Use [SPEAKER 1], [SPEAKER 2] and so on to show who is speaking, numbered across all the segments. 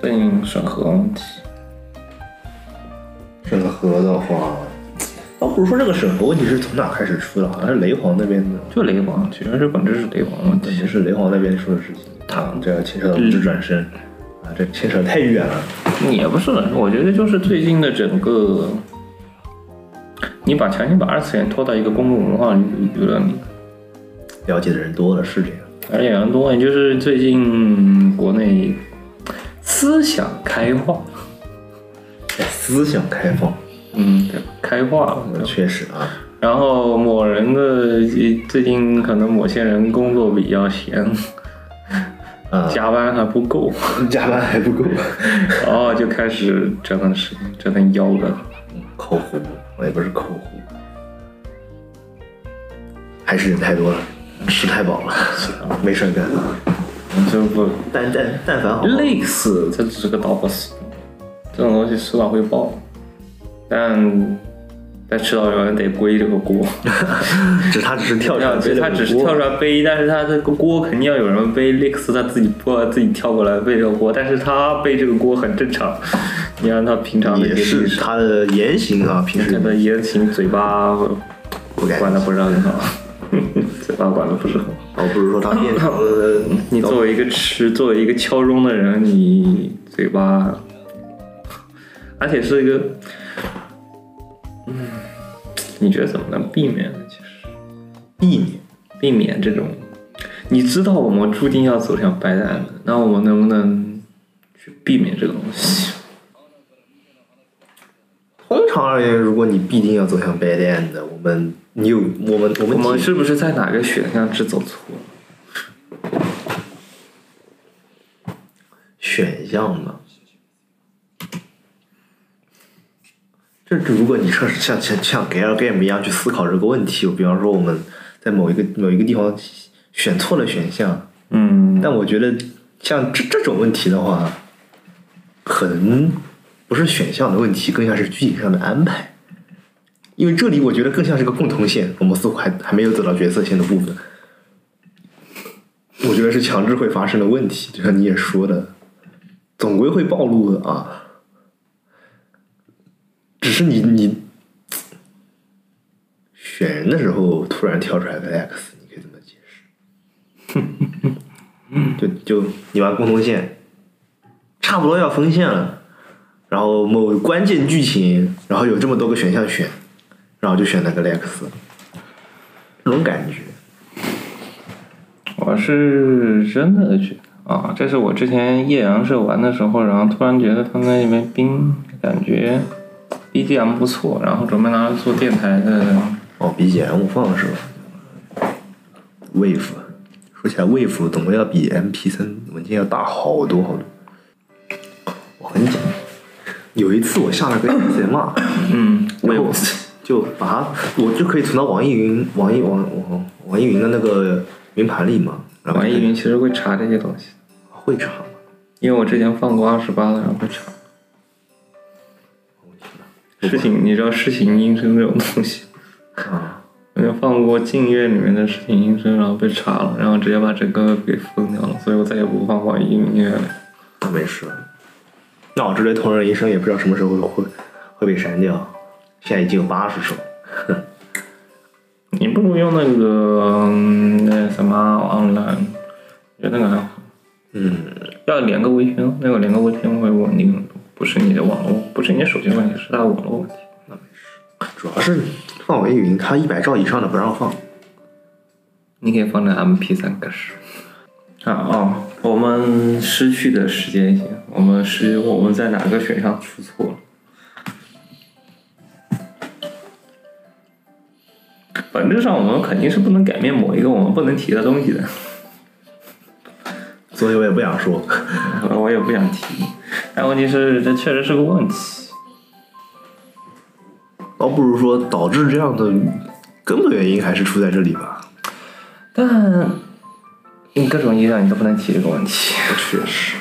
[SPEAKER 1] 对应审核问题。
[SPEAKER 2] 审核的话，倒哦不是说这个审核问题是从哪开始出的，好像是雷皇那边的，
[SPEAKER 1] 就雷皇，其实是本质是雷皇问
[SPEAKER 2] 对，
[SPEAKER 1] 题。
[SPEAKER 2] 是雷皇那边说的事情。他这个牵扯到物质转身，啊，这牵扯太远了。
[SPEAKER 1] 也不是，我觉得就是最近的整个，你把强行把二次元拖到一个公共文化娱乐里，
[SPEAKER 2] 了解的人多了是这样，
[SPEAKER 1] 而且很多人就是最近国内思想开化，
[SPEAKER 2] 思想开放，
[SPEAKER 1] 嗯，对，开化，
[SPEAKER 2] 确实啊，
[SPEAKER 1] 然后某人的最近可能某些人工作比较闲，
[SPEAKER 2] 啊，
[SPEAKER 1] 加班还不够，
[SPEAKER 2] 加班还不够，
[SPEAKER 1] 然后哦就开始折腾事，折腾腰了。
[SPEAKER 2] 嗯口胡，也不是口胡，还是人太多了，吃太饱了，没事儿干。
[SPEAKER 1] 这不
[SPEAKER 2] 啊但但但凡好好
[SPEAKER 1] 累死，这只是个导火索，这种东西迟早会爆，但但迟早有人得归这个锅。
[SPEAKER 2] 只他只是跳上，
[SPEAKER 1] 他只是跳出，来背，但是他这个锅肯定要有人背。Lex 他自己过自己跳过来背这个锅，但是他背这个锅很正常。你让他平常的
[SPEAKER 2] 也是他的言行啊，平
[SPEAKER 1] 他
[SPEAKER 2] 时
[SPEAKER 1] 的言行嘴巴
[SPEAKER 2] 不改。
[SPEAKER 1] 管的不是很好，嘴巴管的不是很好。
[SPEAKER 2] 我不是说他变成了
[SPEAKER 1] 你作为一个吃，作为一个敲钟的人，你嘴巴，而且是一个，嗯，你觉得怎么能避免呢？其实
[SPEAKER 2] 避免
[SPEAKER 1] 避免这种，你知道我们注定要走向白蛋的，那我们能不能去避免这个东西？
[SPEAKER 2] 通常而言，如果你必定要走向 bad end，的我们你有我们我
[SPEAKER 1] 我
[SPEAKER 2] 们
[SPEAKER 1] 们
[SPEAKER 2] 几
[SPEAKER 1] 是不是在哪个选项只走错了？
[SPEAKER 2] 选项嘛。这如果你说像像像 g a l game 一样去思考这个问题，比方说我们在某一个某一个地方选错了选项，
[SPEAKER 1] 嗯，
[SPEAKER 2] 但我觉得像这这种问题的话，可能不是选项的问题，更像是具体上的安排。因为这里我觉得更像是个共同线，我们似乎还还没有走到角色线的部分。我觉得是强制会发生的问题，就像你也说的，总归会暴露的啊。只是你你选人的时候突然跳出来个 X，你可以这么解释。就就你玩共同线，差不多要封线了，然后某关键剧情，然后有这么多个选项选，然后就选了个 Lex，这种感觉。
[SPEAKER 1] 我是真的觉得啊，这是我之前夜阳社玩的时候，然后突然觉得他们那边冰感觉 BGM 不错，然后准备拿来做电台的，
[SPEAKER 2] 哦，BGM 放是吧？Wave，说起来 Wave 总归要比 MP3 文件要大好多好多。我很紧，有一次我下了个 XMR，
[SPEAKER 1] 嗯，我
[SPEAKER 2] 然后就把它，我就可以存到网易云、网易网网网易云的那个云盘里嘛。然后
[SPEAKER 1] 网易云其实会查这些东西，
[SPEAKER 2] 会查吗？
[SPEAKER 1] 因为我之前放过二十八的，然后会查。事情，你知道事情音声这种东西，
[SPEAKER 2] 啊，
[SPEAKER 1] 我就放过静乐里面的事情音声，然后被查了，然后直接把整个给封掉了，所以我再也不放网易云音乐了。
[SPEAKER 2] 那没事。那我这类同人一生也不知道什么时候会会被删掉，现在已经有八十首。
[SPEAKER 1] 你不如用那个嗯那什么 online，我觉得那个还好。
[SPEAKER 2] 嗯，
[SPEAKER 1] 要连个微圈，那个连个微圈会稳定很多，不是你的网络，不是你的手机问题，是它的网络问题。
[SPEAKER 2] 主要是放网易云，它一百兆以上的不让放。
[SPEAKER 1] 你可以放在 MP 三格式。啊哦，我们失去的时间线，我们是我们在哪个选项出错了？本质上，我们肯定是不能改变某一个我们不能提的东西的。
[SPEAKER 2] 所以我也不想说，
[SPEAKER 1] 我也不想提，但问题是这确实是个问题。
[SPEAKER 2] 倒不如说导致这样的根本原因还是出在这里吧。
[SPEAKER 1] 但你各种意义上你都不能提这个问题，
[SPEAKER 2] 确实，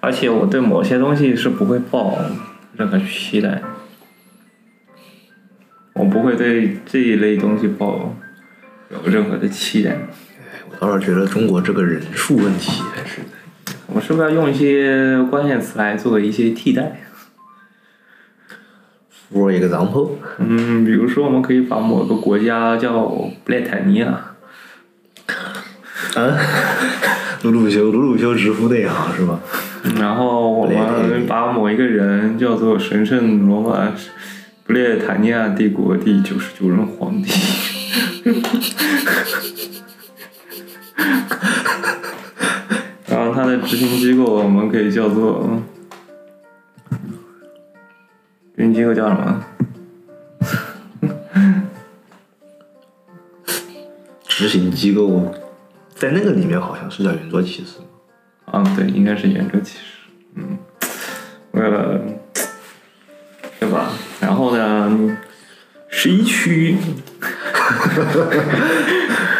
[SPEAKER 1] 而且我对某些东西是不会抱任何期待的，我不会对这一类东西抱有任何的期待。
[SPEAKER 2] 我倒是觉得中国这个人数问题还是
[SPEAKER 1] 我是不是要用一些关键词来做一些替代？
[SPEAKER 2] For example，
[SPEAKER 1] 嗯，比如说我们可以把某个国家叫布列塔尼亚，
[SPEAKER 2] 啊，鲁鲁修，鲁鲁修直呼内行是吧？
[SPEAKER 1] 嗯 然后我们把某一个人叫做神圣罗马布列塔尼亚帝国第九十九任皇帝。 然后他的执行机构我们可以叫做，嗯执行机构叫什么？
[SPEAKER 2] 执行机构在那个里面好像是叫圆桌骑士，
[SPEAKER 1] 啊，对，应该是圆周骑士。嗯，为了，对吧？然后呢，十一区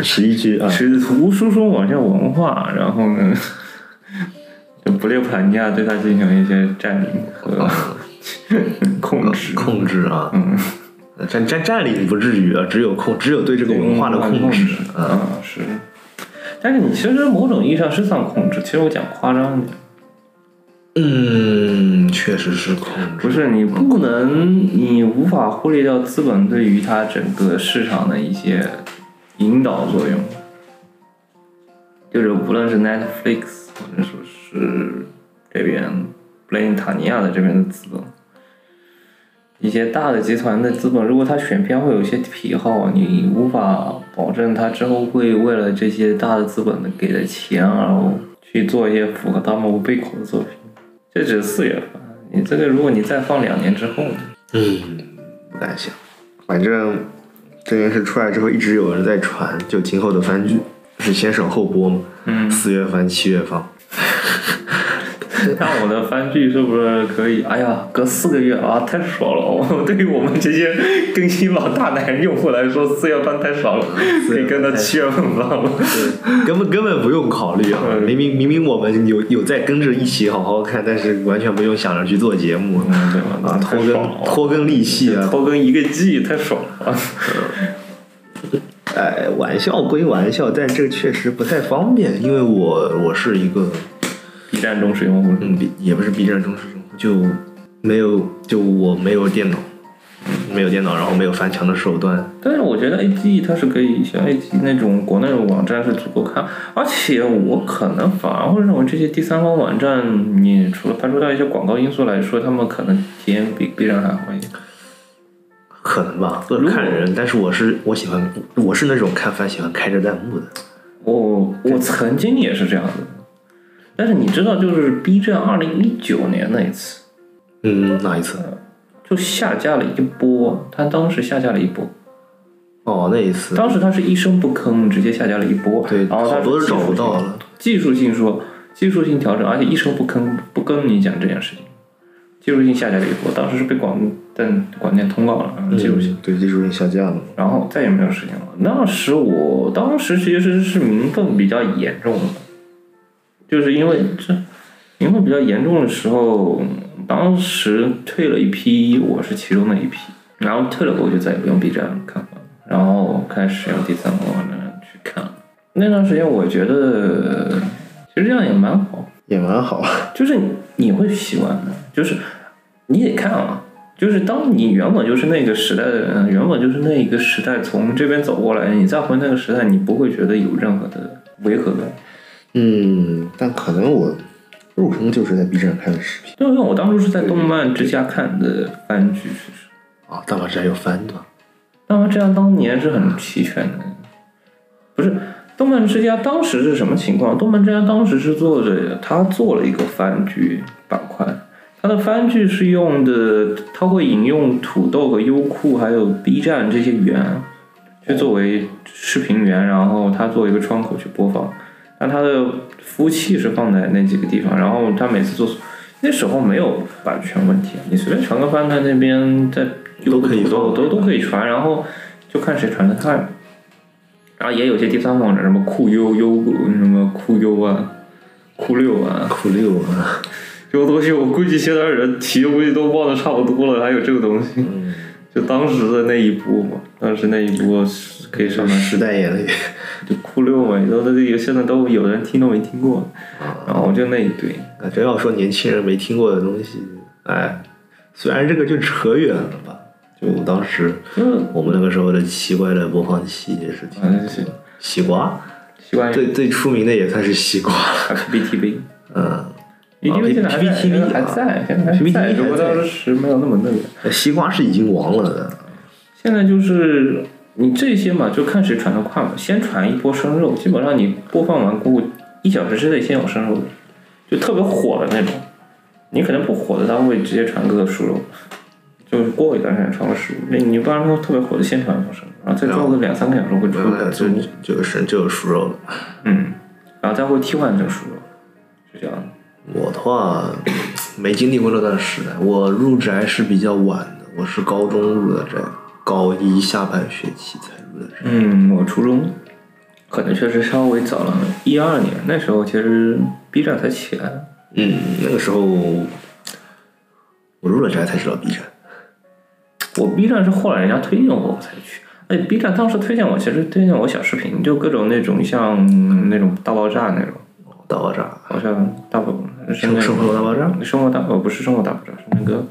[SPEAKER 2] 十一区啊，
[SPEAKER 1] 试图输出我这文化，然后呢，就不列普兰尼亚对它进行一些占领和 控制。
[SPEAKER 2] 哦控制啊，占占占领不至于啊，只有控，只有对这个文化的控制啊。
[SPEAKER 1] 啊，是。但是你其实某种意义上是算控制，其实我讲夸张一点，
[SPEAKER 2] 嗯，确实是控制。
[SPEAKER 1] 不是你不能，你无法忽略掉资本对于它整个市场的一些引导作用，就是无论是 Netflix 或者说是这边布雷塔尼亚的这边的资本，一些大的集团的资本，如果他选片会有一些癖好，你无法保证他之后会为了这些大的资本的给的钱，而去做一些符合他们胃口的作品。这只是四月份，你这个如果你再放两年之后 呢，
[SPEAKER 2] 嗯，不敢想。反正这件事出来之后，一直有人在传，就今后的番剧是先审后播嘛，
[SPEAKER 1] 嗯，
[SPEAKER 2] 四月番七月放。
[SPEAKER 1] 看我的番剧是不是可以？哎呀，隔四个月啊，太爽了！我对于我们这些更新老大男用户来说，四月份太爽了，可以跟到七嗯月份放了。
[SPEAKER 2] 对，根本根本不用考虑啊！
[SPEAKER 1] 嗯
[SPEAKER 2] 明明明明我们有有在跟着一起好好看，但是完全不用想着去做节目，
[SPEAKER 1] 嗯，对吧？那
[SPEAKER 2] 啊，
[SPEAKER 1] 太
[SPEAKER 2] 拖
[SPEAKER 1] 爽了，
[SPEAKER 2] 更拖更利息啊！
[SPEAKER 1] 拖更一个季，太爽了。
[SPEAKER 2] 哎，玩笑归玩笑，但这确实不太方便，因为我我是一个
[SPEAKER 1] B 站忠实用户，
[SPEAKER 2] 嗯，B 也不是 B 站忠实用户，就没有就我没有电脑，没有电脑，然后没有翻墙的手段。
[SPEAKER 1] 但是我觉得 A G E 它是可以像 A G 那种国内的网站是足够看，而且我可能反而会认为这些第三方网站，你除了排除掉一些广告因素来说，他们可能体验比 B 站还好一点。
[SPEAKER 2] 可能吧，
[SPEAKER 1] 如果
[SPEAKER 2] 看人，但是我是我喜欢，我是那种看番喜欢开着弹幕的。
[SPEAKER 1] 我我曾经也是这样的，但是你知道，就是 B 站二零一九年那一次，
[SPEAKER 2] 嗯，哪一次？
[SPEAKER 1] 就下架了一波，他当时下架了一波，
[SPEAKER 2] 哦，那一次，
[SPEAKER 1] 当时他是一声不吭，直接下架了一波，
[SPEAKER 2] 对，
[SPEAKER 1] 然后他
[SPEAKER 2] 好
[SPEAKER 1] 是
[SPEAKER 2] 多都
[SPEAKER 1] 技术
[SPEAKER 2] 找不
[SPEAKER 1] 性
[SPEAKER 2] 到了。
[SPEAKER 1] 技术性说技术性调整，而且一声不吭不跟你讲这件事情，技术性下架了一波，当时是被广电广电通告了，然后技术性，
[SPEAKER 2] 嗯对技术性下架了。
[SPEAKER 1] 然后再也没有事情了。那时我当时其实是民愤比较严重的，就是因为这民愤比较严重的时候，当时退了一批，我是其中的一批，然后退了我就再也不用 B 站看了，然后开始用第三方网站去看了。那段时间我觉得其实这样也蛮好，
[SPEAKER 2] 也蛮好，
[SPEAKER 1] 就是你会习惯的，就是你得看啊，就是当你原本就是那个时代的人，原本就是那一个时代从这边走过来，你再回那个时代，你不会觉得有任何的违和感。
[SPEAKER 2] 嗯，但可能我入坑就是在 B 站看的视频
[SPEAKER 1] 就因为我当初是在动漫之家看的番剧，其实
[SPEAKER 2] 啊，大马这还有翻的，
[SPEAKER 1] 那么这样当年是很齐全的，不是？动漫之家当时是什么情况？动漫之家当时是做着，他做了一个番剧板块，他的番剧是用的，他会引用土豆和优酷还有 B 站这些源，去作为视频源，然后它作为一个窗口去播放。但它的服务器是放在那几个地方，然后它每次做那时候没有版权问题，你随便传个番，在那边在
[SPEAKER 2] 都可以
[SPEAKER 1] 优酷土豆
[SPEAKER 2] 放
[SPEAKER 1] 都都可以传，然后就看谁传的快。然后也有些第三方网站，什么酷优优什么酷优啊、酷六啊、
[SPEAKER 2] 酷六 啊，
[SPEAKER 1] 这
[SPEAKER 2] 这
[SPEAKER 1] 个东西我估计现在人提，我估计都忘得差不多了。还有这个东西，
[SPEAKER 2] 嗯嗯
[SPEAKER 1] 就当时的那一波嘛，当时那一波是可以上来
[SPEAKER 2] 时代眼泪，
[SPEAKER 1] 就酷六嘛，都这游戏呢都有人听都没听过，
[SPEAKER 2] 嗯
[SPEAKER 1] 然后就那一堆，
[SPEAKER 2] 啊，真要说年轻人没听过的东西，哎，虽然这个就扯远了吧，就我当时
[SPEAKER 1] 嗯，
[SPEAKER 2] 我们那个时候的奇怪的播放器也是挺
[SPEAKER 1] 反正是
[SPEAKER 2] 西瓜，
[SPEAKER 1] 习惯于
[SPEAKER 2] 最最出名的也算是西瓜，
[SPEAKER 1] BTV。
[SPEAKER 2] 嗯，
[SPEAKER 1] BTV 现在还在
[SPEAKER 2] PPTV
[SPEAKER 1] 还在，现在还
[SPEAKER 2] PPTV
[SPEAKER 1] 在，只不过
[SPEAKER 2] 还在
[SPEAKER 1] 当时没有那么那个。
[SPEAKER 2] 哎西瓜是已经亡了的，
[SPEAKER 1] 现在就是你这些嘛，就看谁传的快嘛，先传一波生肉，基本上你播放完过后一小时之内先有生肉的，就特别火的那种。你可能不火的，他会直接传个熟肉，就是过一段时间传个熟肉。那你不然说特别火的先传一波生肉，然后再做个两三个小时会出个
[SPEAKER 2] 嗯，
[SPEAKER 1] 字
[SPEAKER 2] 就
[SPEAKER 1] 幕，
[SPEAKER 2] 就是就有熟肉了。
[SPEAKER 1] 嗯，然后再会替换成熟肉，是这样的。
[SPEAKER 2] 我的话没经历过那段时代，我入宅是比较晚的，我是高中入的宅，高一下半学期才入的宅。
[SPEAKER 1] 嗯，我初中可能确实稍微早了，一二年那时候其实 B 站才起来，
[SPEAKER 2] 嗯，那个时候我入了宅才知道 B 站。
[SPEAKER 1] 我 B 站是后来人家推荐我我才去。哎，B 站当时推荐我，其实推荐我小视频，就各种那种像那种大爆炸那种，
[SPEAKER 2] 大爆炸，
[SPEAKER 1] 好像大爆是
[SPEAKER 2] 生
[SPEAKER 1] 那
[SPEAKER 2] 生
[SPEAKER 1] 个
[SPEAKER 2] 活大爆炸，
[SPEAKER 1] 生活大哦不是生活大爆炸，是那个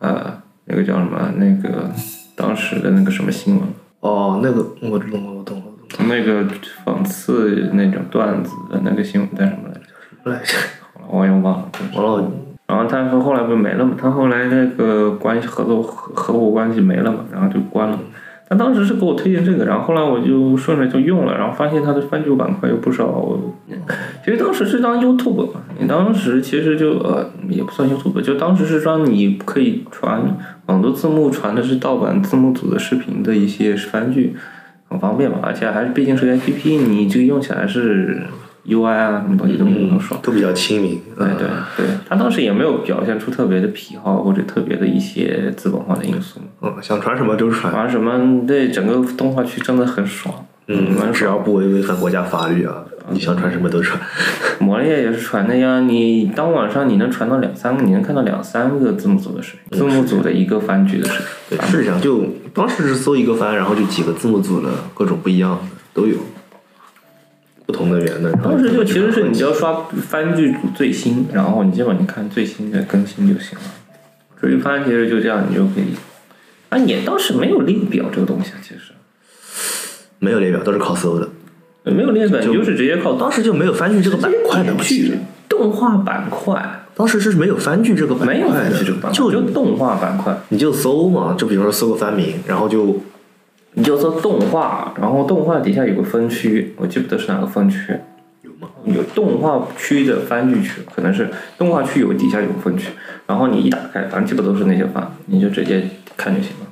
[SPEAKER 1] 呃那个叫什么那个当时的那个什么新闻，
[SPEAKER 2] 哦，那个我懂了，我懂了，我懂了
[SPEAKER 1] 那个讽刺那种段子的那个新闻叫什么来着？
[SPEAKER 2] 什么来着？
[SPEAKER 1] 好了，我也忘了。
[SPEAKER 2] 哎王老，
[SPEAKER 1] 然后他说后来不是没了嘛，他后来那个关系合作合合伙关系没了嘛，然后就关了。他当时是给我推荐这个，然后后来我就顺着就用了，然后发现他的翻旧板块有不少。其实当时是当 YouTube 嘛，你当时其实就呃也不算 YouTube，就当时是让你可以传网络字幕传的是盗版字幕组的视频的一些番剧，很方便嘛，而且还是毕竟是个 APP，你这个用起来是 UI 啊什么东西都很爽。
[SPEAKER 2] 都比较亲民，
[SPEAKER 1] 对
[SPEAKER 2] 嗯，
[SPEAKER 1] 对对，他呃当时也没有表现出特别的癖好或者特别的一些资本化的因素，
[SPEAKER 2] 嗯，想传什么就传，
[SPEAKER 1] 反正什么对整个动画区真的很爽，
[SPEAKER 2] 嗯，
[SPEAKER 1] 蛮
[SPEAKER 2] 只
[SPEAKER 1] 爽。
[SPEAKER 2] 要不违违反国家法律啊，你想传什么都传，
[SPEAKER 1] 魔力也是传的呀，你当晚上你能传到两三个，你能看到两三个字幕组的视频，字幕组的一个番剧的视频，
[SPEAKER 2] 对，是这样，就当时是搜一个番，然后就几个字幕组的各种不一样的都有，不同的人的，然后
[SPEAKER 1] 当时就其实是你只要刷番剧组最新，然后你基本上看最新的更新就行了。追番其实就这样，你就可以。啊，也当时没有列表这个东西啊，其实
[SPEAKER 2] 没有列表，都是靠搜的，
[SPEAKER 1] 没有列表，你就是直接靠
[SPEAKER 2] 当时就没有番剧这个板块的，我记得
[SPEAKER 1] 剧动画板块，
[SPEAKER 2] 当时是没有番剧这个板
[SPEAKER 1] 没有
[SPEAKER 2] 块
[SPEAKER 1] 番
[SPEAKER 2] 的
[SPEAKER 1] 剧这个板，块，
[SPEAKER 2] 就
[SPEAKER 1] 就动画板块，
[SPEAKER 2] 你就搜嘛，就比如说搜个番名，然后就
[SPEAKER 1] 你就说动画，然后动画底下有个分区，我记不得是哪个分区，
[SPEAKER 2] 有吗？
[SPEAKER 1] 有动画区的番剧区，可能是动画区有底下有个分区，然后你一打开，反正基本都是那些番，你就直接看就行了。
[SPEAKER 2] 嗯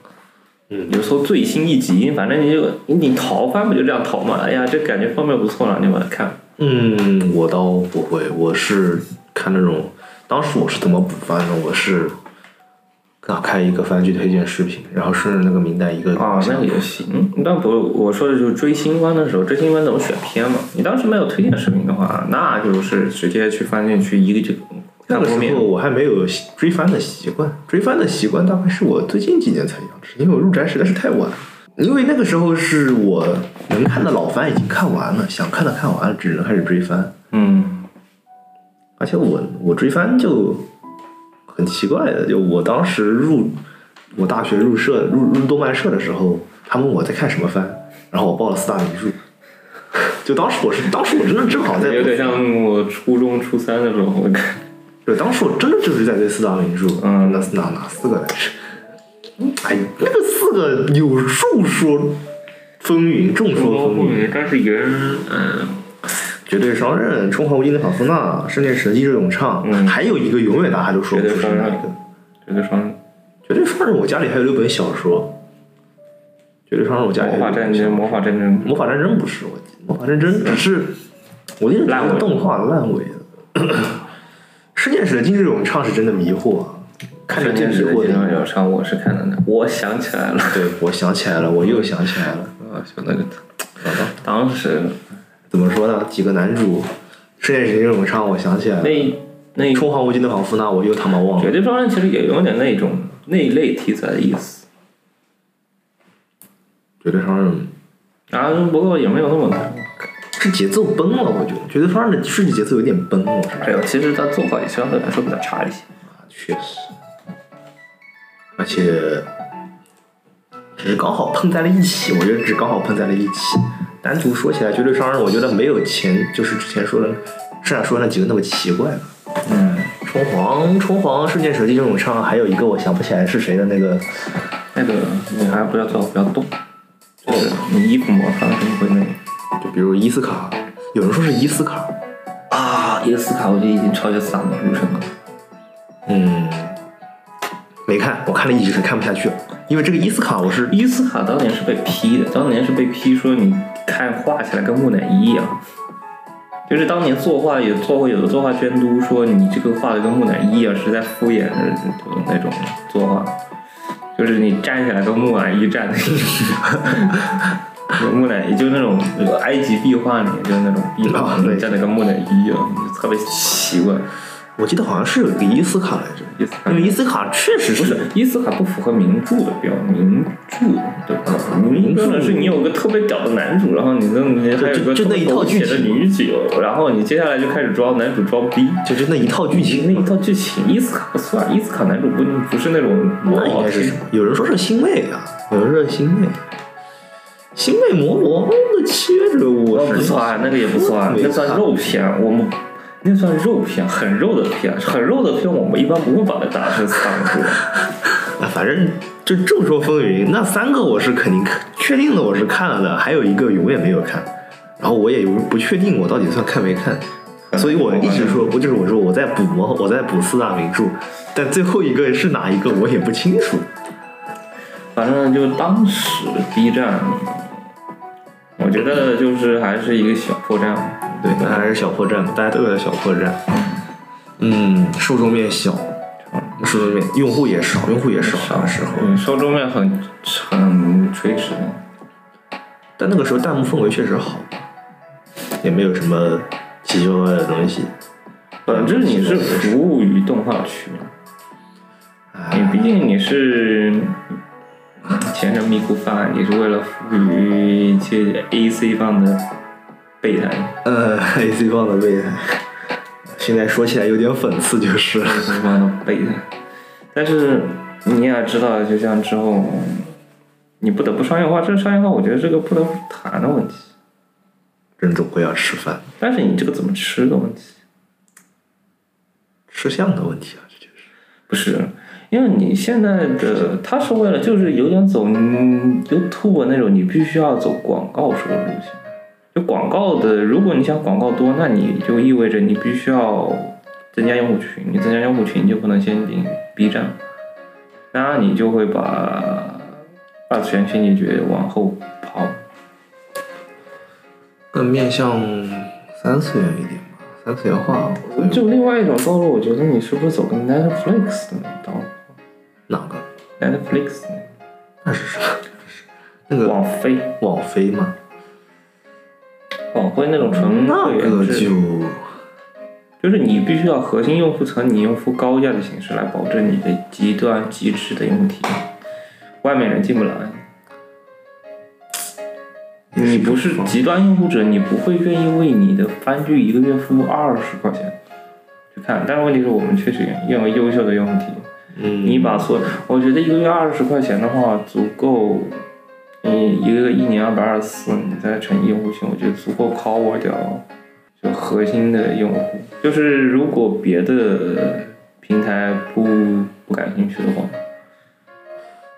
[SPEAKER 1] 你就搜最新一集，反正你就你淘番不就这样淘嘛？哎呀，这感觉方面不错了，你把它看。
[SPEAKER 2] 嗯，我倒不会，我是看那种，当时我是怎么补番的？我是打开一个番剧推荐视频，然后顺着那个名单一个
[SPEAKER 1] 啊，那个也行。但不，我说的就是追星番的时候，追星番怎么选片嘛？你当时没有推荐视频的话，那就是直接去翻进去一个就
[SPEAKER 2] 那
[SPEAKER 1] 看
[SPEAKER 2] 个
[SPEAKER 1] 封
[SPEAKER 2] 时
[SPEAKER 1] 面
[SPEAKER 2] 候。我还没有习追番的习惯，追番的习惯大概是我最近几年才养成，因为我入宅实在是太晚。因为那个时候是我能看的老番已经看完了，想看的看完了，只能开始追番。
[SPEAKER 1] 嗯，
[SPEAKER 2] 而且我我追番就很奇怪的，就我当时入我大学入社入入动漫社的时候，他们问我在看什么番，然后我报了四大名著。 就当时我是当时我真的正好在
[SPEAKER 1] 有点像我初中初三的时候我看。
[SPEAKER 2] 对，当时我真的就是在对四大名著，
[SPEAKER 1] 嗯
[SPEAKER 2] 那哪哪四个来着？嗯哎呀，那个四个有众说纷纭，众说纷纭，
[SPEAKER 1] 但是人，嗯，
[SPEAKER 2] 绝对双刃、中华无敌的法夫纳、圣剑神一热咏唱，
[SPEAKER 1] 嗯
[SPEAKER 2] 还有一个永远大家都说不出是哪
[SPEAKER 1] 绝
[SPEAKER 2] 一
[SPEAKER 1] 对
[SPEAKER 2] 个。
[SPEAKER 1] 觉得双
[SPEAKER 2] 绝对双刃，我家里还有六本小说。绝对双刃，我家里还
[SPEAKER 1] 魔
[SPEAKER 2] 有
[SPEAKER 1] 法战争，魔
[SPEAKER 2] 六本小说。
[SPEAKER 1] 法战争，
[SPEAKER 2] 魔法战争不是我，魔法战争只是我一直觉
[SPEAKER 1] 烂
[SPEAKER 2] 得
[SPEAKER 1] 尾
[SPEAKER 2] 动画烂尾了。 圣剑史的金志勇唱是真的迷惑啊，看着
[SPEAKER 1] 真
[SPEAKER 2] 真迷
[SPEAKER 1] 实的
[SPEAKER 2] 惑
[SPEAKER 1] 金
[SPEAKER 2] 的。
[SPEAKER 1] 融上我是看的那，我想起来了，
[SPEAKER 2] 对，我想起来了，我又想起来了。
[SPEAKER 1] 啊，就那个
[SPEAKER 2] 好吧
[SPEAKER 1] 当时
[SPEAKER 2] 怎么说呢？几个男主，圣剑史金志勇唱，我想起来了。
[SPEAKER 1] 那那
[SPEAKER 2] 冲环无尽的仿佛呢，我又他妈忘了
[SPEAKER 1] 绝。对双刃其实也有点那种那一类题材的意思。
[SPEAKER 2] 绝对双刃，
[SPEAKER 1] 啊，不过也没有那么难。
[SPEAKER 2] 是节奏崩了，我觉得，觉得方的顺序节奏有点崩，我是
[SPEAKER 1] 哎呦，其实它做法也相对来说比较差一些。
[SPEAKER 2] 确实，而且只是刚好碰在了一起，我觉得只刚好碰在了一起。单独说起来，绝对商人，我觉得没有前就是之前说的，上说那几个那么奇怪了。
[SPEAKER 1] 嗯，
[SPEAKER 2] 虫皇，虫皇世界手机这种唱，还有一个我想不起来是谁的那个，
[SPEAKER 1] 那个你还不要最好不要动，就是你衣服摩擦肯定会那个。
[SPEAKER 2] 就比如伊斯卡，有人说是伊斯卡，
[SPEAKER 1] 啊，伊斯卡我觉得已经超越萨姆入神了。
[SPEAKER 2] 嗯，没看，我看了一集是看不下去了，因为这个伊斯卡我是
[SPEAKER 1] 伊斯卡当年是被批的，当年是被批说你看画起来跟木乃伊一样，就是当年作画也做过有的作画监督说你这个画的跟木乃伊一样，是在敷衍的那种作画，就是你站起来跟木乃伊站的一样。木乃伊就那种呃埃及壁画里面就是那种壁画，
[SPEAKER 2] 啊对
[SPEAKER 1] 你站的跟木乃伊一样，就特别奇怪。
[SPEAKER 2] 我记得好像是有一个伊斯卡来着，
[SPEAKER 1] 伊斯卡
[SPEAKER 2] 因为伊斯卡确实
[SPEAKER 1] 不
[SPEAKER 2] 是
[SPEAKER 1] 是伊斯卡不符合名著的标，名著对吧？名
[SPEAKER 2] 著
[SPEAKER 1] 著呢是你有个特别屌的男主，然后你弄你还有个
[SPEAKER 2] 就就那一套剧
[SPEAKER 1] 写
[SPEAKER 2] 情
[SPEAKER 1] 的女主，然后你接下来就开始装男主装逼。
[SPEAKER 2] 就是那一套剧情，
[SPEAKER 1] 那一套剧情，伊斯卡不算，伊斯卡男主不不是那种魔
[SPEAKER 2] 那应
[SPEAKER 1] 王
[SPEAKER 2] 该是什么？有人说是星妹啊，有人说是星妹，星妹魔王的契约者，我
[SPEAKER 1] 不
[SPEAKER 2] 是
[SPEAKER 1] 算，那个也不算，
[SPEAKER 2] 没
[SPEAKER 1] 那算
[SPEAKER 2] 看
[SPEAKER 1] 肉片，我们那算肉片，很肉的片，很肉的片，我们一般不会把它打成三个。
[SPEAKER 2] 啊，反正就众说纷纭。那三个我是肯定看确定的，我是看了的，还有一个永远没有看。然后我也有不确定，我到底算看没看。所以我一直说，我就是我说我在补魔，我在补四大名著，但最后一个是哪一个我也不清楚。
[SPEAKER 1] 反正就当时 B 站，我觉得就是还是一个小破站，
[SPEAKER 2] 对，那还是小破站嘛，大家都有点小破站。嗯，受众面小，受众面用户也少，用户也少那时候。
[SPEAKER 1] 嗯，受众面很很垂直的。
[SPEAKER 2] 但那个时候弹幕氛围确实好，也没有什么奇奇怪怪的东西。
[SPEAKER 1] 本质你是服务于动画区，你
[SPEAKER 2] 哎，
[SPEAKER 1] 毕竟你是前程迷糊饭，你是为了服务于一些 AC 方的备胎，
[SPEAKER 2] 呃，AC 棒的备胎，现在说起来有点讽刺，就是了
[SPEAKER 1] AC 方的备胎。但是你也知道，就像之后，你不得不商业化，这个商业化我觉得是个不得不谈的问题。
[SPEAKER 2] 人总归要吃饭，
[SPEAKER 1] 但是你这个怎么吃的问题，
[SPEAKER 2] 吃相的问题啊，这就是。
[SPEAKER 1] 不是因为你现在的它是为了就是有点走嗯 YouTube 那种，你必须要走广告收入路线。就广告的，如果你想广告多，那你就意味着你必须要增加用户群，你增加用户群就不能先顶 B 站，那你就会把二次元新解决往后跑。
[SPEAKER 2] 更面向三次元一点吧，三次元化。
[SPEAKER 1] 就另外一种道路，我觉得你是不是走个 Netflix 的道路
[SPEAKER 2] 哪个？
[SPEAKER 1] ？Netflix
[SPEAKER 2] 那是啥？那个
[SPEAKER 1] 网飞。
[SPEAKER 2] 网飞吗？
[SPEAKER 1] 网会那种纯
[SPEAKER 2] 那
[SPEAKER 1] 会员
[SPEAKER 2] 个
[SPEAKER 1] 制，
[SPEAKER 2] 就
[SPEAKER 1] 就是你必须要核心用户层，你用户高价的形式来保证你的极端极致的用户体验，外面人进不来。你不是极端用户者，你不会愿意为你的番剧一个月付二十块钱去看。但是问题是我们确实要有优秀的用户体验。
[SPEAKER 2] 嗯，
[SPEAKER 1] 你把所，我觉得一个月二十块钱的话，足够，嗯，一个一年二百二十四，你再乘以用户群，我觉得足够 cover 掉就核心的用户。就是如果别的平台不不感兴趣的话，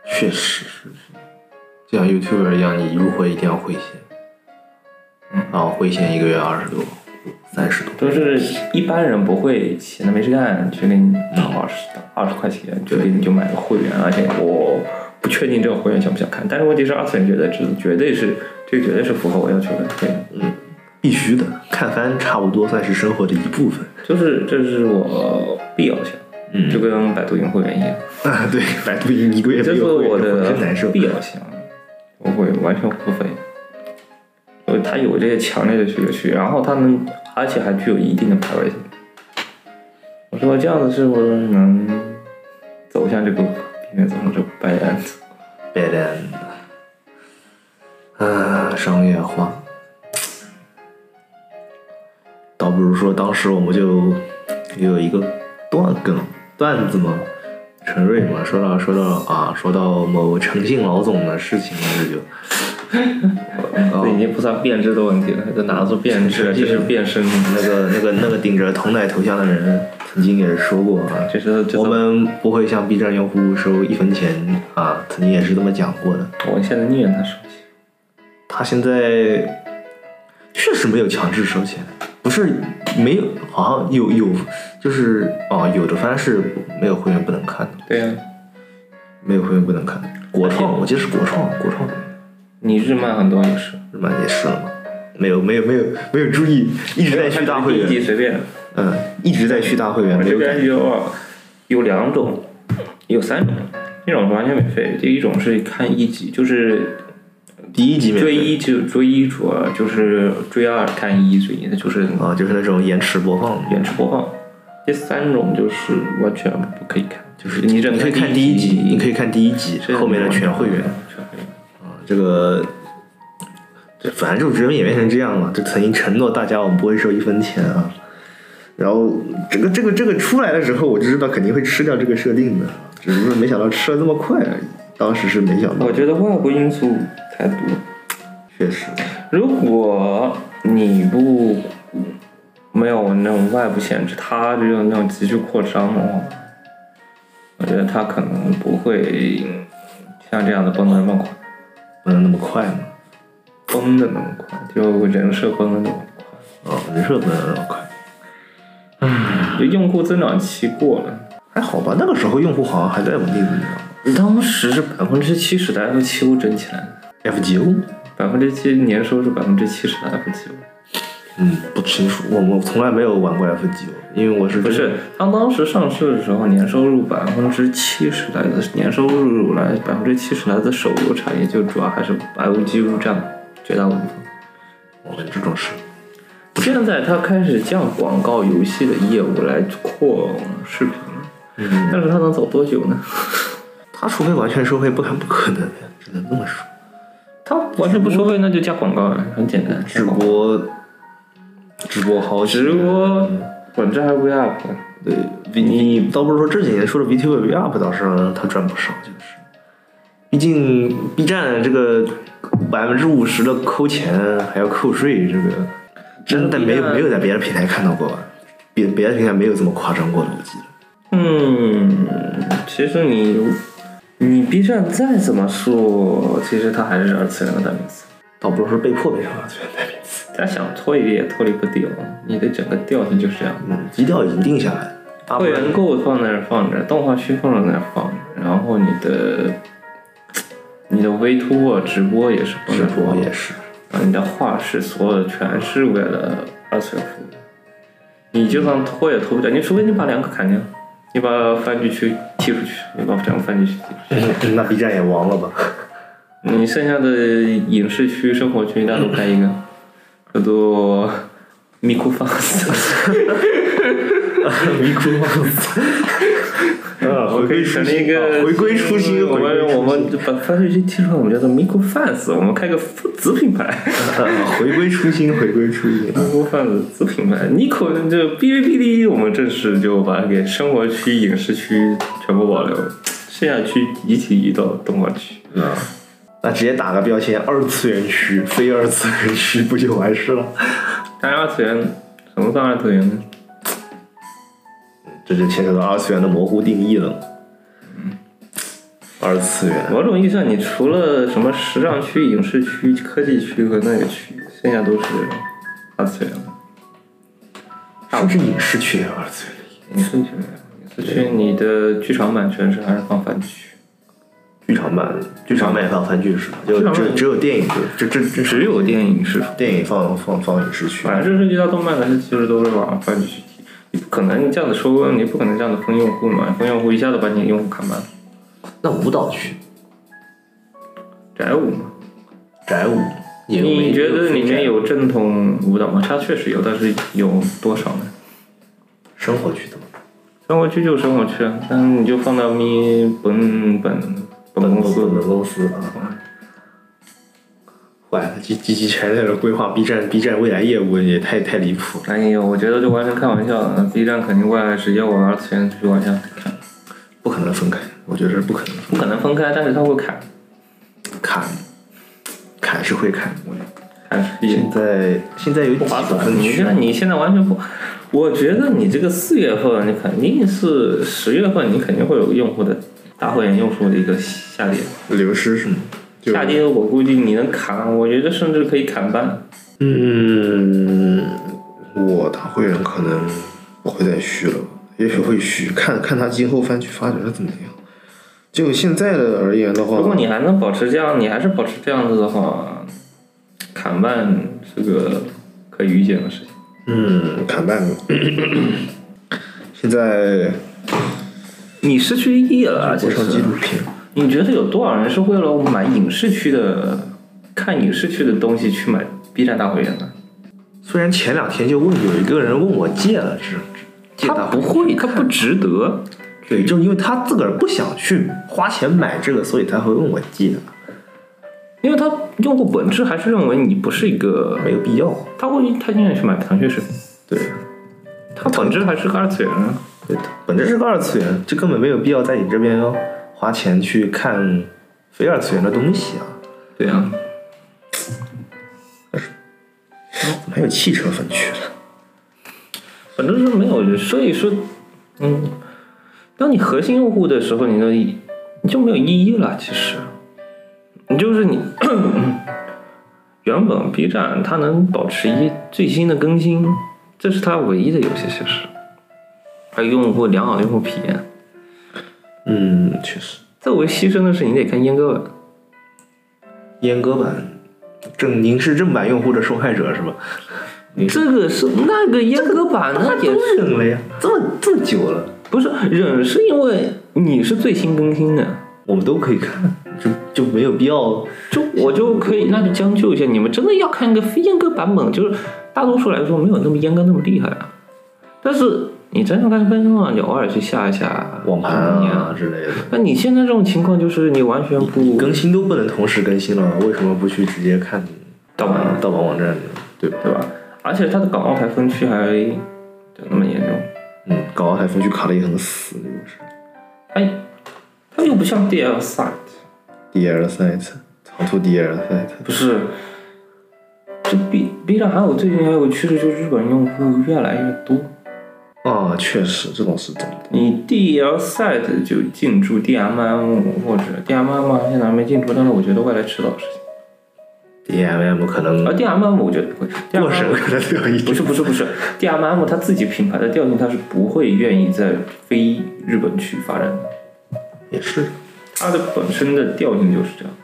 [SPEAKER 2] 确实是，就像 YouTuber 一样，你入会一定要回线，
[SPEAKER 1] 嗯
[SPEAKER 2] 然后回线一个月二十多、三十多，
[SPEAKER 1] 都是一般人不会闲的没事干去给你掏二十二十块钱，就给你就买个会员，而且我不确定这个会员想不想看，但是问题是二次元绝对值，绝对是这个绝对是符合我要求的，对。
[SPEAKER 2] 必须的，看番差不多算是生活的一部分。
[SPEAKER 1] 就是这是我必要项，
[SPEAKER 2] 嗯
[SPEAKER 1] 就跟百度云会员一样，
[SPEAKER 2] 啊，对，百度一个月
[SPEAKER 1] 这
[SPEAKER 2] 没
[SPEAKER 1] 是
[SPEAKER 2] 有会
[SPEAKER 1] 我
[SPEAKER 2] 员
[SPEAKER 1] 的
[SPEAKER 2] 真难受。
[SPEAKER 1] 必要项，我会完全付费。呃，它有这些强烈的需求区，然后它能，而且还具有一定的排外性。我说这样子是不是能走向这个平台，走向这个白眼？
[SPEAKER 2] 拜登，啊，商业当时我们就有一个段梗段子嘛，陈瑞嘛，说到说到啊，说到某诚信老总的事情了， 这就。哦
[SPEAKER 1] 这已经不算变质的问题了，这哪是变质，这是变身。
[SPEAKER 2] 那个那个那个顶着同奶头像的人曾经也说过啊，
[SPEAKER 1] 这是这是
[SPEAKER 2] 我们不会向 B 站用户收一分钱啊，曾经也是这么讲过的。
[SPEAKER 1] 我现在宁愿他收钱。
[SPEAKER 2] 他现在确实没有强制收钱，不是没有，好像有有就是啊、有的反正是没有会员不能看的，
[SPEAKER 1] 对啊呀、
[SPEAKER 2] 没有会员不能看。国创，我记得是国创，国创
[SPEAKER 1] 你日漫很多也是，
[SPEAKER 2] 日漫也是了嘛，没有没有没有没有注意，一直在续大会
[SPEAKER 1] 第一季
[SPEAKER 2] 员，
[SPEAKER 1] 随便。
[SPEAKER 2] 嗯，一直在续大会
[SPEAKER 1] 我
[SPEAKER 2] 员，没
[SPEAKER 1] 这
[SPEAKER 2] 有改
[SPEAKER 1] 边有有两种，有三种，一种是完全免费，第一种是看一集，就是
[SPEAKER 2] 第一集免
[SPEAKER 1] 追
[SPEAKER 2] 费
[SPEAKER 1] 一就追一主要就是追二看一追一，那就是
[SPEAKER 2] 啊，就是那种延迟播放，
[SPEAKER 1] 延迟播放。第三种就是完全不可以看，就是你只能
[SPEAKER 2] 你可以看
[SPEAKER 1] 第
[SPEAKER 2] 第一集，你可以看第一集
[SPEAKER 1] 这
[SPEAKER 2] 后面的全会员
[SPEAKER 1] 全会员。
[SPEAKER 2] 啊，这个。这反正就人们演变成这样了，就曾经承诺大家我们不会收一分钱啊，然后这个这个这个出来的时候，我就知道肯定会吃掉这个设定的，只不过没想到吃的这么快而已。当时是没想到
[SPEAKER 1] 我，觉得外部因素太多。
[SPEAKER 2] 确实，
[SPEAKER 1] 如果你不没有那种外部限制，它只有那种急剧扩张的话，我觉得它可能不会像这样的崩的那么快，
[SPEAKER 2] 不能那么快嘛。
[SPEAKER 1] 崩的那么快，就人设崩的那么快，
[SPEAKER 2] 啊，人设不能那么快，
[SPEAKER 1] 就用户增长期过了。
[SPEAKER 2] 还好吧？那个时候用户好像还在稳定增长。
[SPEAKER 1] 当时是百分之七十的 F 七 O 整起来的，
[SPEAKER 2] FGO，
[SPEAKER 1] 百分之七年收是百分之七十的 F 七 O。
[SPEAKER 2] 嗯，不清楚，我我从来没有玩过 FGO，因为我是
[SPEAKER 1] 不是，它当时上市的时候，年收入百分之七十来自年收入来百分之七十来自手游产业，就主要还是 LG 入占绝大部分。
[SPEAKER 2] 我们这种事。
[SPEAKER 1] 现在它开始降广告游戏的业务来扩视频，
[SPEAKER 2] 嗯，
[SPEAKER 1] 但是它能走多久呢？
[SPEAKER 2] 他除非完全收费，不可不可能，只能这么说。
[SPEAKER 1] 它完全不收费，那就加广告了，很简单。
[SPEAKER 2] 直播，直播好几
[SPEAKER 1] 直播
[SPEAKER 2] 嗯
[SPEAKER 1] 本质还是 VR，
[SPEAKER 2] 对，V 你倒不是说这几年说的 VTuber VUP 倒是他赚不少，就是，毕竟 B 站这个百分之五十的扣钱还要扣税，这个真的没有没有在别的平台看到过吧？别别的平台没有这么夸张过的，我记得。
[SPEAKER 1] 嗯，其实你你 B 站再怎么说，其实它还是二次元的代名词。
[SPEAKER 2] 倒不是说被迫变成二次元代名词，
[SPEAKER 1] 他想脱离也脱离不掉，你的整个调性就是这样。
[SPEAKER 2] 嗯，基调已经定下来了。大部
[SPEAKER 1] 会
[SPEAKER 2] 分
[SPEAKER 1] 员购放在那儿放着，动画区放在那儿放着，然后你的你的 v t u 直播也是放
[SPEAKER 2] 直
[SPEAKER 1] 在那儿
[SPEAKER 2] 播
[SPEAKER 1] 放着
[SPEAKER 2] 也是，
[SPEAKER 1] 啊，你的画室所有的全是为了二次元服务。你就算脱也脱不掉，你除非你把两个砍掉，你把番剧区踢出去，你把整个番剧区踢出去。
[SPEAKER 2] 那 B 站也亡了吧？
[SPEAKER 1] 你剩下的影视区、生活区，单独开一个，叫做 Mikufax，
[SPEAKER 2] 迷哭 啊，回归初
[SPEAKER 1] 成立
[SPEAKER 2] 心，
[SPEAKER 1] 一 个
[SPEAKER 2] 回归初心，
[SPEAKER 1] 我
[SPEAKER 2] 回归
[SPEAKER 1] 们
[SPEAKER 2] 初心
[SPEAKER 1] 我们把番剧区踢出来，我们叫做 Mikufax，我们开个子品牌
[SPEAKER 2] 啊 回归初心，回归初心。
[SPEAKER 1] ，Mikufax 子品牌，Niku 就哔哩哔哩，我们正式就把它给生活区、影视区全部保留，剩下区一起移到动画区。
[SPEAKER 2] 啊，那直接打个标签，二次元区、非二次元区不就完事了？
[SPEAKER 1] 但是二次元，什么算二次元呢？
[SPEAKER 2] 这就牵扯到二次元的模糊定义了嘛。二次元，
[SPEAKER 1] 某种意义上，你除了什么时尚区、影视区、科技区和那个区，剩下都是二次元了。
[SPEAKER 2] 是不是影视区也有二次元？
[SPEAKER 1] 影视区没有，影视区你的剧场版全是还是放番剧，
[SPEAKER 2] 剧场版，剧场版也放番剧是吧？就
[SPEAKER 1] 剧场版
[SPEAKER 2] 只只有电影，就这这
[SPEAKER 1] 只有电影是。哎
[SPEAKER 2] 电影放放放影视区。
[SPEAKER 1] 反正涉及到动漫的，它其实都是往番剧去提。你不可能这样子收，你不可能这样子封用户嘛，封用户一下子把你用户砍满，
[SPEAKER 2] 那舞蹈区，
[SPEAKER 1] 宅舞嘛。
[SPEAKER 2] 宅舞，也没
[SPEAKER 1] 你觉得里面
[SPEAKER 2] 有
[SPEAKER 1] 有正统舞蹈吗？它确实有，但是有多少呢？
[SPEAKER 2] 生活区的吗？
[SPEAKER 1] 生活区就生活区啊，但你就放到
[SPEAKER 2] 嗯
[SPEAKER 1] 咪本本本公司，
[SPEAKER 2] 本公司啊。哇，几几几全那种规划 B 站 B 站未来业务也太太离谱了。
[SPEAKER 1] 哎呦，我觉得这完全开玩笑的，B 站肯定过来直接我儿子全去往下砍，
[SPEAKER 2] 不可能分开，我觉得是不可能
[SPEAKER 1] 不可能分开，但是他会砍，
[SPEAKER 2] 砍，砍是会砍。我
[SPEAKER 1] 砍是也
[SPEAKER 2] 现在现在有几
[SPEAKER 1] 不划
[SPEAKER 2] 个
[SPEAKER 1] 算。
[SPEAKER 2] 分
[SPEAKER 1] 你
[SPEAKER 2] 区
[SPEAKER 1] 现在你现在完全不，我觉得你这个四月份，你肯定是十月份，你肯定会有用户的大会员用户的一个下跌，
[SPEAKER 2] 流失是吗？就
[SPEAKER 1] 下跌我估计你能砍，我觉得甚至可以砍半。
[SPEAKER 2] 嗯，我大会员可能不会再续了吧，也许会续，看看他今后番区发展的怎么样。就现在的而言的话，
[SPEAKER 1] 如果你还能保持这样，你还是保持这样子的话，砍半是个可以预见的事情。
[SPEAKER 2] 嗯，砍半了。 现在
[SPEAKER 1] 你失去意义了啊，其
[SPEAKER 2] 国
[SPEAKER 1] 实
[SPEAKER 2] 上纪录片，
[SPEAKER 1] 你觉得有多少人是为了买影视区的、看影视区的东西去买 B 站大会员的？
[SPEAKER 2] 虽然前两天就问有一个人问我借了，只借
[SPEAKER 1] 他
[SPEAKER 2] 大会
[SPEAKER 1] 不
[SPEAKER 2] 员，
[SPEAKER 1] 会，他不值得。
[SPEAKER 2] 对，就是因为他自个儿不想去花钱买这个，所以才会问我借，
[SPEAKER 1] 因为他用户本质还是认为你不是一个，
[SPEAKER 2] 没有必要。
[SPEAKER 1] 他会他宁愿去买腾讯视频，
[SPEAKER 2] 对，
[SPEAKER 1] 他本质还是个二次元啊。
[SPEAKER 2] 对，本质是个二次元，就根本没有必要在你这边花钱去看非二次元的东西啊。
[SPEAKER 1] 对啊，
[SPEAKER 2] 怎么还有汽车分区了？
[SPEAKER 1] 反正是没有，所以说，嗯，当你核心用户的时候，你的你就没有意义了。其实，你就是你 原本 B 站它能保持一最新的更新，这是它唯一的游戏形式，还有用户良好的用户体验。
[SPEAKER 2] 嗯，确实，
[SPEAKER 1] 最为牺牲的是你得看阉割版，
[SPEAKER 2] 阉割版正您是正版用户的受害者是吧？您
[SPEAKER 1] 这个是那个阉割版，那也
[SPEAKER 2] 都忍了呀，这么这么久了，
[SPEAKER 1] 不是忍，是因为你是最新更新的。
[SPEAKER 2] 我们都可以看，就就没有必要。
[SPEAKER 1] 就我就可以，那就将就一下。你们真的要看一个非阉割版本，就是大多数来说没有那么阉割那么厉害啊。但是你真要看分钟啊，你偶尔去下一下
[SPEAKER 2] 网盘
[SPEAKER 1] 怎么样
[SPEAKER 2] 啊之类的，
[SPEAKER 1] 那你现在这种情况就是你完全不
[SPEAKER 2] 更新都不能同时更新了，为什么不去直接看
[SPEAKER 1] 盗版
[SPEAKER 2] 啊盗版网站呢？对吧？
[SPEAKER 1] 对吧？而且它的港澳台分区还就那么严重，
[SPEAKER 2] 嗯，港澳台分区卡的也很死，那个是。
[SPEAKER 1] 它它又不像 DL site，
[SPEAKER 2] DL site，长途 DL site。
[SPEAKER 1] 不是。这 B B 站还有最近还有个趋势，就是日本用户越来越多。
[SPEAKER 2] 啊，确实，这倒是真的。
[SPEAKER 1] 你 DL site 就进驻 DMM 或者 DMM 啊现在还没进驻，但是啊我觉得未来迟早的事情。
[SPEAKER 2] DMM 可能
[SPEAKER 1] 而 DMM 我觉得不会，
[SPEAKER 2] 过审可能都要一
[SPEAKER 1] 不是不是不是，DMM 它自己品牌的调性，它是不会愿意在非日本区发展的，
[SPEAKER 2] 也是。
[SPEAKER 1] 它的本身的调性就是这样。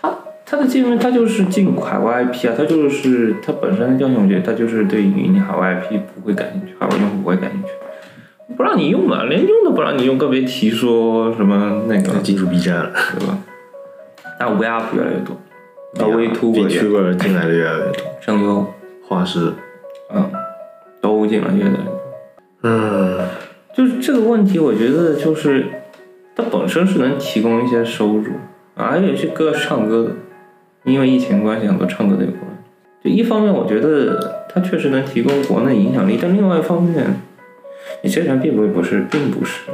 [SPEAKER 1] 它它的进入它就是进海外 IP 啊，它就是它本身的调性，我觉得它就是对于你海外 IP 不会感兴趣，海外用户不会感兴趣，不让你用嘛，连用都不让你用，更别提说什么那个。
[SPEAKER 2] 进驻 B 站了，
[SPEAKER 1] 对吧？但 V Up 越来越多，那
[SPEAKER 2] 啊
[SPEAKER 1] V Two
[SPEAKER 2] 比 Tuber 进来的越来越多，
[SPEAKER 1] 声优，
[SPEAKER 2] 画师，
[SPEAKER 1] 嗯，都进来越来越多。
[SPEAKER 2] 嗯，
[SPEAKER 1] 就是这个问题，我觉得就是它本身是能提供一些收入，啊，还有一些歌唱歌的，因为疫情关系，很多唱歌的有过来。就一方面，我觉得它确实能提供国内影响力，但另外一方面，你这人并不不是，并不是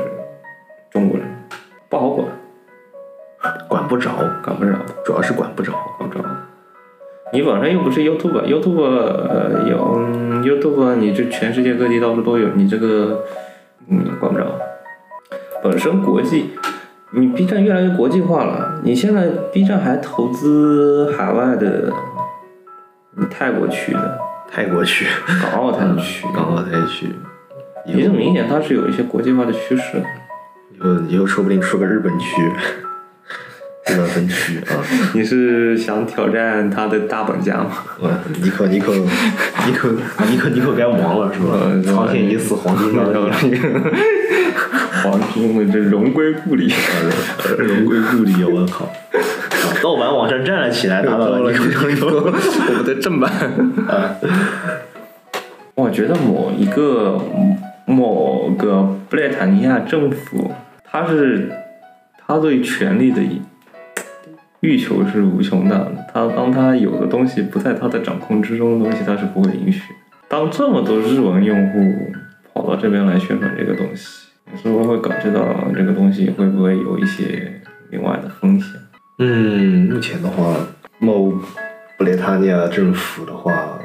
[SPEAKER 1] 中国人，不好管，
[SPEAKER 2] 管不着，
[SPEAKER 1] 管不着。
[SPEAKER 2] 主要是管不着。
[SPEAKER 1] 广州。你本身又不是 YouTube，YouTube 呃有嗯 YouTube，你这全世界各地到处都有，你这个嗯管不着。本身国际，你 B 站越来越国际化了，你现在 B 站还投资海外的，你泰国区的、
[SPEAKER 2] 泰国区、
[SPEAKER 1] 港澳台区，
[SPEAKER 2] 港澳台区，
[SPEAKER 1] 你这明显它是有一些国际化的趋势。
[SPEAKER 2] 以后以后说不定出个日本区，日本分区啊。
[SPEAKER 1] 你是想挑战它的大本家吗？
[SPEAKER 2] 哇，尼克尼克尼克尼克尼克该亡啊了是吧
[SPEAKER 1] 嗯？是吧
[SPEAKER 2] 苍天已死，黄金刚立。
[SPEAKER 1] 黄金的这荣归故里。
[SPEAKER 2] 荣归故里，我靠！ 盗版网站站了起来，打倒了李成勇。
[SPEAKER 3] 我 们的正版，
[SPEAKER 1] 我觉得某一个某个布列塔尼亚政府，它是它对权力的一欲求是无穷大的，他当他有的东西不在他的掌控之中的东西，他是不会允许。当这么多日文用户跑到这边来宣传这个东西，你是不是会感觉到这个东西会不会有一些另外的风险？
[SPEAKER 2] 嗯，目前的话，某布列塔尼亚政府的话，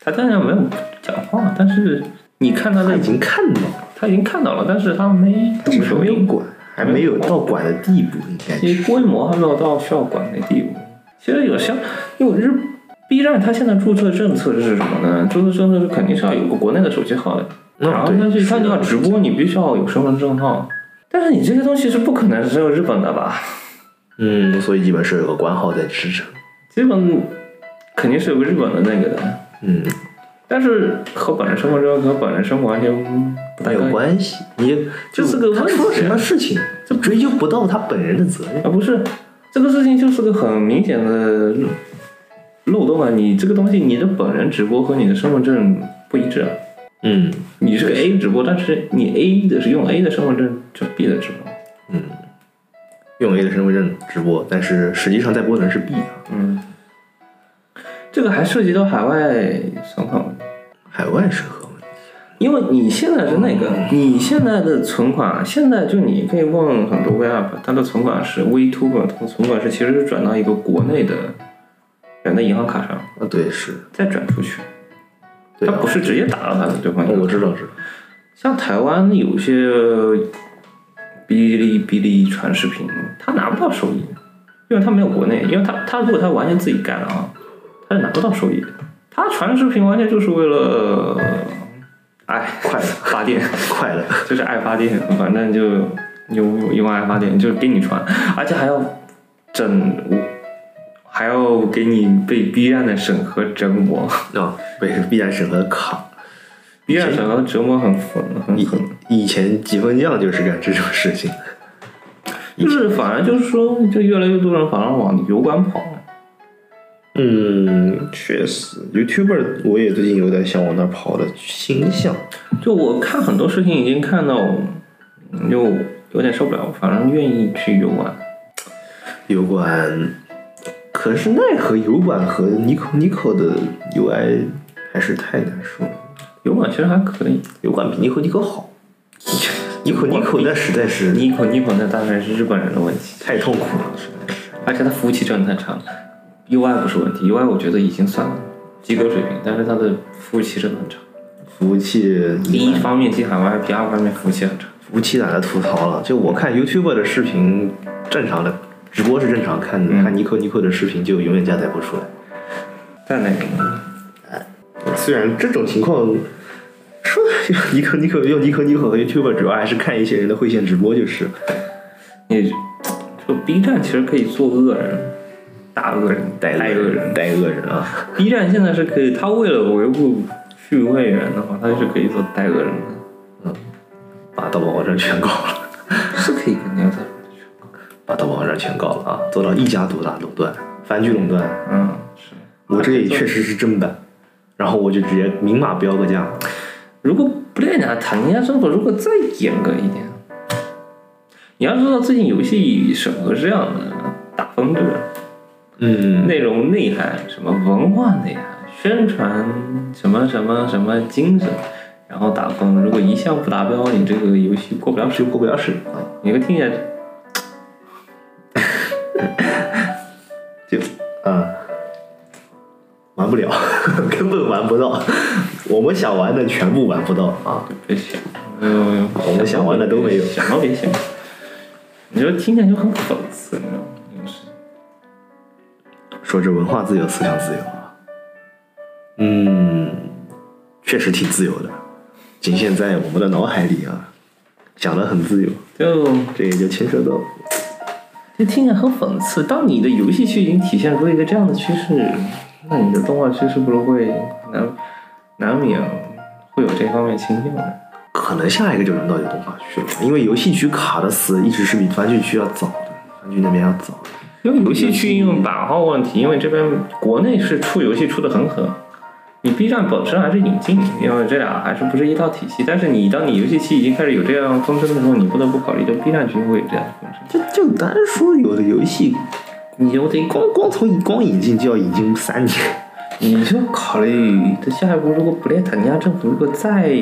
[SPEAKER 1] 他当然没有讲话，但是你看他
[SPEAKER 2] 他
[SPEAKER 1] 的
[SPEAKER 2] 已，经看到了。
[SPEAKER 1] 他已经看到了，但是他没动
[SPEAKER 2] 只是
[SPEAKER 1] 手
[SPEAKER 2] 没有
[SPEAKER 1] 用。
[SPEAKER 2] 管，还没有到管的地步，应该
[SPEAKER 1] 其
[SPEAKER 2] 是。
[SPEAKER 1] 实规模还没有到需要管的地步。其实有像，因为日 B 站它现在注册政策是什么呢？注册政策是肯定是要有个国内的手机嗯号的，然后
[SPEAKER 2] 对
[SPEAKER 1] 它去它
[SPEAKER 2] 是
[SPEAKER 1] 你要直播，你必须要有身份证号。但是你这些东西是不可能只有日本的吧？
[SPEAKER 2] 嗯，所以基本是有个官号在支撑。
[SPEAKER 1] 基本肯定是有个日本的那个的，
[SPEAKER 2] 嗯，
[SPEAKER 1] 但是和本人身份证和本人生活完全不
[SPEAKER 2] 没
[SPEAKER 1] 太
[SPEAKER 2] 有关系，你
[SPEAKER 1] 这是个
[SPEAKER 2] 他
[SPEAKER 1] 问题
[SPEAKER 2] 出了什么事情，就追究不到他本人的责任。
[SPEAKER 1] 啊，不是，这个事情就是个很明显的漏洞啊！你这个东西，你的本人直播和你的身份证不一致啊。
[SPEAKER 2] 嗯
[SPEAKER 1] 你是个 A 直播，但是你 A 的是用 A 的身份证，就 B 的直播。
[SPEAKER 2] 嗯，用 A 的身份证直播，但是实际上在播的人是 B 啊。
[SPEAKER 1] 嗯，这个还涉及到海外商场，
[SPEAKER 2] 海外是何文？
[SPEAKER 1] 因为你现在是那个，你现在的存款，现在就你可以问很多 V App，它的存款是 VTuber，它的存款是其实是转到一个国内的人的银行卡上，
[SPEAKER 2] 啊，对，是，
[SPEAKER 1] 再转出去。
[SPEAKER 2] 对
[SPEAKER 1] 他
[SPEAKER 2] 啊，
[SPEAKER 1] 不是直接打到他的对方
[SPEAKER 2] 哦我知道，知道。
[SPEAKER 1] 像台湾有些哔哩哔哩传视频，他拿不到收益，因为他没有国内，因为他他如果他完全自己干了啊，他是拿不到收益的。他传视频完全就是为了爱
[SPEAKER 2] 快乐
[SPEAKER 1] 发电，
[SPEAKER 2] 快乐，
[SPEAKER 1] 就是爱发电，反正就用用爱发电，就是给你传，而且还要整我，还要给你被 B 站的审核折磨
[SPEAKER 2] 啊，被 B 站审核卡。
[SPEAKER 1] ，B 站审核折磨很狠，很
[SPEAKER 2] 以
[SPEAKER 1] 狠。
[SPEAKER 2] 以前积分酱就是干这种事情。
[SPEAKER 1] 就是反而就是说，就越来越多人反而往油管跑。
[SPEAKER 2] 嗯，确实，YouTuber 我也最近有点想往那儿跑的倾向。
[SPEAKER 1] 就我看很多事情已经看到，嗯就有点受不了，反正愿意去油管。
[SPEAKER 2] 油管，可是奈何油管和 Nico Nico 的 UI 还是太难受了。
[SPEAKER 1] 油管其实还可以
[SPEAKER 2] 油管比 Nico Nico 好，Nico Nico 那实在是
[SPEAKER 1] ，Nico Nico 那当然是日本人的问题，
[SPEAKER 2] 太痛苦了，实在是。
[SPEAKER 1] 而且它服务器真的太差了。UI 不是问题，UI 我觉得已经算及格水平，但是它的服务器真的很差。
[SPEAKER 2] 服务器
[SPEAKER 1] 一方面进海外，第二方面服务器很差。
[SPEAKER 2] 服务器懒得吐槽了。就我看 YouTuber 的视频，正常的直播是正常看的，看 Nico Nico 的视频就永远加载不出来。
[SPEAKER 1] 再那个呢，
[SPEAKER 2] 虽然这种情况，说尼克尼克用尼克尼克和 YouTuber 主要还是看一些人的会线直播就是。
[SPEAKER 1] 你嗯就 B 站其实可以做恶人，大恶人，
[SPEAKER 2] 带
[SPEAKER 1] 大恶人。
[SPEAKER 2] 带恶人啊！
[SPEAKER 1] B 站现在是可以，他为了维护趣味源的话，他是可以做代恶人的，
[SPEAKER 2] 把盗宝网站全搞了，
[SPEAKER 1] 哦是可以跟那个，
[SPEAKER 2] 把盗宝网站全搞了啊！做到一家独大，垄断，反举垄断。
[SPEAKER 1] 嗯，是。
[SPEAKER 2] 我这里确实是正版，然后我就直接明码标个价。
[SPEAKER 1] 如果不练俩谈恋爱生活，如果再严格一点，你要知道最近游戏审核是这样的，打分制，
[SPEAKER 2] 嗯，
[SPEAKER 1] 内容内涵，什么文化内涵，宣传什么什么什么精神，然后打分，如果一项不达标，你这个游戏过不了
[SPEAKER 2] 就
[SPEAKER 1] 审。
[SPEAKER 2] 过不了审啊！
[SPEAKER 1] 你个听起来
[SPEAKER 2] 就啊，玩不了，根本玩不到。我们想玩的全部玩不到啊！
[SPEAKER 1] 别想，嗯，
[SPEAKER 2] 我们想玩的都没有
[SPEAKER 1] 想都别想。你说听起来就很讽刺，你知道吗？就是
[SPEAKER 2] 说这文化自由、思想自由啊，嗯，确实挺自由的，仅限在我们的脑海里啊，想的很自由，
[SPEAKER 1] 就
[SPEAKER 2] 这也就牵涉到
[SPEAKER 1] 就听起来很讽刺。当你的游戏区已经体现出一个这样的趋势，那你的动画区是不是会难难免会有这方面倾向的？
[SPEAKER 2] 可能下一个就轮到游动画区了，因为游戏区卡的死一直是比番剧区要早的，番剧那边要早。
[SPEAKER 1] 因为游戏区因为版号问题，因为这边国内是出游戏出的很狠，你 B 站本身还是引进，因为这俩还是不是一套体系。但是你当你游戏区已经开始有这样风声的时候，你不得不考虑，就 B 站区会有这样的风声。
[SPEAKER 2] 就就单说有的游戏，
[SPEAKER 1] 你又得
[SPEAKER 2] 光光从光引进就要引进三年，
[SPEAKER 1] 你就考虑这下一步，如果布列塔尼亚政府如果再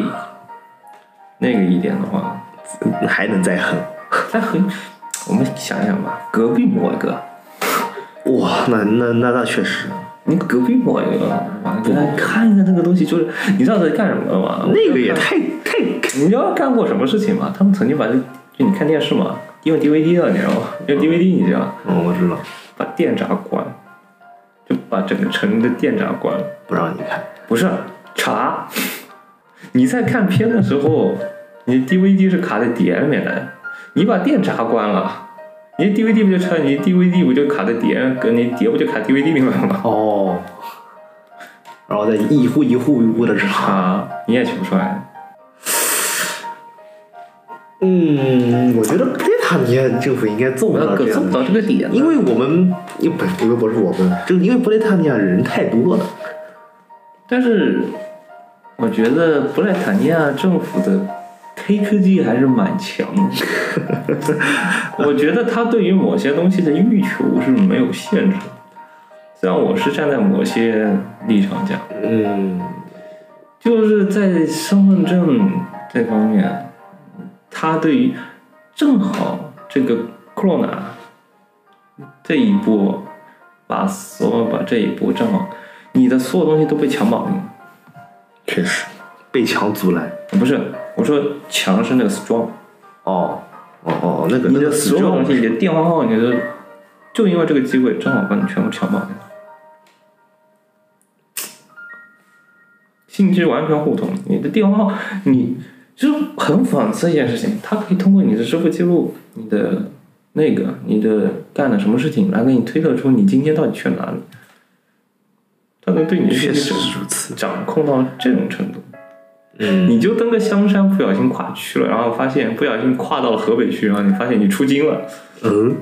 [SPEAKER 1] 那个一点的话，
[SPEAKER 2] 还能再狠？
[SPEAKER 1] 再很，我们想想吧，隔壁抹一个，
[SPEAKER 2] 哇，那那那那确实，
[SPEAKER 1] 你隔壁抹一个，完给他看一看那个东西，就是你知道在干什么吗？
[SPEAKER 2] 那个也太太
[SPEAKER 1] 你知道干过什么事情吗？他们曾经把这就你看电视嘛，用 DVD 的，你知道吗？用 DVD 你知道，
[SPEAKER 2] 嗯，我知道，
[SPEAKER 1] 把电闸关，就把整个城的电闸关了。
[SPEAKER 2] 不让你看，
[SPEAKER 1] 不是查， 你在看片的时候，你 DVD 是卡在碟里面的，你把电闸关了，你 DVD 不就插，你 DVD 不就卡在碟，跟你碟不就卡 DVD 里面了吗？
[SPEAKER 2] 哦，然后再一户一户一户的查，
[SPEAKER 1] 查啊你也取不出来，
[SPEAKER 2] 嗯，我觉得布列塔尼亚政府应该纵
[SPEAKER 1] 我
[SPEAKER 2] 到
[SPEAKER 1] 要
[SPEAKER 2] 这
[SPEAKER 1] 给
[SPEAKER 2] 样
[SPEAKER 1] 送
[SPEAKER 2] 的，
[SPEAKER 1] 到这个点了，
[SPEAKER 2] 因为我们因为不因为不是我们，就是因为布列塔尼亚人太多了，
[SPEAKER 1] 但是我觉得布列塔尼亚政府的黑科技还是蛮强的，我觉得他对于某些东西的欲求是没有限制的。虽然我是站在某些立场讲，
[SPEAKER 2] 嗯，
[SPEAKER 1] 就是在身份证这方面，他对于正好这个 corona 这一波，把所有把这一波正好，你的所有东西都被强绑定了。
[SPEAKER 2] 确实被强阻拦，
[SPEAKER 1] 不是，我说强是那个 strong，
[SPEAKER 2] 哦哦哦，那个
[SPEAKER 1] 你
[SPEAKER 2] 那
[SPEAKER 1] 的
[SPEAKER 2] 个
[SPEAKER 1] 所
[SPEAKER 2] 死
[SPEAKER 1] 有东
[SPEAKER 2] 状
[SPEAKER 1] 西，你的电话号，你的，就因为这个机会，正好把你全部强绑定了。信息完全互通，你的电话号，你就是很讽刺一件事情，他可以通过你的支付记录、你的那个、你的干了什么事情，来给你推测出你今天到底去哪里。他能对你的
[SPEAKER 2] 确
[SPEAKER 1] 信息
[SPEAKER 2] 实
[SPEAKER 1] 掌
[SPEAKER 2] 是如此，
[SPEAKER 1] 掌控到这种程度，
[SPEAKER 2] 嗯，
[SPEAKER 1] 你就登个香山，不小心跨区了，然后发现不小心跨到了河北区，然后你发现你出京了，
[SPEAKER 2] 嗯，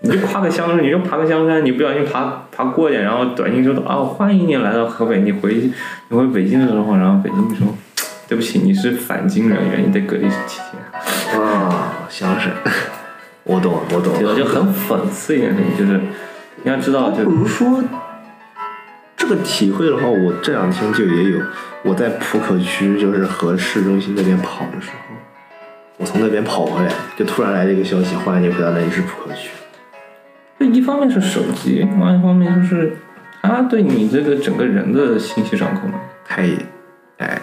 [SPEAKER 1] 你就跨个香山，你就爬个香山，你不小心爬爬过去，然后短信收到啊，欢迎你来到河北，你回 你回北京的时候，然后北京说哦对不起，你是返京人员，你得隔离七天。
[SPEAKER 2] 啊，香是， 我懂，我懂，
[SPEAKER 1] 对，我就很讽刺一件事情，就是你要知道，就
[SPEAKER 2] 不如说这个体会的话，我这两天就也有。我在浦口区，就是和市中心那边跑的时候，我从那边跑回来，就突然来了一个消息，欢迎你回到那里是浦口区。
[SPEAKER 1] 这一方面是手机，另外一方面就是它对你这个整个人的信息掌控。
[SPEAKER 2] 太，哎，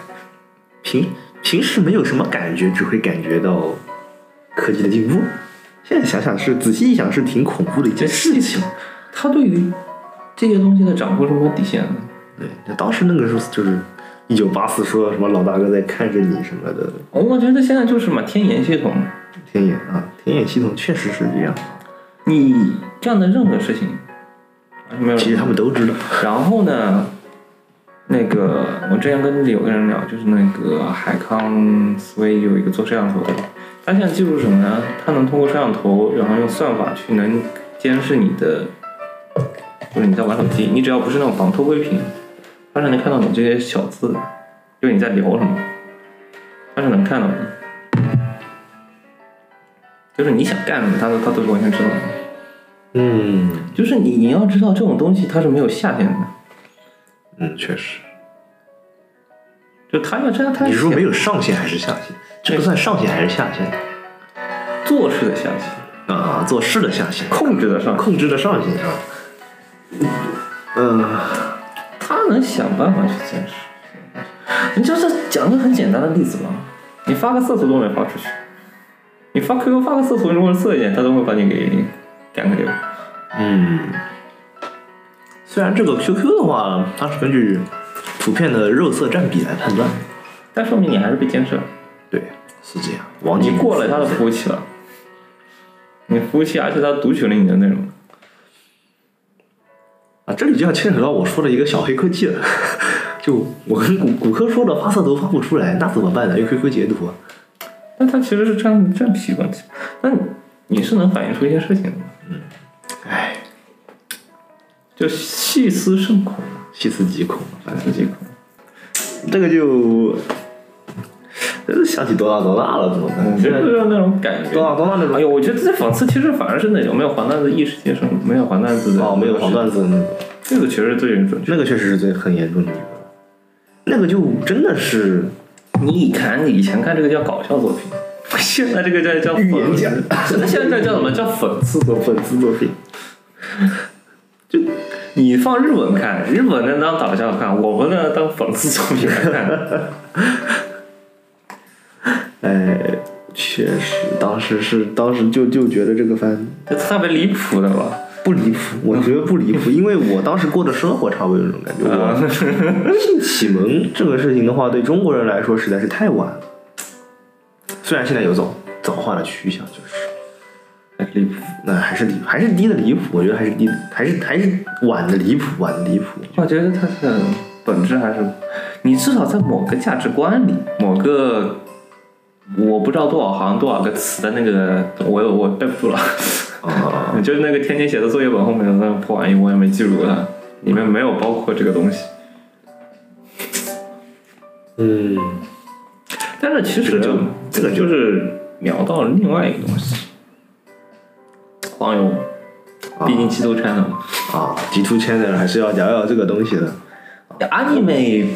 [SPEAKER 2] 平平时没有什么感觉，只会感觉到科技的进步。现在想想是，仔细一想是挺恐怖的一
[SPEAKER 1] 这
[SPEAKER 2] 件事
[SPEAKER 1] 事
[SPEAKER 2] 情。
[SPEAKER 1] 情，它对于这些东西的掌控是没有底线的。
[SPEAKER 2] 对，就当时那个时候就是一九八四说什么老大哥在看着你什么的，
[SPEAKER 1] 哦我觉得现在就是嘛，天眼系统，
[SPEAKER 2] 天眼啊，天眼系统确实是这样。
[SPEAKER 1] 你干的任何事情，啊没有。
[SPEAKER 2] 其实他们都知道。
[SPEAKER 1] 然后呢，那个我之前跟有个人聊，就是那个海康威有一个做摄像头的，他现在技术是什么呢？他能通过摄像头，然后用算法去能监视你的，就是你在玩手机，你只要不是那种防偷窥屏，它是能看到你这些小字，就是你在聊什么，它是能看到的。就是你想干什么，他都他都是完全知道的。
[SPEAKER 2] 嗯
[SPEAKER 1] 就是你你要知道，这种东西它是没有下限的。
[SPEAKER 2] 嗯，确实。
[SPEAKER 1] 就他要这样，他
[SPEAKER 2] 你是说
[SPEAKER 1] 想
[SPEAKER 2] 没有上限还是下限？这不算上限还是下限
[SPEAKER 1] 做事的下限，
[SPEAKER 2] 啊？做事的下限，
[SPEAKER 1] 控制的上限，
[SPEAKER 2] 控制的上限啊。嗯，
[SPEAKER 1] 他能想办法去坚持。你就是讲个很简单的例子嘛，你发个色图都没发出去，你发 QQ 发个色图，如果是色一点，他都会把你给干个掉。
[SPEAKER 2] 嗯。虽然这个 QQ 的话，它是根据图片的肉色占比来判断，
[SPEAKER 1] 但说明你还是被监视了，
[SPEAKER 2] 对，是这样。王
[SPEAKER 1] 你
[SPEAKER 2] 晶
[SPEAKER 1] 过了他的服务器了，你服务器，而且他读取了你的内容。
[SPEAKER 2] 啊，这里就要牵扯到我说的一个小黑科技了。 就我跟骨骨科说的发色图发不出来，那怎么办呢？用 QQ 截图啊。
[SPEAKER 1] 那他其实是占占皮问题，那你你是能反映出一些事情的，
[SPEAKER 2] 哎，
[SPEAKER 1] 就细思甚恐，
[SPEAKER 2] 细思极恐，反正
[SPEAKER 1] 细思极恐。
[SPEAKER 2] 这个就，这呃想起多大多大了，怎么办？
[SPEAKER 1] 就是那种感觉。
[SPEAKER 2] 多大多大那
[SPEAKER 1] 哎
[SPEAKER 2] 种
[SPEAKER 1] 呦，我觉得这讽刺其实反而是那种没有黄段子意识接受，没有黄段子的
[SPEAKER 2] 哦，没有黄，段子那种，
[SPEAKER 1] 这个其实最准确。
[SPEAKER 2] 那个确实是最很严重的一个，那个就真的是
[SPEAKER 1] 你看，你以前看这个叫搞笑作品， 现在这个叫叫
[SPEAKER 2] 预言
[SPEAKER 1] 讽刺
[SPEAKER 2] 家，
[SPEAKER 1] 那现在叫什么叫讽刺？
[SPEAKER 2] 自作粉丝作品。
[SPEAKER 1] 你放日本看，日本那当搞笑看，我们呢当讽刺作品来 看。
[SPEAKER 2] 哎，确实，当时是当时就就觉得这个番
[SPEAKER 1] 就特别离谱的吧？
[SPEAKER 2] 不离谱，我觉得不离 谱，因为我当时过的生活差不多有这种感觉。我性启蒙这个事情的话，对中国人来说实在是太晚了。虽然现在有早早化的趋向，就是
[SPEAKER 1] 离谱。
[SPEAKER 2] 那还是离还是低的离谱，我觉得还是低，还是还是晚的离谱，晚的离谱。
[SPEAKER 1] 我觉得它的本质还是，你至少在某个价值观里，某个我不知道多少行多少个词的那个，我我背不住了，
[SPEAKER 2] 啊，
[SPEAKER 1] 就是那个天天写的作业本后面的那个破玩意，我也没记住它，里面没有包括这个东西。
[SPEAKER 2] 嗯，
[SPEAKER 1] 但是其实
[SPEAKER 2] 这个就这个就
[SPEAKER 1] 就是聊到了另外一个东西，网友，毕竟基督山了嘛。
[SPEAKER 2] 啊，极兔 channel 还是要聊聊这个东西的
[SPEAKER 1] anime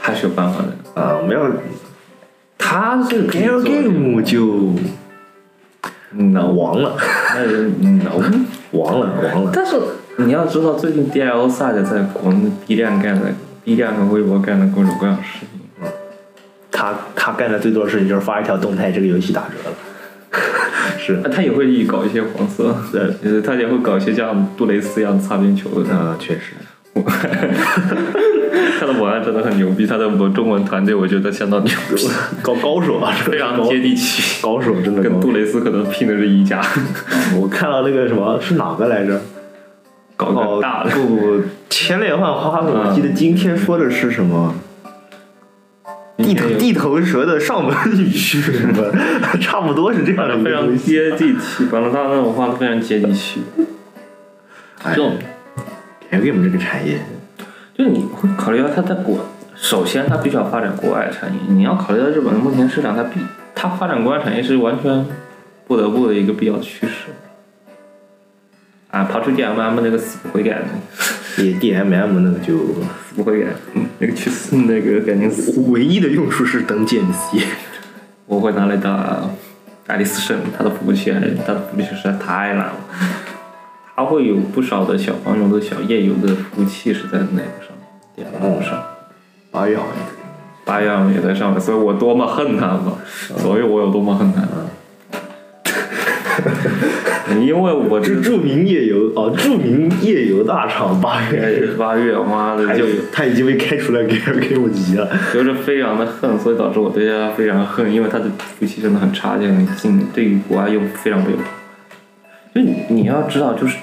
[SPEAKER 1] 还是有办法的。
[SPEAKER 2] 啊，没有
[SPEAKER 1] 他是可以做
[SPEAKER 2] Air
[SPEAKER 1] 的
[SPEAKER 2] Game 就
[SPEAKER 1] 那我
[SPEAKER 2] 亡呃了，
[SPEAKER 1] 那人嗯 那我
[SPEAKER 2] 亡了，亡了。
[SPEAKER 1] 但是你要知道，最近 DL 赛的在国内 B 站干的，B 站和微博干的各种各样的事情。
[SPEAKER 2] 他他干的最多的事情就是发一条动态，这个游戏打折了。 是，
[SPEAKER 1] 那他也会搞一些黄色，
[SPEAKER 2] 对
[SPEAKER 1] 呃，他也会搞一些像杜蕾斯一样擦边球的。
[SPEAKER 2] 啊，确实，
[SPEAKER 1] 他的文案真的很牛逼，他的文中文团队我觉得相当牛逼，
[SPEAKER 2] 高高手啊，
[SPEAKER 1] 非常接地气。
[SPEAKER 2] 高手，真的
[SPEAKER 1] 跟
[SPEAKER 2] 高
[SPEAKER 1] 杜
[SPEAKER 2] 手。
[SPEAKER 1] 蕾斯可能拼的是一家，
[SPEAKER 2] 我看到那个什么是哪个来着？
[SPEAKER 1] 搞
[SPEAKER 2] 哦
[SPEAKER 1] 个，大的。
[SPEAKER 2] 不不，千类万花，我
[SPEAKER 1] 嗯
[SPEAKER 2] 记得今天说的是什么？地头地头蛇的上门女婿什么， 差不多是这样
[SPEAKER 1] 反
[SPEAKER 2] 的
[SPEAKER 1] 正
[SPEAKER 2] 一
[SPEAKER 1] 非
[SPEAKER 2] 个
[SPEAKER 1] 常
[SPEAKER 2] 东西。
[SPEAKER 1] 接地气，反正他那种话都非常接地气。
[SPEAKER 2] 哎
[SPEAKER 1] 就
[SPEAKER 2] 感觉我们这个产业，
[SPEAKER 1] 就你会考虑到它在国，首先它比较发展国外产业，你要考虑到日本的目前市场，它必它发展国外产业是完全不得不的一个必要趋势。啊，刨出 D M M 那个死不悔改的，
[SPEAKER 2] 也 DMM 那个就
[SPEAKER 1] 死不悔改，嗯，那个去死，那个赶紧 死！
[SPEAKER 2] 唯一的用处是登剑 c
[SPEAKER 1] 我会拿来打爱丽丝圣，它的服务器还是它的服务器实在太烂了，它会有不少的小黄油的小夜游的服务器是在那个上，D M M 上。
[SPEAKER 2] 八月好像。
[SPEAKER 1] 八月也在上面，所以我多么恨他们，所以我有多么恨他们。因为我
[SPEAKER 2] 是
[SPEAKER 1] 这
[SPEAKER 2] 著名夜游哦，著名夜游大厂八月，
[SPEAKER 1] 八月，妈的
[SPEAKER 2] 还有
[SPEAKER 1] 就
[SPEAKER 2] 他已经被开除了，给给我急了。
[SPEAKER 1] 就是非常的恨，所以导致我对他非常恨，因为他的服务器真的很差劲，进对于国外又非常不友好。就你你要知道，就是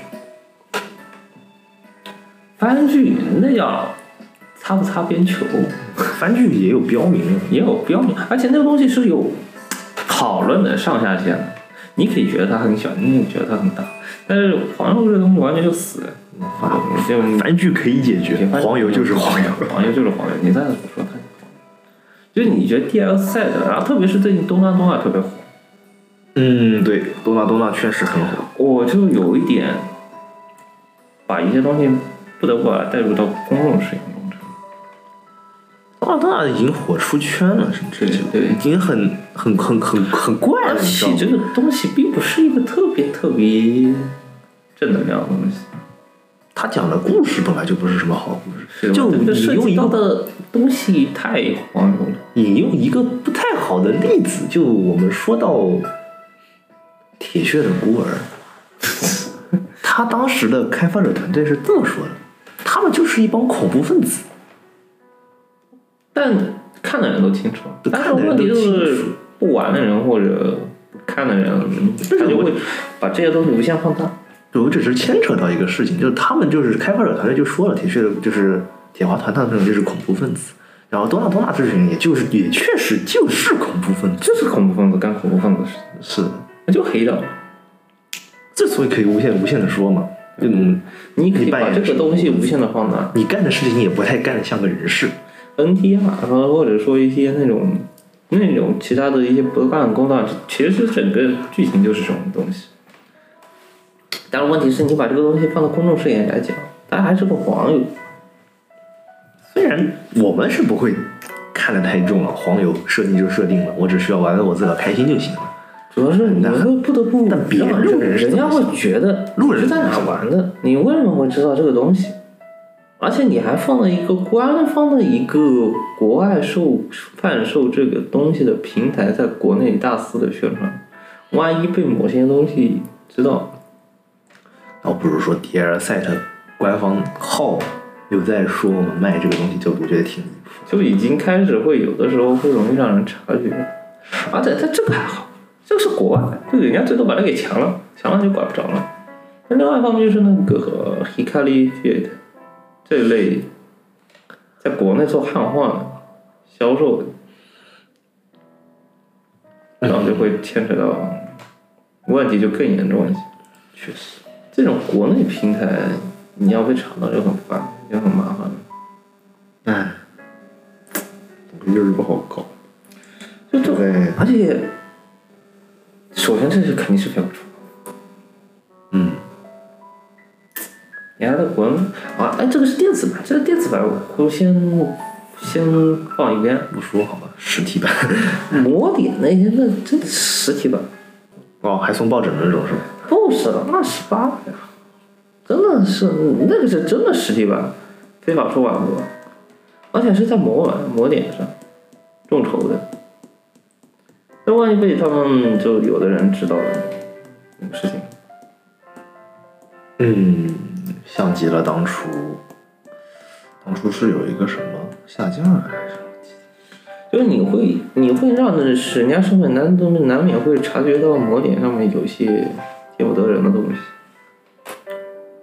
[SPEAKER 1] 番剧那叫擦不擦边球，
[SPEAKER 2] 番剧也有标明，
[SPEAKER 1] 也有标准，而且那个东西是有讨论的上下限的。你可以觉得它很小，你也觉得它很大，但是黄油这东西完全就死了，就你
[SPEAKER 2] 番剧可以解决，
[SPEAKER 1] 反正
[SPEAKER 2] 黄油就是黄油。
[SPEAKER 1] 黄油就是黄油，你再怎么说它就是黄油。就是你觉得 DL 赛的，然后特别是最近东方动画特别火，
[SPEAKER 2] 嗯，对，多纳多纳确实很好。
[SPEAKER 1] 我就有一点把一些东西不得不把它带入到公众视野中去。
[SPEAKER 2] 多纳多纳已经火出圈了，是这
[SPEAKER 1] 对对
[SPEAKER 2] 已经很很很很很怪
[SPEAKER 1] 而
[SPEAKER 2] 了，你知道
[SPEAKER 1] 且
[SPEAKER 2] 吗？
[SPEAKER 1] 这个东西并不是一个特别特别正能量的东西。
[SPEAKER 2] 他讲的故事本来就不是什么好故事，就
[SPEAKER 1] 这个
[SPEAKER 2] 你
[SPEAKER 1] 涉
[SPEAKER 2] 用
[SPEAKER 1] 及
[SPEAKER 2] 一
[SPEAKER 1] 到
[SPEAKER 2] 个
[SPEAKER 1] 的东西太荒谬了。
[SPEAKER 2] 引用一个不太好的例子，就我们说到铁血的孤儿， 他当时的开发者团队是这么说的：他们就是一帮恐怖分子。
[SPEAKER 1] 但看的人都清楚，
[SPEAKER 2] 对
[SPEAKER 1] 但是
[SPEAKER 2] 看的人
[SPEAKER 1] 问题就
[SPEAKER 2] 都清
[SPEAKER 1] 是
[SPEAKER 2] 楚
[SPEAKER 1] 不玩的人或者不看的人，他
[SPEAKER 2] 这是
[SPEAKER 1] 就
[SPEAKER 2] 我
[SPEAKER 1] 会把这些东西无限放大。
[SPEAKER 2] 我只是牵扯到一个事情，就是他们就是开发者团队就说了，铁血的就是铁华团团这种就是恐怖分子，然后多纳多纳这群也就是也确实就是恐怖分子，
[SPEAKER 1] 就是恐怖分子干恐怖分子的事情，
[SPEAKER 2] 是的，
[SPEAKER 1] 那就黑了。
[SPEAKER 2] 之所以可以无限无限的说嘛，就你
[SPEAKER 1] 你可以
[SPEAKER 2] 你扮
[SPEAKER 1] 把
[SPEAKER 2] 演
[SPEAKER 1] 这个
[SPEAKER 2] 是
[SPEAKER 1] 东西无限的放大
[SPEAKER 2] 你干的事情也不太干得像个人事，
[SPEAKER 1] 啊，NTR 和或者说一些那种那种其他的一些不干的勾当，其实整个剧情就是这种东西。但是问题是你把这个东西放到公众视野来讲，它还是个黄油，
[SPEAKER 2] 虽然我们是不会看得太重了，黄油设定就设定了，我只需要玩的我自个儿开心就行了。
[SPEAKER 1] 主要是你会不得不
[SPEAKER 2] 但别人
[SPEAKER 1] 让
[SPEAKER 2] 这个人是
[SPEAKER 1] 人
[SPEAKER 2] 怎
[SPEAKER 1] 家
[SPEAKER 2] 么
[SPEAKER 1] 会
[SPEAKER 2] 想
[SPEAKER 1] 觉得
[SPEAKER 2] 路人
[SPEAKER 1] 你是在哪玩的，你为什么会知道这个东西？而且你还放了一个官方的一个国外售贩售这个东西的平台，在国内大肆的宣传，万一被某些东西知道，
[SPEAKER 2] 倒哦不如说 d r s i t 官方号有在说我们卖这个东西，就我觉得挺离谱。
[SPEAKER 1] 就已经开始会有的时候会容易让人察觉。而且它这个还好，这个是国外，这个人家最多把它给强了，强了就管不着了。那另外一方面就是那个 Hikari Jet 这一类，在国内做汉化的销售的，然后就会牵扯到问题就更严重一些。确实，这种国内平台你要被查到就很烦，就很麻烦。
[SPEAKER 2] 唉，总之就是不好搞。
[SPEAKER 1] 就这
[SPEAKER 2] 对
[SPEAKER 1] 而且，首先这是肯定是标准，
[SPEAKER 2] 嗯，
[SPEAKER 1] 你还在国内啊？哎，这个是电子版，这个电子版我先先放一边。
[SPEAKER 2] 不说好吧，实体版
[SPEAKER 1] 魔点那些那真的是实体版
[SPEAKER 2] 哦，还送抱枕的那种是吧？
[SPEAKER 1] ，BOSS 二十八呀，真的是那个是真的实体版，非法出版过，而且是在魔版魔点上众筹的。那万一被他们就有的人知道了那个事情，
[SPEAKER 2] 嗯，像极了当初，当初是有一个什么下架了还是？
[SPEAKER 1] 就是你会，你会让人人家上面难难难免会察觉到某点上面有一些见不得人的东西，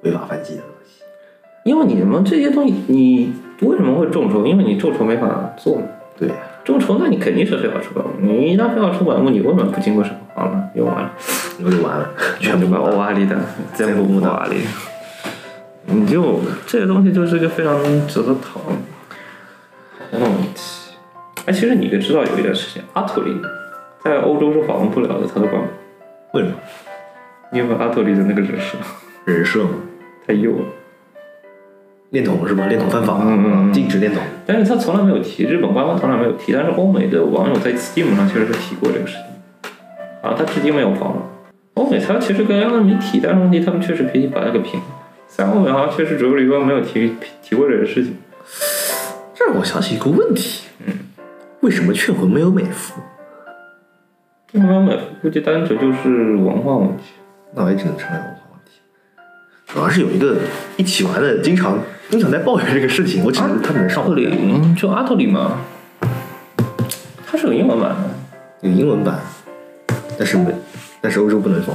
[SPEAKER 2] 违法犯纪的东西。
[SPEAKER 1] 因为你们这些东西，你为什么会众筹？因为你众筹没法做嘛，
[SPEAKER 2] 对，
[SPEAKER 1] 众筹那你肯定是非法出版物，你一旦非法出版物，你根本不经过审核好了，用完了，
[SPEAKER 2] 我就完了，全部
[SPEAKER 1] 把
[SPEAKER 2] 完
[SPEAKER 1] 欧
[SPEAKER 2] 了。
[SPEAKER 1] 瓦里的，全
[SPEAKER 2] 部
[SPEAKER 1] 部
[SPEAKER 2] 不
[SPEAKER 1] 欧
[SPEAKER 2] 打
[SPEAKER 1] 瓦里，你就这些东西就是一个非常值得讨论的问题。哎，其实你就知道有一件事情，阿图里在欧洲是访问不了的，他都管不了。
[SPEAKER 2] 为什么？
[SPEAKER 1] 因为阿托里的那个人设
[SPEAKER 2] 人设嘛，
[SPEAKER 1] 太幼了，
[SPEAKER 2] 恋童是吧？恋童犯法，
[SPEAKER 1] 嗯嗯嗯
[SPEAKER 2] 禁止恋童。
[SPEAKER 1] 但是他从来没有提，日本官方从来没有提，但是欧美的网友在 Steam 上确实是提过这个事情，啊，他至今没有防了。欧美他其实跟 L 没提，但是问题他们确实必须把它给平了。在欧美好像确实主流里边没有提提过这个事情，
[SPEAKER 2] 这让我想起一个问题，嗯，为什么劝魂没有美服？
[SPEAKER 1] 因为欧美估计单纯就是文化问题。
[SPEAKER 2] 那我也只能承认文化问题。主要是有一个一起玩的，经常经常在抱怨这个事情，我只能他只能上
[SPEAKER 1] 阿托里就阿托里嘛，它是有英文版的，
[SPEAKER 2] 有英文版，但是没，但是欧洲不能放。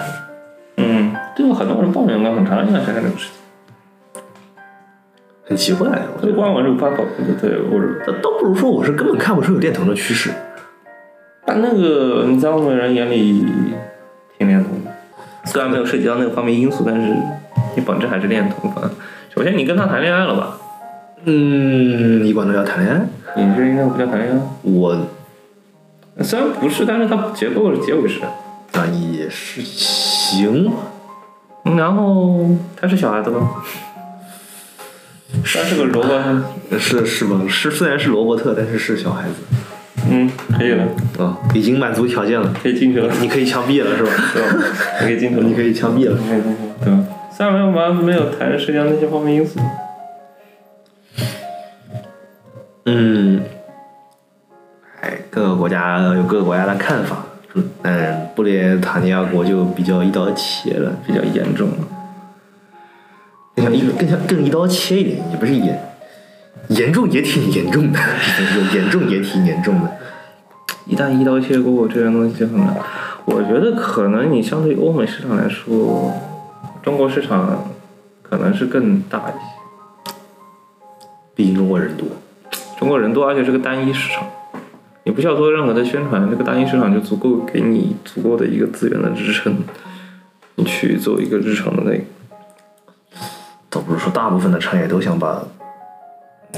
[SPEAKER 1] 嗯，对很多人抱怨过很长一段时间这个事情。
[SPEAKER 2] 很奇怪，啊我
[SPEAKER 1] 这
[SPEAKER 2] 觉得。
[SPEAKER 1] 官网是发跑的，对，我是
[SPEAKER 2] 倒倒不如说我是根本看不出有恋童的趋势。
[SPEAKER 1] 但那个你在欧美人眼里挺恋童的，虽然没有涉及到那个方面因素，但是你本质还是恋童吧。首先你跟他谈恋爱了吧？
[SPEAKER 2] 嗯，你管他要谈恋爱？
[SPEAKER 1] 你这应该不叫谈恋爱，
[SPEAKER 2] 我
[SPEAKER 1] 虽然不是，但是它结构是结尾是。
[SPEAKER 2] 啊也是行，
[SPEAKER 1] 嗯然后他是小孩子吧？他是个萝卜，
[SPEAKER 2] 是是吧？是虽然是罗伯特，但是是小孩子
[SPEAKER 1] 嗯，可以了，
[SPEAKER 2] 啊、已经满足条件了，
[SPEAKER 1] 可以进去了，
[SPEAKER 2] 你可以枪毙了是吧？
[SPEAKER 1] 对吧？ 可以进去了，
[SPEAKER 2] 你可以枪毙了。
[SPEAKER 1] 可以进去了，对吧？虽然没有完没有谈涉及到那些方面因素，
[SPEAKER 2] 嗯，哎，各个国家有各个国家的看法。嗯，但布列塔尼亚国就比较一刀切了，
[SPEAKER 1] 比较严重了。
[SPEAKER 2] 更像一更像更一刀切一点，也不是严严重也挺严重的， 严重也挺严重的。
[SPEAKER 1] 一旦一刀切过，这种东西就很难。我觉得可能你相对于欧美市场来说，中国市场可能是更大一些。
[SPEAKER 2] 毕竟中国人多，
[SPEAKER 1] 中国人多，而且是个单一市场，你不需要做任何的宣传，这个单一市场就足够给你足够的一个资源的支撑，你去做一个日常的那个。
[SPEAKER 2] 倒不是说大部分的产业都想把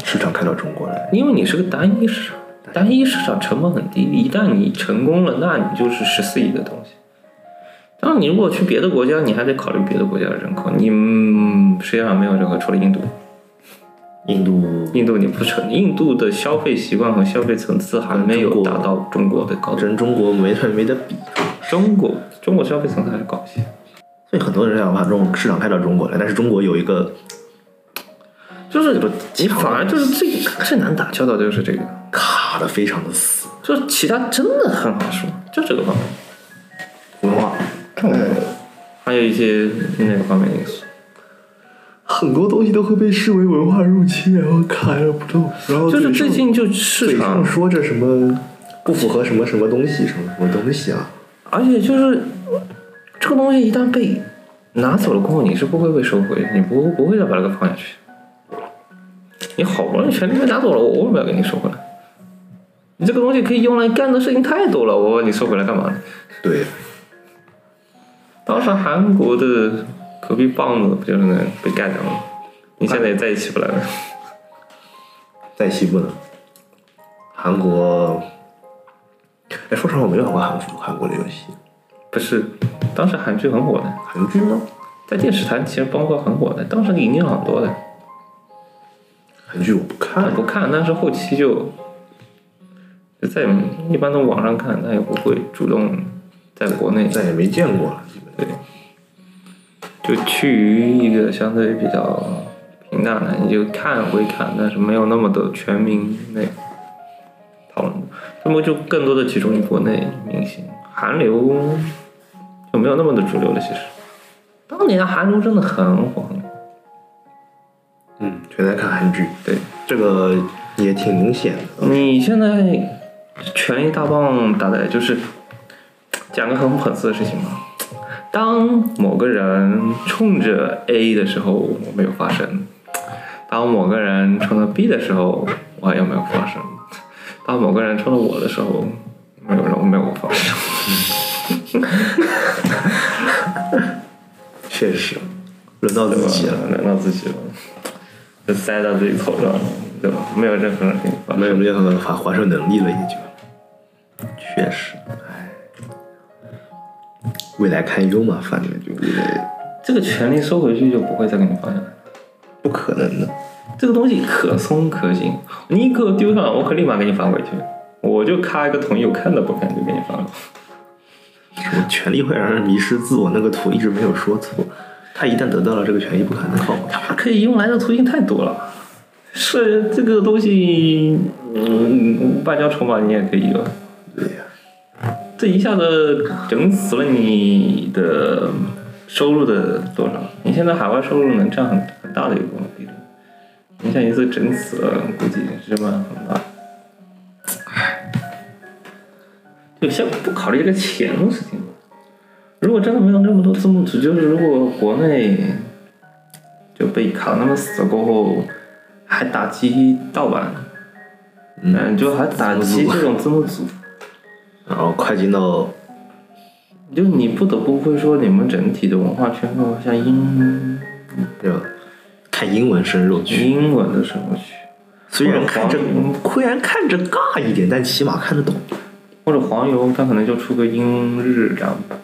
[SPEAKER 2] 市场开到中国来，
[SPEAKER 1] 因为你是个单一市场，单一市场成本很低，一旦你成功了，那你就是十四亿的东西。当然，你如果去别的国家，你还得考虑别的国家的人口。你、嗯、世界上没有人口，除了印度。
[SPEAKER 2] 印度
[SPEAKER 1] 印度你不成，印度的消费习惯和消费层次还没有达到中国的高度。
[SPEAKER 2] 跟中国没没得比，
[SPEAKER 1] 中国中国消费层次还是高一些。
[SPEAKER 2] 所以很多人想把这种市场开到中国来，但是中国有一个，
[SPEAKER 1] 就是你反而就是最最难打交道就是这个，
[SPEAKER 2] 卡的非常的死。
[SPEAKER 1] 就其他真的很好说，就这个方面，
[SPEAKER 2] 文化，
[SPEAKER 3] 嗯
[SPEAKER 1] 还有一些那个方面因素。
[SPEAKER 2] 很多东西都会被视为文化入侵，然后卡着不动，然后
[SPEAKER 1] 就是最
[SPEAKER 2] 嘴上
[SPEAKER 1] 近就市
[SPEAKER 2] 嘴上
[SPEAKER 1] 场，
[SPEAKER 2] 说着什么不符合什么什么东西，什么什么东西啊，
[SPEAKER 1] 而且就是这个东西一旦被拿走了过后，你是不会被收回，你不不会再把这个放下去。你好不容易权利被拿走了，我为什么要给你收回来？你这个东西可以用来干的事情太多了，我问你收回来干嘛呢？
[SPEAKER 2] 对，
[SPEAKER 1] 当时韩国的隔壁棒子不就是那样被干掉了吗？你现在也在一起不来了。
[SPEAKER 2] 在西部呢，韩国，哎，说实话，我没玩过韩服韩国的游戏，
[SPEAKER 1] 不是，当时韩剧很火的，
[SPEAKER 2] 韩剧吗？
[SPEAKER 1] 在电视台其实包括很火的，当时引进了很多的。
[SPEAKER 2] 韩剧我不看，
[SPEAKER 1] 不看，但是后期就就在一般都网上看，但也不会主动在国内
[SPEAKER 2] 再也没见过了，基本上
[SPEAKER 1] 就趋于一个相对比较平淡的，你就看会看，但是没有那么的全民那个讨论，那么就更多的集中于国内明星，韩流就没有那么的主流了。其实，当年韩流真的很火，很火
[SPEAKER 2] 嗯，全在看韩剧，
[SPEAKER 1] 对。
[SPEAKER 2] 这个也挺明显的，
[SPEAKER 1] 你现在权力大棒打的就是讲个很讽刺的事情嘛。当某个人冲着 A 的时候，我没有发声；当某个人冲着 B 的时候，我也没有发声；当某个人冲着我的时候，没有人没有发声。
[SPEAKER 2] 确实，轮到自己了，
[SPEAKER 1] 难到自己了，就塞到自己头上了，对吧？没有任何人给你发声
[SPEAKER 2] 没有任何反还手能力了，也就，确实，哎，未来堪忧嘛，反正就未来
[SPEAKER 1] 这个权利收回去就不会再给你发下来。
[SPEAKER 2] 不可能的，
[SPEAKER 1] 这个东西可松可紧，你给我丢上，我可立马给你返回去。我就咔一个同意，我看都不看就给你返了。
[SPEAKER 2] 什么权力会让人迷失自我，那个图一直没有说错，他一旦得到了这个权利，不可能放过去。
[SPEAKER 1] 它可以用来的途径太多了，是这个东西，嗯，外交筹码你也可以用。
[SPEAKER 2] 对呀、
[SPEAKER 1] 这一下子整死了你的收入的多少？你现在海外收入能占很很大的一部分比例，你像一次整死了，估计是吧？很大。唉，就先不考虑这个钱的事情吧。如果真的没有那么多字幕组，就是如果国内就被卡那么死过后，还打击盗版，嗯，就还打击这种字幕组。
[SPEAKER 2] 然后快进到
[SPEAKER 1] 就你不得不会说，你们整体的文化圈会向英
[SPEAKER 2] 这个看英文深入去，
[SPEAKER 1] 英文的生活去，
[SPEAKER 2] 虽然看着
[SPEAKER 1] 或
[SPEAKER 2] 嗯
[SPEAKER 1] 者黄
[SPEAKER 2] 虽然看着尬一点，但起码看得懂。
[SPEAKER 1] 或者黄油，它可能就出个英日这样版，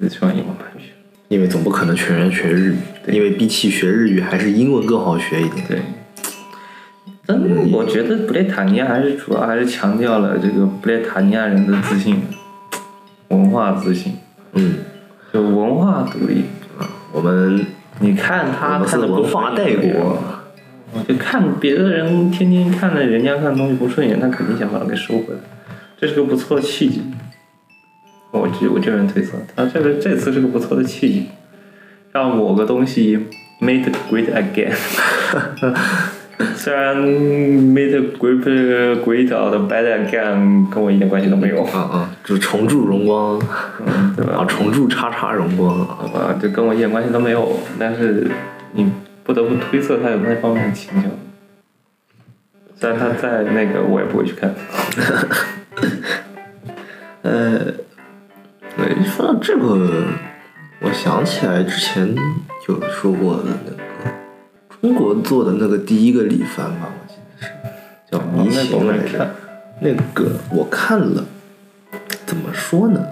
[SPEAKER 1] 你喜欢英文版去。
[SPEAKER 2] 因为总不可能全员学日语，因为比起学日语还是英文更好学一点。
[SPEAKER 1] 对，但我觉得布列塔尼亚还是主要还是强调了这个布列塔尼亚人的自信，文化自信，
[SPEAKER 2] 嗯，
[SPEAKER 1] 就文化独立。
[SPEAKER 2] 我们
[SPEAKER 1] 你看
[SPEAKER 2] 我
[SPEAKER 1] 他
[SPEAKER 2] 们是
[SPEAKER 1] 看的
[SPEAKER 2] 文化带国，
[SPEAKER 1] 就看别的人天天看着人家看东西不顺眼，他肯定想把它给收回来，这是个不错的契机。我这我这人推测，他这个这次是个不错的契机，让某个东西 made great again。虽然 made great 呃 great out bad again 跟我一点关系都没有，
[SPEAKER 2] 啊啊，就重铸荣光
[SPEAKER 1] 嗯，对吧？
[SPEAKER 2] 啊，重铸叉叉荣光啊，
[SPEAKER 1] 好吧，这跟我一点关系都没有，但是你不得不推测他有那方面的倾向。虽然他在那个，我也不会去看。
[SPEAKER 2] 对，一说到这个，我想起来之前有说过的那个中国做的那个第一个李帆吧，我记得是叫
[SPEAKER 1] 我
[SPEAKER 2] 迷
[SPEAKER 1] 那
[SPEAKER 2] 情
[SPEAKER 1] 我
[SPEAKER 2] 来
[SPEAKER 1] 没
[SPEAKER 2] 着
[SPEAKER 1] 看。，
[SPEAKER 2] 那个我看了，怎么说呢？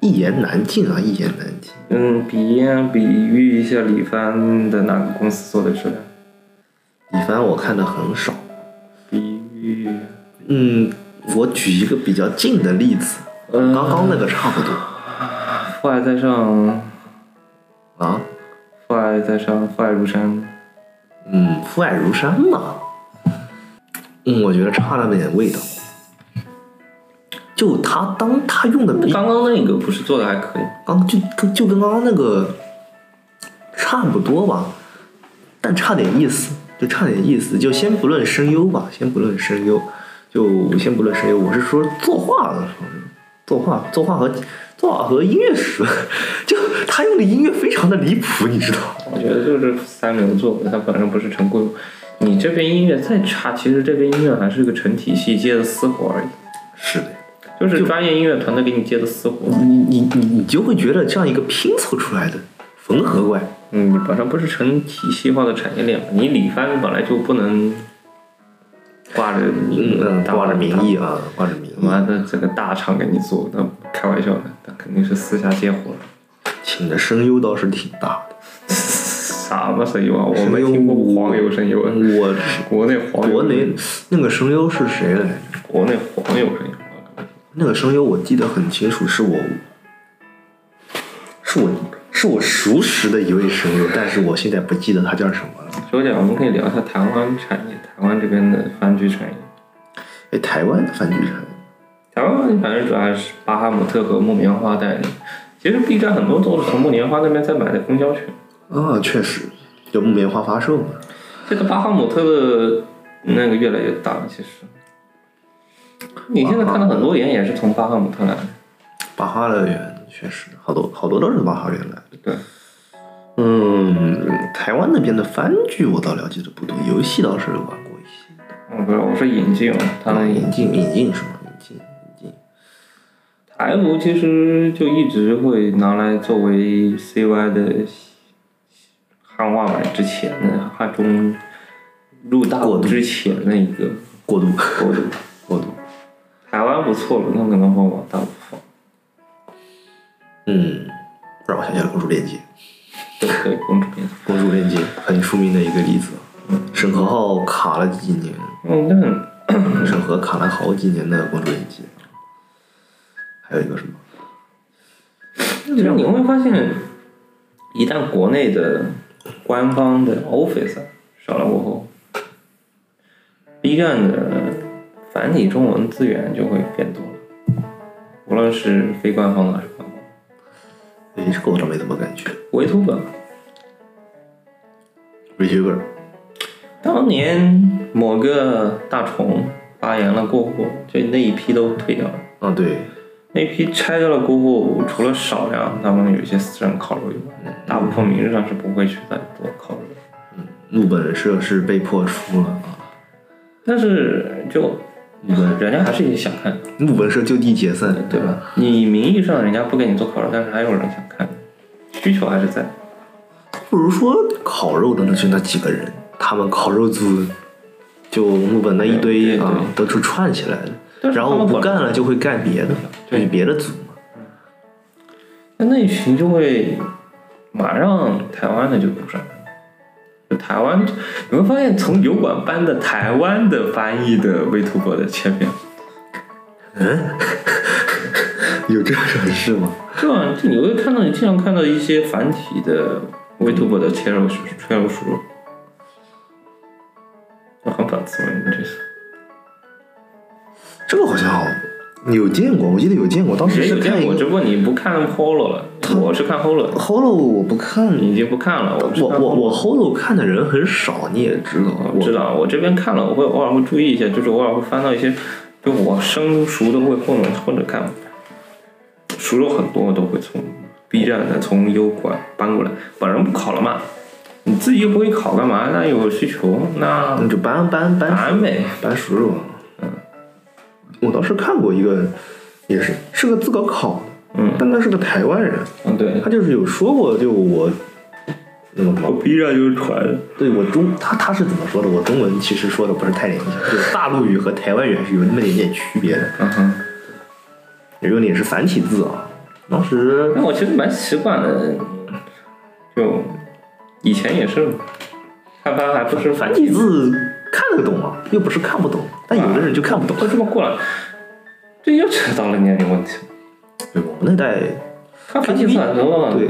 [SPEAKER 2] 一言难尽啊，一言难尽。
[SPEAKER 1] 嗯，比验比喻一下李帆的哪个公司做的质量？
[SPEAKER 2] 李凡我看的很少，
[SPEAKER 1] 比喻，
[SPEAKER 2] 嗯，我举一个比较近的例子，
[SPEAKER 1] 嗯
[SPEAKER 2] 刚刚那个差不多
[SPEAKER 1] 父爱在上，
[SPEAKER 2] 啊，
[SPEAKER 1] 父爱在上，父爱如山。
[SPEAKER 2] 嗯，父爱如山嘛，嗯，我觉得差了点味道。就他当他用的比
[SPEAKER 1] 刚刚那个不是做的还可以？
[SPEAKER 2] 刚就跟就跟刚刚那个差不多吧，但差点意思，就差点意思。就先不论声优吧，先不论声优，就先不论声优。我是说作画的时候，作画作画和作画和音乐史， 就他用的音乐非常的离谱，你知道吗？
[SPEAKER 1] 我觉得就是三流做的，它本身不是成规模。你这边音乐再差，其实这边音乐还是个成体系接的私活而已，
[SPEAKER 2] 是的，
[SPEAKER 1] 就是专业音乐团队给你接的私活。
[SPEAKER 2] 你你你你就会觉得这样一个拼凑出来的缝合怪，
[SPEAKER 1] 嗯，你本身不是成体系化的产业链嘛，你李帆本来就不能挂着名
[SPEAKER 2] 嗯，挂着名
[SPEAKER 1] 义，
[SPEAKER 2] 义啊，挂着名义，
[SPEAKER 1] 妈的这个大厂给你做，那开玩笑的，那肯定是私下接活了。
[SPEAKER 2] 请的声优倒是挺大的。
[SPEAKER 1] 啥嘛声优啊？我没
[SPEAKER 2] 声优
[SPEAKER 1] 听过黄油声优啊，
[SPEAKER 2] 我
[SPEAKER 1] 国内黄油
[SPEAKER 2] 国内那个声优是谁来着？
[SPEAKER 1] 国内黄油声优啊，
[SPEAKER 2] 那个声优我记得很清楚，是我，是我，是我熟识的一位声优，但是我现在不记得他叫什么了。
[SPEAKER 1] 说起来，我们可以聊一下台湾产业，台湾这边的番剧产业。
[SPEAKER 2] 哎，台湾的番剧人，
[SPEAKER 1] 台湾番剧反正主要还是巴哈姆特和木棉花代理。其实 B 站很多都是从木棉花那边在买的供销权。
[SPEAKER 2] 啊，确实，就木棉花发售嘛。
[SPEAKER 1] 这个巴哈姆特的那个越来越大了，其实。你现在看到很多盐也是从巴哈姆特来的，
[SPEAKER 2] 巴哈乐园确实好多好多都是巴哈乐园来的。
[SPEAKER 1] 对，
[SPEAKER 2] 嗯，台湾那边的番剧我倒了解的不多，游戏倒是玩过一些。
[SPEAKER 1] 嗯，不是，我说引进了，他们引
[SPEAKER 2] 引进引进是吗？引进引进。
[SPEAKER 1] 台服其实就一直会拿来作为 CY 的汉化版之前的汉中入大
[SPEAKER 2] 过
[SPEAKER 1] 陆
[SPEAKER 2] 渡
[SPEAKER 1] 之前的一个
[SPEAKER 2] 过度
[SPEAKER 1] 过渡。
[SPEAKER 2] 过度。
[SPEAKER 1] 台湾不错了，那可能会往大陆放。
[SPEAKER 2] 嗯，让我想起了公主链接。
[SPEAKER 1] 对对，公主变。
[SPEAKER 2] 公主链接很出名的一个例子。审核号卡了几年，
[SPEAKER 1] 嗯，那
[SPEAKER 2] 审核卡了好几年的公主链接。还有一个什么？
[SPEAKER 1] 其实你会发现，一旦国内的官方的 Office 少了过后，B 站的繁体中文资源就会变多了，无论是非官方的啊还是官方的。
[SPEAKER 2] 哎，这个我倒没怎么感觉。
[SPEAKER 1] 维图本，
[SPEAKER 2] Retuber，
[SPEAKER 1] 当年某个大虫发言了过后，就那一批都退掉了。
[SPEAKER 2] 啊对，
[SPEAKER 1] 那一批拆掉了过后，除了少量他们有一些私人烤肉以外，大部分名义上是不会去再多烤肉。
[SPEAKER 2] 木本社是被迫出了啊，
[SPEAKER 1] 但是就
[SPEAKER 2] 木本
[SPEAKER 1] 人家还是想看，
[SPEAKER 2] 木本社就地解散，
[SPEAKER 1] 对吧？你名义上人家不给你做烤肉，但是还有人想看，需求还是在。
[SPEAKER 2] 不如说烤肉的那就那几个人，他们烤肉组就木本那一堆
[SPEAKER 1] 对对
[SPEAKER 2] 啊，都是串起来的，
[SPEAKER 1] 但是
[SPEAKER 2] 然
[SPEAKER 1] 他
[SPEAKER 2] 后
[SPEAKER 1] 们
[SPEAKER 2] 不
[SPEAKER 1] 本来
[SPEAKER 2] 干了就会干别的，就
[SPEAKER 1] 对
[SPEAKER 2] 是别的组嘛。
[SPEAKER 1] 那那一群就会马上台湾的就不上了，就台湾你会发现从油管搬的台湾的翻译的微图博的切片，
[SPEAKER 2] 有这种事吗？
[SPEAKER 1] 对吧？就你会看到你经常看到一些繁体的微图博的切肉切肉熟肉，就很反思嘛，你这是。
[SPEAKER 2] 这个好像有见过，我记得有见过，当时
[SPEAKER 1] 也
[SPEAKER 2] 是
[SPEAKER 1] 有
[SPEAKER 2] 看
[SPEAKER 1] 见
[SPEAKER 2] 一
[SPEAKER 1] 过，只
[SPEAKER 2] 个
[SPEAKER 1] 不过你不看 Holo 了，我是看 Holo，的
[SPEAKER 2] Holo，我不看，
[SPEAKER 1] 你已经不看了，我是
[SPEAKER 2] 我
[SPEAKER 1] 看
[SPEAKER 2] 我我 Holo 看的人很少，你也知道，
[SPEAKER 1] 我知道，我这边看了，我会偶尔会注意一下，就是偶尔会翻到一些，就我生熟的会混了混着看，熟肉很多我都会从 B 站的从优管搬过来，本人不考了嘛，你自己不会考干嘛？那有需求那
[SPEAKER 2] 我你就搬搬搬
[SPEAKER 1] 搬呗，
[SPEAKER 2] 搬熟肉。嗯，我倒是看过一个，也是是个自个考的，
[SPEAKER 1] 嗯
[SPEAKER 2] 但他是个台湾人，
[SPEAKER 1] 嗯对，
[SPEAKER 2] 他就是有说过，就我那么高。
[SPEAKER 1] B 站就是传，
[SPEAKER 2] 对我中他他是怎么说的？我中文其实说的不是太联想，就是大陆语和台湾语还是有那么一点点区别的，
[SPEAKER 3] 嗯哼，
[SPEAKER 2] 也用的也是繁体字啊。当时
[SPEAKER 1] 那我其实蛮习惯的，就以前也是看番还不是
[SPEAKER 2] 繁体字看得懂啊，又不是看不懂，但有的人就看不懂。
[SPEAKER 1] 都这么过来，这又扯到了年龄问题。
[SPEAKER 2] 对我们那代
[SPEAKER 1] 看繁体字啊很多了，
[SPEAKER 2] 对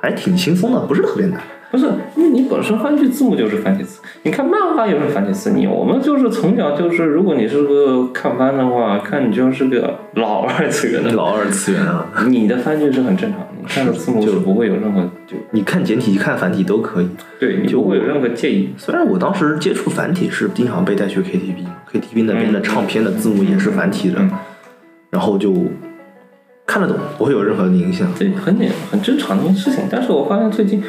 [SPEAKER 2] 还挺轻松的，不是特别难。
[SPEAKER 1] 不是因为你本身番剧字幕就是繁体字，你看漫画也是繁体字。你我们就是从小就是，如果你是个看番的话，看你就是个老二次元的，
[SPEAKER 2] 老二次元啊，
[SPEAKER 1] 你的番剧是很正常的，你看的字幕是不会有任何就
[SPEAKER 2] 你看简体看繁体都可以。
[SPEAKER 1] 对你
[SPEAKER 2] 就
[SPEAKER 1] 不会有任何介意。
[SPEAKER 2] 虽然我当时接触繁体是经常被带去 KTV，KTV 那
[SPEAKER 1] 嗯
[SPEAKER 2] 边的唱片的字幕也是繁体的，然后就看得懂，不会有任何的 影响。
[SPEAKER 1] 这很简很正常的一件事情。但是我发现最近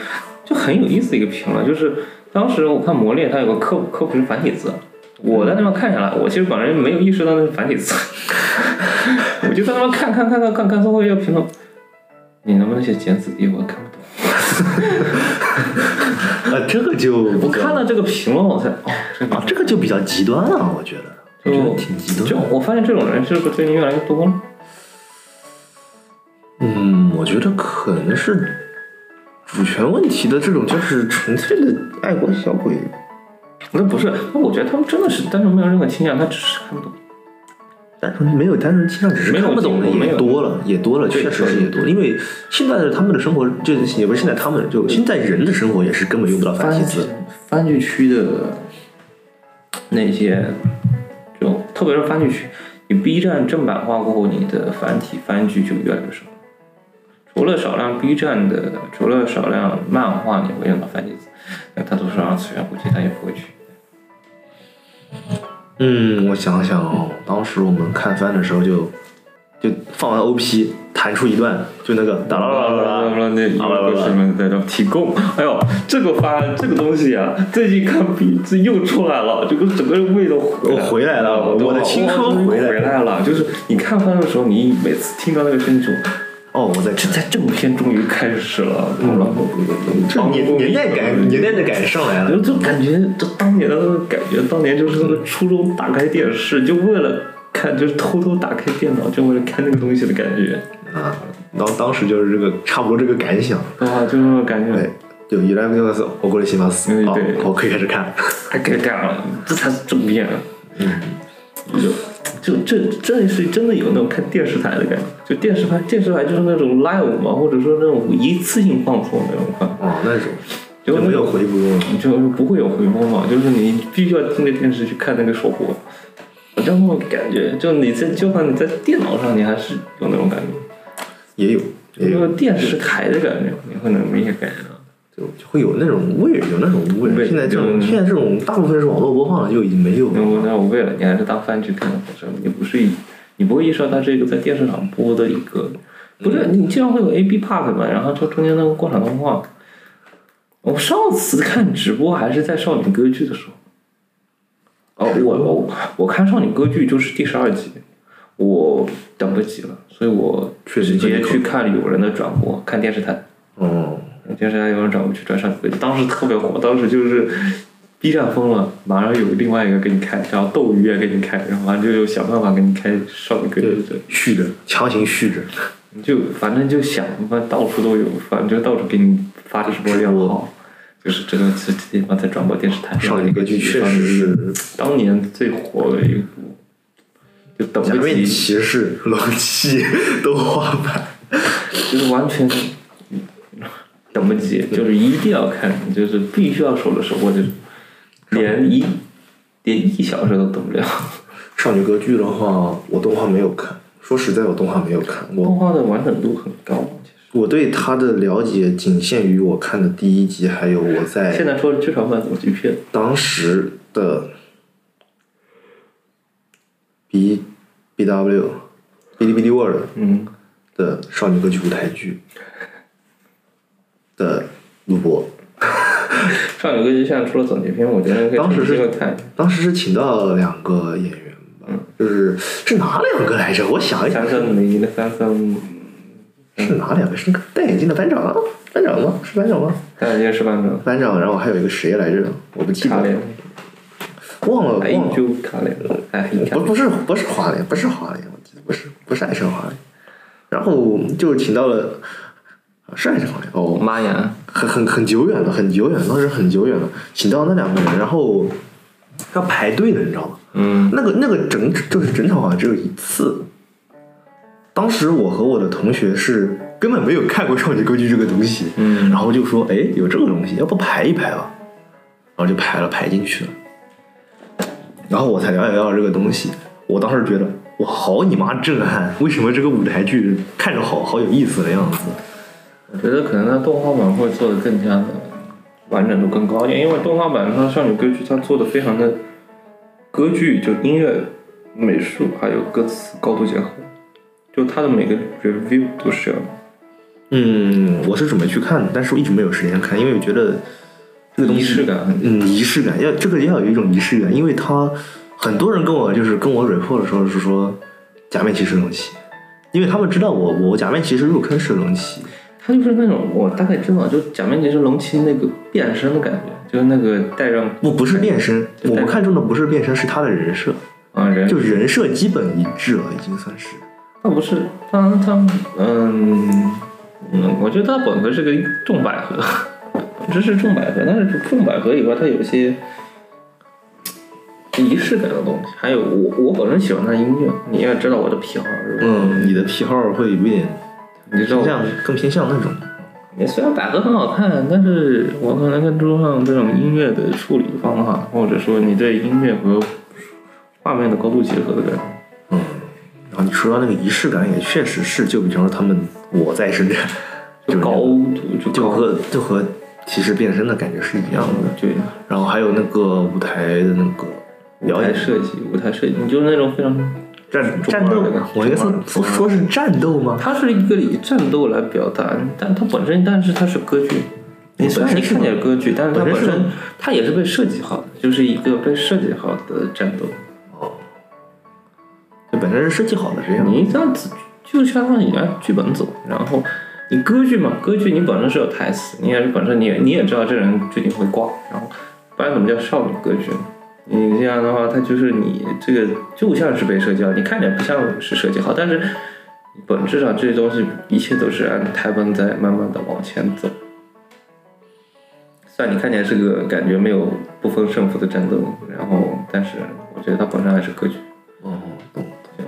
[SPEAKER 1] 就很有意思的一个评论，就是当时我看《魔猎》，它有个科普科普是繁体字，我在那边看下来，我其实本人没有意识到那是繁体字， 我就在那边看看看看看看，最后一个评论，你能不能写简体字？我看不懂。
[SPEAKER 2] 呃，这个就
[SPEAKER 1] 我看到这个评论，我才哦，这个
[SPEAKER 2] 啊，这个就比较极端了，我觉得，我觉得挺极
[SPEAKER 1] 就
[SPEAKER 2] 端。
[SPEAKER 1] 我发现这种人是不是最近越来越多了？
[SPEAKER 2] 嗯，我觉得可能是主权问题的这种，就是纯粹的爱国小鬼。
[SPEAKER 1] 那不是，那我觉得他们真的是单纯没有任何倾向，他只是看不懂。
[SPEAKER 2] 单纯没有单纯倾向，只是
[SPEAKER 1] 没有
[SPEAKER 2] 看不懂的
[SPEAKER 1] 进步没
[SPEAKER 2] 也
[SPEAKER 1] 有
[SPEAKER 2] 多了，也多了，
[SPEAKER 1] 对
[SPEAKER 2] 确实是也多了。因为现在的他们的生活，就也不是现在他们，就现在人的生活也是根本用不到繁体字。
[SPEAKER 1] 番剧区的那些，就特别是番剧区，你 B 站正版化过后，你的繁体番剧就越来越少。除了少量 B 站的，除了少量漫画你会用到繁体字，那大多数二次元估计他也不会去。
[SPEAKER 2] 嗯，我想想哦，当时我们看番的时候就就放完 OP 弹出一段，就那个哒啦啦啦啦啦，
[SPEAKER 1] 那有个什么在这提供？哎呦，这个发这个东西啊，最近看鼻子又出来了，这个整个味道
[SPEAKER 2] 我回来了我的青春
[SPEAKER 1] 回
[SPEAKER 2] 回来了
[SPEAKER 1] 了。就是你看番的时候，你每次听到那个声音就，
[SPEAKER 2] 哦，我在
[SPEAKER 1] 这
[SPEAKER 2] 看。
[SPEAKER 1] 在正片终于开始了，然后
[SPEAKER 2] 这年年代感，年代的感上来
[SPEAKER 1] 就
[SPEAKER 2] 了。
[SPEAKER 1] 就感觉这当年的那个感觉，当年就是那个初中打开电视就为了看，就是偷偷打开电脑就为了看那个东西的感觉
[SPEAKER 2] 啊，当当时就是这个差不多这个感想。
[SPEAKER 1] 啊，就是那种感觉。
[SPEAKER 2] 对，就原来那个是我过来洗马斯，
[SPEAKER 1] 嗯
[SPEAKER 2] 好
[SPEAKER 1] 对，
[SPEAKER 2] 我可以开始看。
[SPEAKER 1] 太该干了，这才是正片。嗯，就就这这是真的有那种看电视台的感觉，就电视台电视台就是那种 live 嘛，或者说那种一次性放送那种放，
[SPEAKER 2] 哦，那种
[SPEAKER 1] 就
[SPEAKER 2] 就没
[SPEAKER 1] 那
[SPEAKER 2] 有
[SPEAKER 1] 种
[SPEAKER 2] 回顾了。
[SPEAKER 1] 就是不会有回播嘛，就是你必须要盯着电视去看那个首播。我就那种感觉，就你在就算你在电脑上，你还是有那种感觉，
[SPEAKER 2] 也有，也
[SPEAKER 1] 有
[SPEAKER 2] 有，
[SPEAKER 1] 电视台的感觉，你会能明显感觉啊到。
[SPEAKER 2] 就就会有那种味儿，有那种味儿。
[SPEAKER 1] 味
[SPEAKER 2] 现在这种
[SPEAKER 1] 嗯
[SPEAKER 2] 现在这种大部分是网络播放了，就已经没有
[SPEAKER 1] 那
[SPEAKER 2] 了。
[SPEAKER 1] 我那我为了你还是当番剧看的本身，你不是以你不会意识到它是一个在电视上播的一个，不是
[SPEAKER 2] 嗯
[SPEAKER 1] 你经常会有 A B part 嘛，然后它中间那个过场动画。我上次看直播还是在少女歌剧的时候，哦，我我我看少女歌剧就是第十二集，我等不及了，所以我
[SPEAKER 2] 确
[SPEAKER 1] 直
[SPEAKER 2] 实
[SPEAKER 1] 接去看有人的转播，看电视台。
[SPEAKER 2] 哦，
[SPEAKER 1] 电视台有人找我去转上歌，当时特别火，当时就是 B 站疯了，马上有另外一个给你开，然后斗鱼也给你开，然后完了就有想办法给你开少女歌
[SPEAKER 2] 对
[SPEAKER 1] 剧，
[SPEAKER 2] 对，续着，强行续 着。
[SPEAKER 1] 你就反正就想，反正到处都有，反正就到处给你发直播也好，就是这个这这地方在转播电视台
[SPEAKER 2] 少女歌剧确
[SPEAKER 1] 上
[SPEAKER 2] 实是
[SPEAKER 1] 当年最火的一部，就等
[SPEAKER 2] 假
[SPEAKER 1] 不
[SPEAKER 2] 面
[SPEAKER 1] 及，
[SPEAKER 2] 骑 士、龙骑都花版。
[SPEAKER 1] 就是完全等不及，就是一定要看，就是必须要手的手握，就是连一连一小时都等不了。
[SPEAKER 2] 少女歌剧的话，我动画没有看。说实在，我动画没有看。
[SPEAKER 1] 动
[SPEAKER 2] 我
[SPEAKER 1] 画的完整度很高，其实
[SPEAKER 2] 我对它的了解仅限于我看的第一集，还有我在
[SPEAKER 1] 现在说剧场版怎么去片，
[SPEAKER 2] 当时的 B B W 哔哩哔哩 World
[SPEAKER 1] 嗯，
[SPEAKER 2] 的少女歌曲舞台剧的录播，
[SPEAKER 1] 上有个就像出了总结篇，我觉得可以
[SPEAKER 2] 当时
[SPEAKER 1] 趁
[SPEAKER 2] 是
[SPEAKER 1] 机会看。
[SPEAKER 2] 当时是请到了两个演员吧，就是是哪两个来着？我想一想，
[SPEAKER 1] 三三零一的三三
[SPEAKER 2] 是哪两个？是那个戴眼镜的班长啊？班长吗？是班长吗？
[SPEAKER 1] 戴眼镜是班长，
[SPEAKER 2] 班长，然后还有一个谁来着？我不记得
[SPEAKER 1] 卡脸
[SPEAKER 2] 了，，忘了，
[SPEAKER 1] 哎
[SPEAKER 2] 忘了。
[SPEAKER 1] 就卡脸了，哎，你看
[SPEAKER 2] 不，不是不是华联，不是华联，我记得不是不是爱神华联，然后就请到了啊是爱神华联哦，
[SPEAKER 1] 妈呀，
[SPEAKER 2] 很很很久远了，很久远了，当时很久远了，请到那两个人，然后要排队的，你知道吗？
[SPEAKER 1] 嗯，
[SPEAKER 2] 那个那个整就是整场好像只有一次。当时我和我的同学是根本没有看过《少女歌剧》这个东西，
[SPEAKER 1] 嗯
[SPEAKER 2] 然后就说，哎，有这个东西，要不排一排吧？然后就排了，排进去了。然后我才了解到这个东西，我当时觉得我好你妈震撼，为什么这个舞台剧看着好好有意思的样子？
[SPEAKER 1] 我觉得可能它动画版会做的更加的完整度更高一点，因为动画版它少女歌剧它做的非常的歌剧，就音乐、美术还有歌词高度结合，就它的每个 review 都是要
[SPEAKER 2] 嗯，我是准备去看的，但是我一直没有时间看，因为我觉得这个东
[SPEAKER 1] 仪
[SPEAKER 2] 西
[SPEAKER 1] 式感很
[SPEAKER 2] 嗯，仪式感要这个要有一种仪式感，因为他很多人跟我就是跟我 report 的时候是说假面骑士龙骑，因为他们知道我我假面骑士入坑是龙骑，
[SPEAKER 1] 他就是那种我大概知道，就假面骑士龙骑那个变身的感觉，就是那个带上
[SPEAKER 2] 不不是变身，
[SPEAKER 1] 对
[SPEAKER 2] 我们看中的不是变身，是他的人设，
[SPEAKER 1] 啊人，
[SPEAKER 2] 就人设基本一致了，已经算是。
[SPEAKER 1] 他不是他他嗯嗯，我觉得他本科是个重百合，这是重百合，但是重百合以外，它有一些仪式感的东西，还有我我本身喜欢他的音乐，你也知道我的癖好，是吧
[SPEAKER 2] 嗯，你的癖好会有一点
[SPEAKER 1] 你知道
[SPEAKER 2] 偏
[SPEAKER 1] 我
[SPEAKER 2] 向更偏向那种，
[SPEAKER 1] 你虽然百合很好看，但是我可能更注重这种音乐的处理方法，或者说你对音乐和画面的高度结合的感觉。
[SPEAKER 2] 嗯。然后你说到那个仪式感，也确实是，就比方说他们我在深圳，
[SPEAKER 1] 就
[SPEAKER 2] 就
[SPEAKER 1] 高度就
[SPEAKER 2] 就
[SPEAKER 1] 高度
[SPEAKER 2] 和就和骑士变身的感觉是一样的。
[SPEAKER 1] 对
[SPEAKER 2] 然后还有那个舞台的那个表
[SPEAKER 1] 舞台
[SPEAKER 2] 演
[SPEAKER 1] 设计，舞台设计，你就是那种非常，
[SPEAKER 2] 战
[SPEAKER 1] 中
[SPEAKER 2] 战斗
[SPEAKER 1] 二的那个，
[SPEAKER 2] 我应该
[SPEAKER 1] 中
[SPEAKER 2] 说
[SPEAKER 1] 二
[SPEAKER 2] 说说是战斗吗？
[SPEAKER 1] 它是一个以战斗来表达，但它本身但是它是歌剧，你虽然
[SPEAKER 2] 本
[SPEAKER 1] 你
[SPEAKER 2] 身是
[SPEAKER 1] 看点歌剧，但是它
[SPEAKER 2] 本
[SPEAKER 1] 本
[SPEAKER 2] 身是
[SPEAKER 1] 身它也是被设计好的，就是一个被设计好的战斗。
[SPEAKER 2] 这本身是设计好的这样。
[SPEAKER 1] 你这样子就相当于按剧本走，然后你歌剧嘛，歌剧你本身是有台词，你也是本身你也你也知道这人最近会挂，然后不然怎么叫少女歌剧呢？你这样的话，它就是你这个就像是被设计好，你看起来不像是设计好，但是本质上这些东西一切都是按台本在慢慢的往前走。虽然你看起来是个感觉没有不分胜负的战斗，然后但是我觉得它本身还是歌剧。
[SPEAKER 2] 哦，懂懂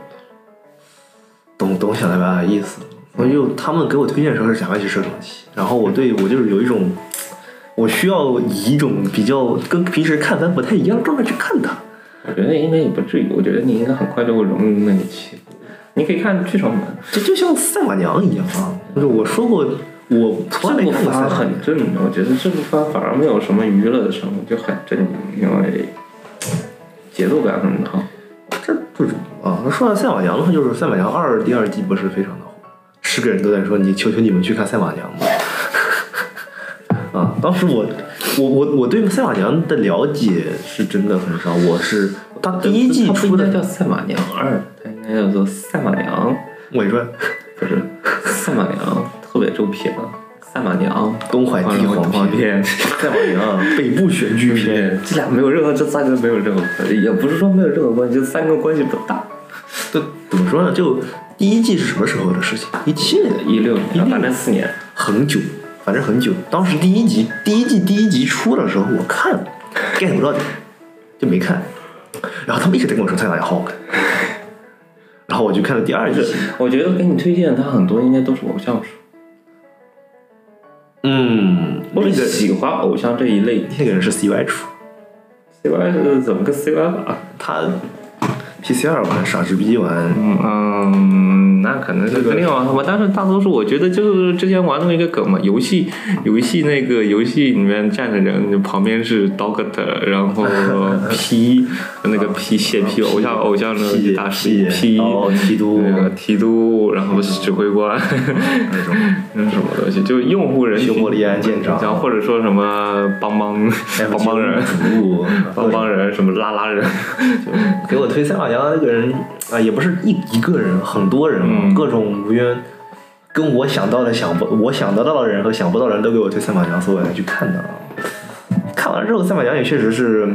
[SPEAKER 2] 懂懂，想来表达意思。我就他们给我推荐的时候是假面骑士的东西，然后我 对我就是有一种，我需要以一种比较跟平时看番不太一样的状态去看它。
[SPEAKER 1] 我觉得应该也不至于，我觉得你应该很快就会融入那一期。你可以看剧场版，
[SPEAKER 2] 这就像赛马娘一样啊！就是我说过，我从来
[SPEAKER 1] 这部
[SPEAKER 2] 没看过赛
[SPEAKER 1] 番
[SPEAKER 2] 马娘。
[SPEAKER 1] 很正，我觉得这部番反而没有什么娱乐的成分，就很正，因为节奏感很好。
[SPEAKER 2] 这不是啊，那说到赛马娘的话，就是《赛马娘二》第二季不是非常的火，是个人都在说你求求你们去看赛马娘吧。 啊，当时我我我我对赛马娘的了解是真的很少，我是他第一季
[SPEAKER 1] 它不
[SPEAKER 2] 出
[SPEAKER 1] 应该叫
[SPEAKER 2] 的
[SPEAKER 1] 《赛马娘二》，嗯它应该叫做《赛马娘》，
[SPEAKER 2] 伪传，
[SPEAKER 1] 不是《赛马娘特别周篇》《赛马娘
[SPEAKER 2] 东怀帝皇
[SPEAKER 1] 黄
[SPEAKER 2] 篇，
[SPEAKER 1] 篇》。
[SPEAKER 2] 赛马娘啊北部选剧篇，
[SPEAKER 1] 这俩没有任何，这三个没有任何，也不是说没有任何关系，就三个关系不大。
[SPEAKER 2] 这怎么说呢？就第一季是什么时候的事情？一七年，
[SPEAKER 1] 一六年，反正四年。
[SPEAKER 2] 很久，反正很久。当时第一集，第一季第一集出的时候，我看了 get 不到点，就没看。然后他们一直在跟我说《赛马娘》好好看，然后我就看了第二季。
[SPEAKER 1] 我觉得给你推荐的他很多应该都是偶像书，
[SPEAKER 2] 嗯，
[SPEAKER 1] 或
[SPEAKER 2] 那
[SPEAKER 1] 者
[SPEAKER 2] 个
[SPEAKER 1] 喜欢偶像这一类。
[SPEAKER 2] 那个人是 CY 出，
[SPEAKER 1] C Y 是怎么个 C Y 法？
[SPEAKER 2] 他 PCR 玩傻直逼玩，
[SPEAKER 1] 嗯，那可能是
[SPEAKER 2] 这个
[SPEAKER 1] 肯定有吧。但是大多数我觉得就是之前玩那么一个梗嘛，游戏游戏那个游戏里面站着人，旁边是 Doctor，然后 P 那个 P 写 P 偶像偶像的
[SPEAKER 2] P
[SPEAKER 1] 大师 P
[SPEAKER 2] P，然后提督
[SPEAKER 1] 那个提督，然后指挥官。
[SPEAKER 2] 那种。
[SPEAKER 1] 那什么东西，就用户人群
[SPEAKER 2] 修莫利安 舰长
[SPEAKER 1] 然后或者说什么帮帮帮帮人、
[SPEAKER 2] 主，
[SPEAKER 1] 帮帮人什么拉拉人，
[SPEAKER 2] 给我推《三马娘》那个人啊、也不是一一个人，很多人，
[SPEAKER 1] 嗯
[SPEAKER 2] 各种无缘跟我想到的想不我想得到的人和想不到的人都给我推三把娘，所以我才去看的啊。看完之后，三把娘也确实是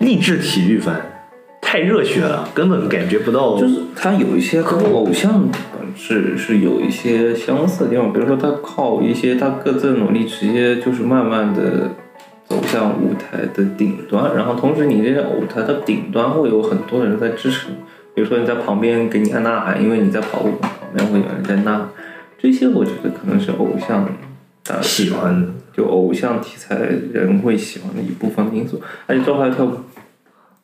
[SPEAKER 2] 励志体育番，太热血了，根本感觉不到。
[SPEAKER 1] 就是它有一些跟偶像本质是有一些相似的地方，比如说它靠一些它各自的努力，直接就是慢慢的走向舞台的顶端，然后同时你这个舞台的顶端会有很多人在支持你，比如说你在旁边给你按呐喊，因为你在跑步，旁边会有人在呐喊，这些我觉得可能是偶像的
[SPEAKER 2] 喜欢的，
[SPEAKER 1] 就偶像题材人会喜欢的一部分因素，而且最后还有跳舞。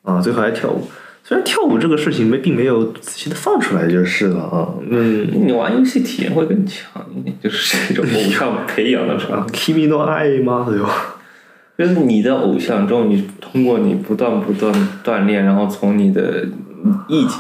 [SPEAKER 2] 啊，最后还跳舞。虽然跳舞这个事情没并没有仔细的放出来就是了啊，嗯
[SPEAKER 1] 你玩游戏体验会更强一点，就是这种偶像培养的出来
[SPEAKER 2] 啊，，Kimi no Ai 吗？对吧？
[SPEAKER 1] 就是你的偶像终于通过你不断不断锻炼，然后从你的一级，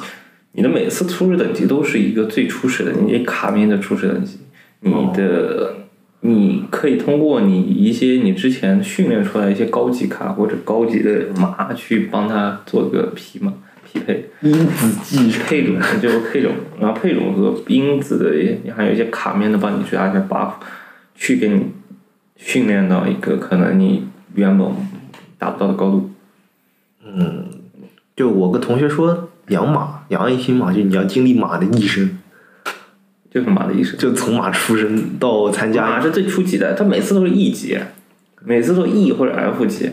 [SPEAKER 1] 你的每次初始等级都是一个最初始的，你卡面的初始等级，你的、你可以通过你一些你之前训练出来一些高级卡或者高级的马去帮他做个匹马匹配，
[SPEAKER 2] 因子继承
[SPEAKER 1] 配种就是配种，然后配种和因子的还有一些卡面的帮你去安全 buff，去给你训练到一个可能你原本达不到的高度。
[SPEAKER 2] 就我跟同学说，养马，养一匹马，就你要经历马的一生，
[SPEAKER 1] 就是马的意识，
[SPEAKER 2] 就从马出生到参
[SPEAKER 1] 马
[SPEAKER 2] 加
[SPEAKER 1] 啊是最初级的，它每次都是 E 级，每次都 E 或者 F 级，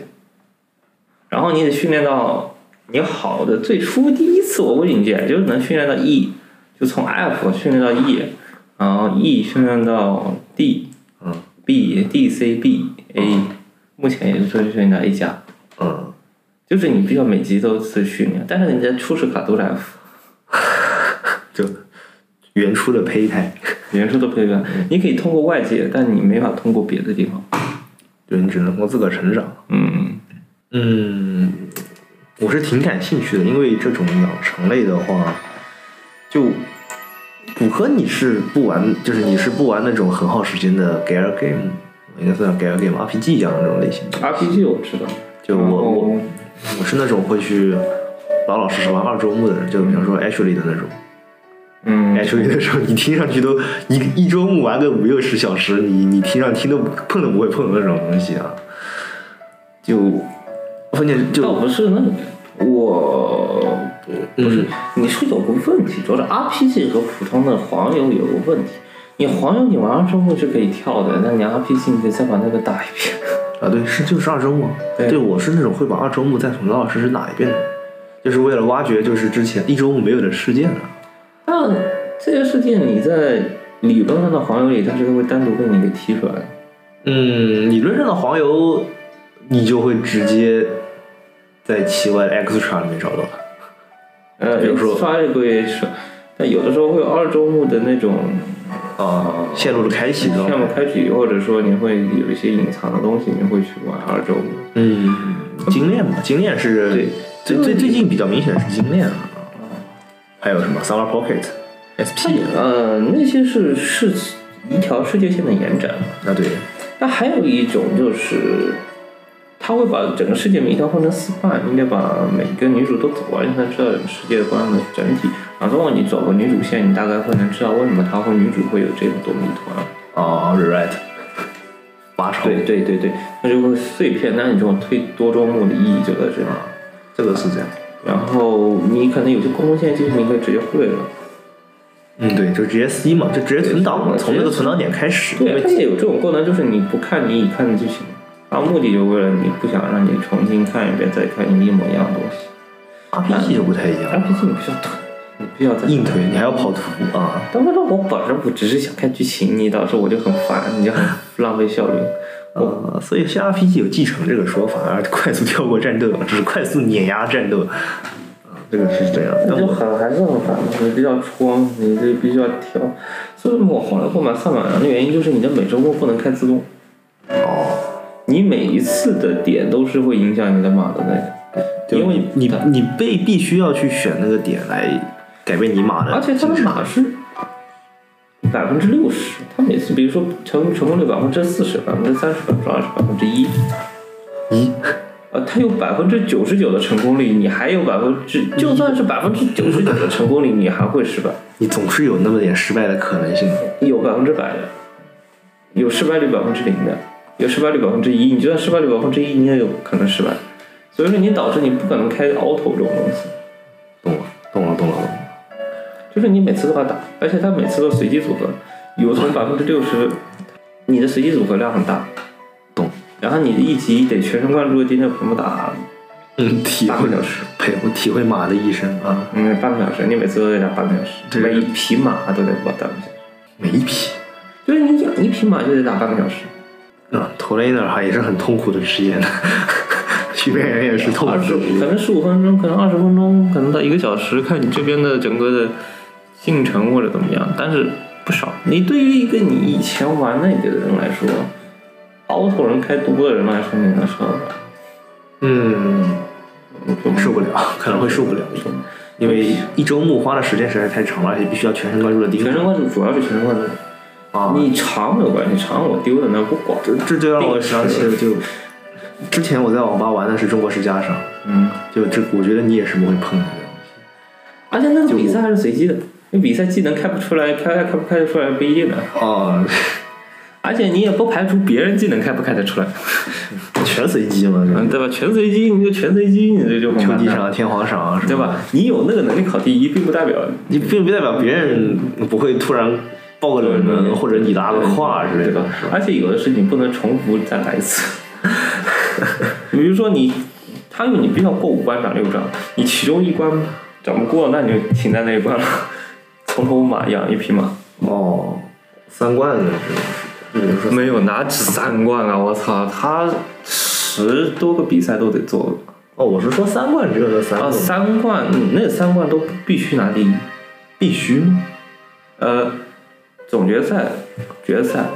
[SPEAKER 1] 然后你得训练到你好的最初第一次我估计你也就是能训练到 E，就从 F 训练到 E，然后 E 训练到 D，
[SPEAKER 2] 嗯
[SPEAKER 1] ，B D C B A，、目前也是最训练到 A 加，
[SPEAKER 2] 嗯，
[SPEAKER 1] 就是你必须要每级都是训练，但是你的初始卡都是 F，
[SPEAKER 2] 就原初的胚胎。
[SPEAKER 1] 原初的配备，
[SPEAKER 2] 嗯
[SPEAKER 1] 你可以通过外界，但你没法通过别的地方，
[SPEAKER 2] 对你只能靠自个儿成长。
[SPEAKER 1] 嗯。
[SPEAKER 2] 嗯，我是挺感兴趣的，因为这种养成类的话，就骨科你是不玩，就是你是不玩那种很耗时间的 gear game，应该算 gear game RPG 一样的那种类型的。
[SPEAKER 1] RPG 我知道，
[SPEAKER 2] 就我我我是那种会去老老实实玩二周目的人，就比方说 Ashley 的那种。
[SPEAKER 1] 嗯，
[SPEAKER 2] Ashley 的时候，你听上去都一一周目玩个五六十小时，你你听上听都不碰都不会碰的那种东西啊，就关键
[SPEAKER 1] 倒
[SPEAKER 2] 就
[SPEAKER 1] 不是那个，我
[SPEAKER 2] 嗯
[SPEAKER 1] 不是，你是有个问题，主要是 RPG 和普通的黄油有个问题，你黄油你玩完之后是可以跳的，但你 RPG 你得再把那个打一遍，
[SPEAKER 2] 啊对是就是二周目，
[SPEAKER 1] 对
[SPEAKER 2] 我是那种会把二周目再从老老实实打一遍的，就是为了挖掘就是之前一周目没有的事件啊。
[SPEAKER 1] 但这些事件你在理论上的黄油里，它是会单独被你给踢出来的。
[SPEAKER 2] 嗯，理论上的黄油，你就会直接在奇怪的 extra 里面找到它。
[SPEAKER 1] 呃，
[SPEAKER 2] 比如说
[SPEAKER 1] 刷这个也是，但有的时候会有二周目的那种
[SPEAKER 2] 啊，陷入了开启状
[SPEAKER 1] 项目
[SPEAKER 2] 态。
[SPEAKER 1] 开局，或者说你会有一些隐藏的东西，你会去玩二周目。
[SPEAKER 2] 嗯，精炼嘛，精炼是
[SPEAKER 1] 对
[SPEAKER 2] 最最最近比较明显的是精炼啊。还有什么 Summer Pocket、SP
[SPEAKER 1] 呃，那些是是一条世界线的延展。
[SPEAKER 2] 啊，对，
[SPEAKER 1] 那还有一种就是，他会把整个世界每一条换成丝瓣，你得把每个女主都走完，你才能知道整个世界观的整体。然后，如果你走过女主线，你大概会能知道为什么她会女主会有这么多谜团。
[SPEAKER 2] 啊，Rewrite，八朝，
[SPEAKER 1] 对，对对对，那就会碎片。那你这种推多周目的意义就在这里。
[SPEAKER 2] 这个是这样。
[SPEAKER 1] 然后你可能有些共同线技术，你可以直接忽略了。
[SPEAKER 2] 嗯，对，就直接 C 嘛，就直接存档嘛，
[SPEAKER 1] 对
[SPEAKER 2] 从那个存档点开始。因
[SPEAKER 1] 对，
[SPEAKER 2] 为
[SPEAKER 1] 它也有这种功能，就是你不看你已看的剧情，它目的就为了你不想让你重新看一遍再看一模一样的东西。
[SPEAKER 2] RPG 就不太一样，
[SPEAKER 1] RPG 你不需要推，你不需要再。
[SPEAKER 2] 硬推你还要跑图啊。
[SPEAKER 1] 但为了我本身我只是想看剧情，你导致我就很烦，你 就很浪费效率。
[SPEAKER 2] 呃，所以像 RPG 有继承这个说法，而快速跳过战斗，只是快速碾压战斗，啊，这个是这样。
[SPEAKER 1] 那
[SPEAKER 2] 但
[SPEAKER 1] 就
[SPEAKER 2] 我
[SPEAKER 1] 很还是很烦，你必须要戳，你这必须要挑。所以我后来不买三百粮的原因就是你的每周末不能开自动，
[SPEAKER 2] 哦，
[SPEAKER 1] 你每一次的点都是会影响你的码的那个。
[SPEAKER 2] 就
[SPEAKER 1] 因为
[SPEAKER 2] 你你被必须要去选那个点来改变你马的，
[SPEAKER 1] 而且它的码是百分之六十，它每次比如说成成功率百分之四十、百分之三十、百分之二十、百分之一，
[SPEAKER 2] 一
[SPEAKER 1] 呃，它有百分之九十九的成功率，你还有百分之，就算是百分之九十九的成功率，你还会失败，
[SPEAKER 2] 你总是有那么点失败的可能性。
[SPEAKER 1] 有百分之百的，有失败率百分之零的，有失败率百分之一，你就算失败率百分之一，你也有可能失败，所以说你导致你不可能开 auto 这种东西，
[SPEAKER 2] 懂了，懂了，懂了，懂了。
[SPEAKER 1] 就是你每次都要打，而且它每次都随机组合，有从百分之六十，你的随机组合量很大，
[SPEAKER 2] 懂。
[SPEAKER 1] 然后你一集得全神贯注地盯着屏幕打
[SPEAKER 2] 嗯，体
[SPEAKER 1] 半
[SPEAKER 2] 会
[SPEAKER 1] 个小时，
[SPEAKER 2] 陪我体会马的一生啊，
[SPEAKER 1] 嗯，半个小时，你每次都得打半个小时，
[SPEAKER 2] 对
[SPEAKER 1] 每一匹马都得打半个小时，
[SPEAKER 2] 每一匹
[SPEAKER 1] 就是你养一匹马就得打半个小时，
[SPEAKER 2] 啊，trainer 哈也是很痛苦的职业呢， 训练员啊也是痛苦
[SPEAKER 1] 二十
[SPEAKER 2] 的职业
[SPEAKER 1] 可能十五分钟，可能二十分钟，可能到一个小时，看你这边的整个的进程或者怎么样，但是不少。你对于一个你以前玩那个的人来说，auto 人开多的人来说，你能受得了？
[SPEAKER 2] 嗯，
[SPEAKER 1] 你就
[SPEAKER 2] 受不了，可能会受不了，因为一周目花的时间实在太长了，而且必须要全神贯注的盯
[SPEAKER 1] 全神贯注，主要是全神贯注。
[SPEAKER 2] 啊。
[SPEAKER 1] 你长没有关系，长我丢的那不管。
[SPEAKER 2] 这就让我想起了就之前我在网吧玩的是中国式家常，
[SPEAKER 1] 嗯，
[SPEAKER 2] 就这我觉得你也是不会碰的。
[SPEAKER 1] 而且那个比赛还是随机的，那比赛技能开不出来，开开不开得出来不一定的，
[SPEAKER 2] 哦，
[SPEAKER 1] 而且你也不排除别人技能开不开得出来。
[SPEAKER 2] 全随机嘛，
[SPEAKER 1] 嗯，对吧？全随机，你就全随机，你这就很
[SPEAKER 2] 球
[SPEAKER 1] 麻
[SPEAKER 2] 地
[SPEAKER 1] 烦，
[SPEAKER 2] 上啊天皇赏，
[SPEAKER 1] 对？吧？你有那个能力考第一，并不代表
[SPEAKER 2] 你并不代表别人不会突然爆个冷门，或者你拉个胯之类
[SPEAKER 1] 对吧
[SPEAKER 2] 的。？
[SPEAKER 1] 而且啊有的事情不能重复再来一次。 比如说你，他用你必须要过五关斩六将，你其中一关斩不过，那你就停在那一关了，从头马养一匹马。
[SPEAKER 2] 哦，三冠的是吧？嗯，说
[SPEAKER 1] 没有哪止三冠啊！我操，他十多个比赛都得做
[SPEAKER 2] 哦，我是说三冠只有这三
[SPEAKER 1] 啊！
[SPEAKER 2] 个。
[SPEAKER 1] 三冠，嗯，那三冠都必须拿第一，
[SPEAKER 2] 必须吗？
[SPEAKER 1] 呃，总决赛、决赛、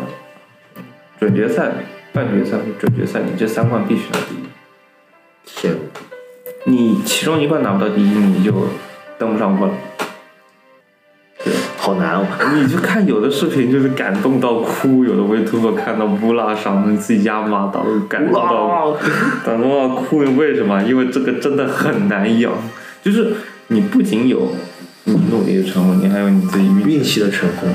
[SPEAKER 1] 准决赛、半决赛、准决赛，你这三冠必须拿第一。
[SPEAKER 2] 天，
[SPEAKER 1] 你其中一冠拿不到第一，你就登不上冠。对，
[SPEAKER 2] 好难 哦！
[SPEAKER 1] 你就看有的视频，就是感动到哭；有的 Vtuber 看到乌拉上自己家马打，感动到
[SPEAKER 2] 哇，
[SPEAKER 1] 感动到哭。为什么？因为这个真的很难养，就是你不仅有你努力的成分，你还有你自己运气
[SPEAKER 2] 运气的成分。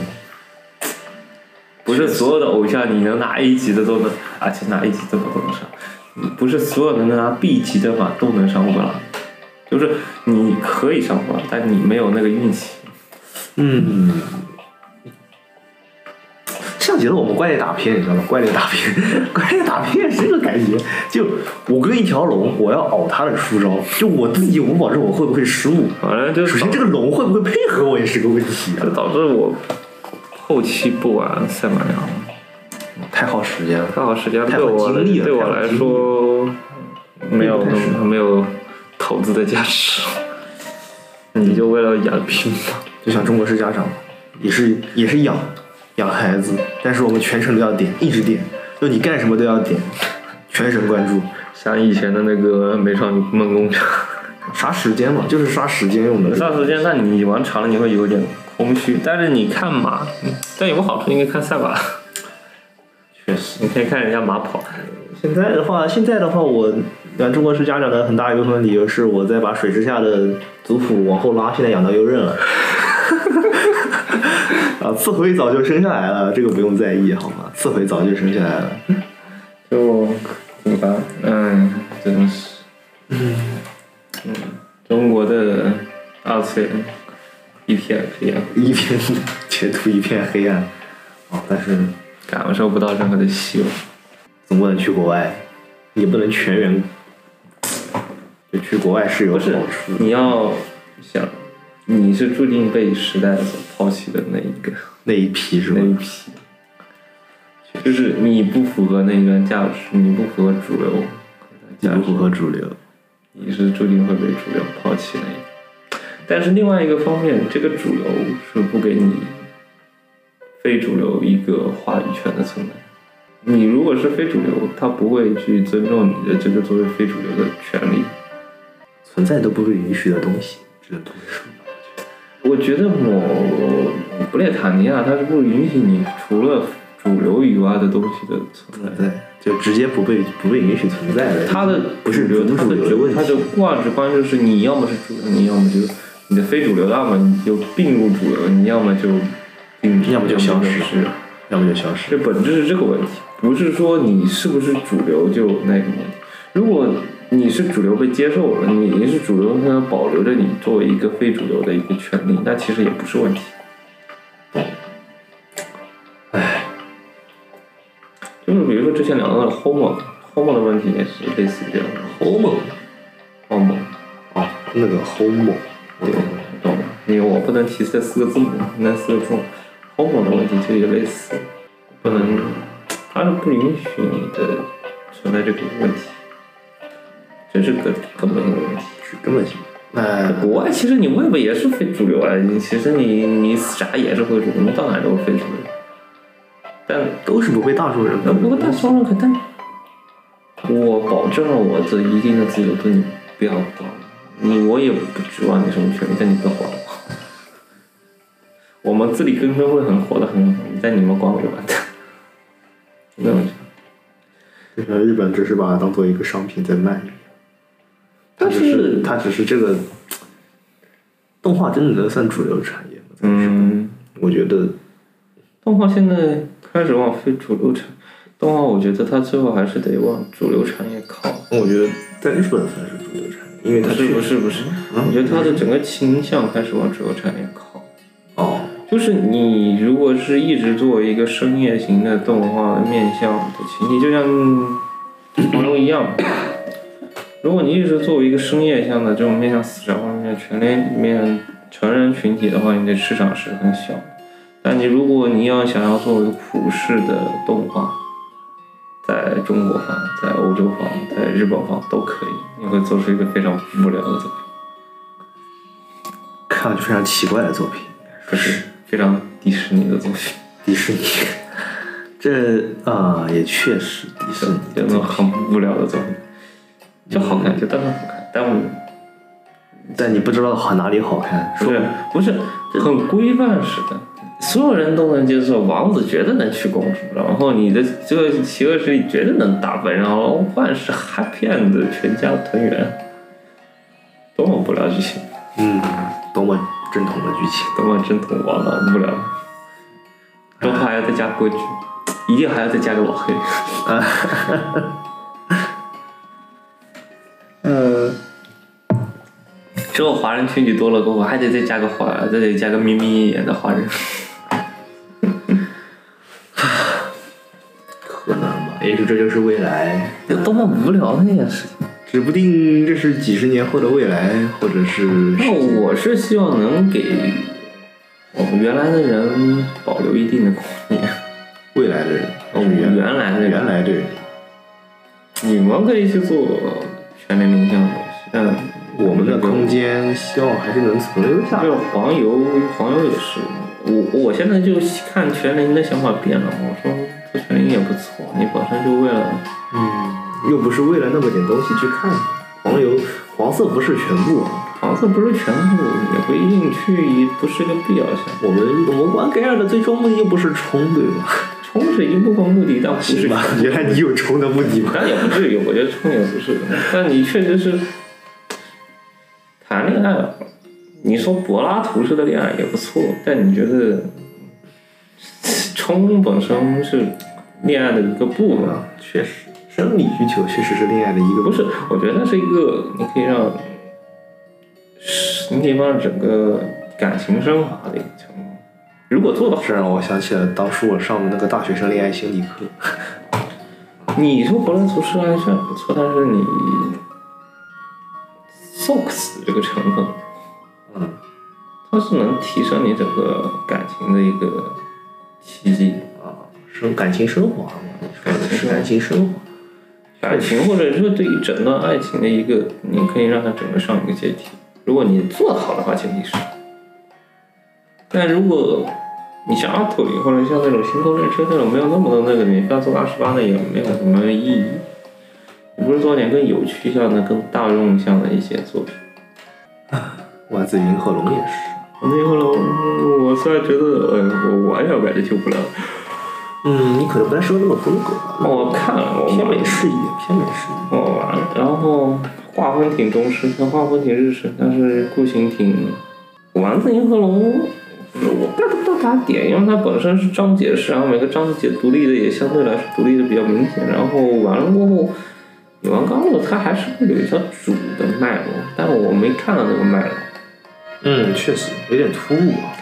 [SPEAKER 1] 不是所有的偶像你能拿 A 级的都能，而且拿 A 级的都能上，你不是所有能拿 B 级的嘛都能上乌拉，就是你可以上乌拉，但你没有那个运气。
[SPEAKER 2] 嗯，像极了我们怪猎打片，你知道吗？怪猎打片， 怪猎打片是这个感觉。就我跟一条龙，我要熬它的出招，就我自己无法保证我会不会失误。
[SPEAKER 1] 反正就
[SPEAKER 2] 首先，这个龙会不会配合我也是个问题啊
[SPEAKER 1] 就，导致我后期不玩赛马娘，
[SPEAKER 2] 太耗时间了。
[SPEAKER 1] 刚好时间
[SPEAKER 2] 太
[SPEAKER 1] 对
[SPEAKER 2] 有
[SPEAKER 1] 我来
[SPEAKER 2] 精力了
[SPEAKER 1] 对我
[SPEAKER 2] 太有
[SPEAKER 1] 来
[SPEAKER 2] 精力
[SPEAKER 1] 说没有
[SPEAKER 2] 并不太适
[SPEAKER 1] 没有投资的价值，你就为了养匹马。
[SPEAKER 2] 就像中国式家长，也是也是养养孩子，但是我们全程都要点，一直点，就你干什么都要点，全神贯注。
[SPEAKER 1] 像以前的那个美少女梦工厂。
[SPEAKER 2] 啥时间嘛，就是刷时间用的。
[SPEAKER 1] 段时间，那你玩长了你会有点空虚，但是你看马，嗯但有个好处，你可以看赛 马，
[SPEAKER 2] 确实，
[SPEAKER 1] 你可以看人家马跑。
[SPEAKER 2] 现在的话，现在的话，我养中国式家长的很大一部分理由是我在把水之下的族谱往后拉，现在养到优刃了。 啊，刺回早就生下来了，这个不用在意好吗？刺回早就生下来了。
[SPEAKER 1] 就怎么办？嗯，真是，嗯中国的二次 E 元一片黑暗，
[SPEAKER 2] 一片前途一片黑暗啊！但是
[SPEAKER 1] 感受不到任何的希望。
[SPEAKER 2] 总不能去国外，也不能全员就去国外是有
[SPEAKER 1] 不是
[SPEAKER 2] 好处。，
[SPEAKER 1] 你要想，你是注定被时代所抛弃的那一个。
[SPEAKER 2] 那一批是吧
[SPEAKER 1] 那？一批，就是你不符合那个价值，你不符合主流
[SPEAKER 2] 你
[SPEAKER 1] 价
[SPEAKER 2] 不
[SPEAKER 1] 值，
[SPEAKER 2] 符合主流，
[SPEAKER 1] 你是注定会被主流抛弃那一个。但是另外一个方面，这个主流是不给你非主流一个话语权的存在。你如果是非主流，他不会去尊重你的这个作为非主流的权利。
[SPEAKER 2] 存在都不被允许的东西，只能这么说。
[SPEAKER 1] 我觉得我布列塔尼亚它是不允许你除了主流以外的东西的存在。
[SPEAKER 2] 对，就直接不被不被允许存在的。
[SPEAKER 1] 他的
[SPEAKER 2] 不是
[SPEAKER 1] 主流，
[SPEAKER 2] 不
[SPEAKER 1] 他
[SPEAKER 2] 是
[SPEAKER 1] 的
[SPEAKER 2] 主流
[SPEAKER 1] 主
[SPEAKER 2] 问题
[SPEAKER 1] 他的价值观就是你要么是主流，你要么就你的非主流，要么你就并入主流，你要么就并入，
[SPEAKER 2] 要么就消失
[SPEAKER 1] 是
[SPEAKER 2] 要么就消失。
[SPEAKER 1] 这本质是这个问题，不是说你是不是主流就那个问题。如果你是主流被接受了，你你是主流，它保留着你作为一个非主流的一个权利，那其实也不是问题。
[SPEAKER 2] 唉，
[SPEAKER 1] 就是比如说之前聊到的 homo，homo 的问题也是类似于这样的
[SPEAKER 2] homo
[SPEAKER 1] homo，
[SPEAKER 2] 哦，那个 homo，我
[SPEAKER 1] 对
[SPEAKER 2] 懂了，
[SPEAKER 1] 懂吗？你我不能提这四个字母，那四个字母 homo 的问题其实也类似，不能，它是不允许你的存在这个问题，这是个根本性的问题。
[SPEAKER 2] 是根本性。那
[SPEAKER 1] 国外其实你外边也是非主流啊，你其实你你啥也是非主流，你到哪都是非主流。但
[SPEAKER 2] 都是不被大众认可
[SPEAKER 1] 呃
[SPEAKER 2] 的。
[SPEAKER 1] 不过但双认可，但我保证了我这一定的自由度，你不要管我你，我也不指望你什么权利，但你不要管我。 我们自力更生会很活得很好，但你们管我就 完蛋。那种
[SPEAKER 2] 呃，日本只是把它当做一个商品在卖，它
[SPEAKER 1] 但
[SPEAKER 2] 只是
[SPEAKER 1] 是
[SPEAKER 2] 它只是这个动画真的能算主流产业吗？
[SPEAKER 1] 嗯。
[SPEAKER 2] 我觉得
[SPEAKER 1] 动画现在开始往非主流产，动画我觉得它最后还是得往主流产业靠。
[SPEAKER 2] 我觉得在日本算是主流产业，因哎为它
[SPEAKER 1] 不是不
[SPEAKER 2] 确实
[SPEAKER 1] 是不是，我觉得它的整个倾向开始往主流产业靠。
[SPEAKER 2] 哦，
[SPEAKER 1] 就是你如果是一直作为一个深夜型的动画面向的群体，就像黄蓉一样，如果你一直作为一个深夜向的这种面向死宅方面全年里面成人群体的话，你的市场是很小的。但你如果你要想要作为普世的动画，在中国方、在欧洲方、在日本方都可以，你会做出一个非常无聊的作品，
[SPEAKER 2] 看上去非常奇怪的作品，
[SPEAKER 1] 不是非常迪士尼的作品。
[SPEAKER 2] 迪士尼。这啊、也确实，迪士尼
[SPEAKER 1] 这种很无聊的作品，就好看，就单纯好看，但我
[SPEAKER 2] 但你不知道好哪里好看，
[SPEAKER 1] 不
[SPEAKER 2] 说
[SPEAKER 1] 是不是很规范式的，所有人都能接受，王子绝对能娶公主，然后你的这个邪恶势力绝对能打败，然后万事 happy end，全家团圆，多么无聊剧情，
[SPEAKER 2] 嗯，多么正统的剧情，
[SPEAKER 1] 多么正统王道，无聊，中途还要再加规矩，一定还要再加个老黑，
[SPEAKER 2] 呃，
[SPEAKER 1] 之后华人群体多了过后，还得再加个华，再得加个眯眯眼的华人。
[SPEAKER 2] 可能吧，也许这就是未来，
[SPEAKER 1] 有多么无聊的一件事情。
[SPEAKER 2] 指不定这是几十年后的未来，或者是
[SPEAKER 1] 那我是希望能给我们原来的人保留一定的 空间。
[SPEAKER 2] 未来的人，
[SPEAKER 1] 哦
[SPEAKER 2] 是原
[SPEAKER 1] 原来的人
[SPEAKER 2] 原来的人，
[SPEAKER 1] 你们可以去做全年龄向的东西，但
[SPEAKER 2] 嗯我们的空间希望还是能存留下
[SPEAKER 1] 就
[SPEAKER 2] 来
[SPEAKER 1] 是。黄油，黄油也是。我我现在就看全龄的想法变了，我说做全龄也不错，你本身就为了
[SPEAKER 2] 嗯，又不是为了那么点东西去看，黄油黄色不是全部啊，
[SPEAKER 1] 房子不是全部，也不一定去，也不是个必要性。
[SPEAKER 2] 我们我们玩 g a r 的最终目的又不是冲，对吗？
[SPEAKER 1] 充是一部分目的，但不是
[SPEAKER 2] 是
[SPEAKER 1] 全部
[SPEAKER 2] 吧？ 原来你有冲的目的吗？
[SPEAKER 1] 但也不至于，我觉得冲也不是，但你确实是谈恋爱了。你说柏拉图式的恋爱也不错，但你觉得冲本身是恋爱的一个部分，
[SPEAKER 2] 啊，确实，生理需求确实是恋爱的一个
[SPEAKER 1] 不是？我觉得那是一个你可以让，你可以让整个感情升华的一个情况。如果做到
[SPEAKER 2] 这让我想起了当初我上的那个大学生恋爱心理课，
[SPEAKER 1] 你说柏拉图式爱虽然不错，但是你 sex 这个成分，
[SPEAKER 2] 嗯，
[SPEAKER 1] 它是能提升你整个感情的一个契机，
[SPEAKER 2] 啊，生感情升华嘛，你说的是感情升华，
[SPEAKER 1] 感情或者说对于整段爱情的一个，你可以让它整个上一个阶梯。如果你做得好的话，前提是。但如果你像阿土里或者像那种星空列车那种没有那么多那个，你非要做二十八那也没有什么意义。你不是做点更有趣向的、更大众向的一些作品？
[SPEAKER 2] 万紫云和龙也是。
[SPEAKER 1] 那后来我虽然觉得，呃，我玩也感觉挺无聊的，
[SPEAKER 2] 嗯，你可能不太适合那么多狗吧，
[SPEAKER 1] 哦我看了，我
[SPEAKER 2] 偏
[SPEAKER 1] 玩
[SPEAKER 2] 美式一点，偏美式一点。
[SPEAKER 1] 我玩，然后画风挺中式，跟画风挺日式，但是酷刑挺。丸子银河龙，我不知道打点，因为它本身是章节式，然后每个章节独立的也相对来说独立的比较明显。然后完了过后，你玩高了，它还是会有一条主的脉络，但我没看到那个脉络。
[SPEAKER 2] 嗯，确实有点突兀啊。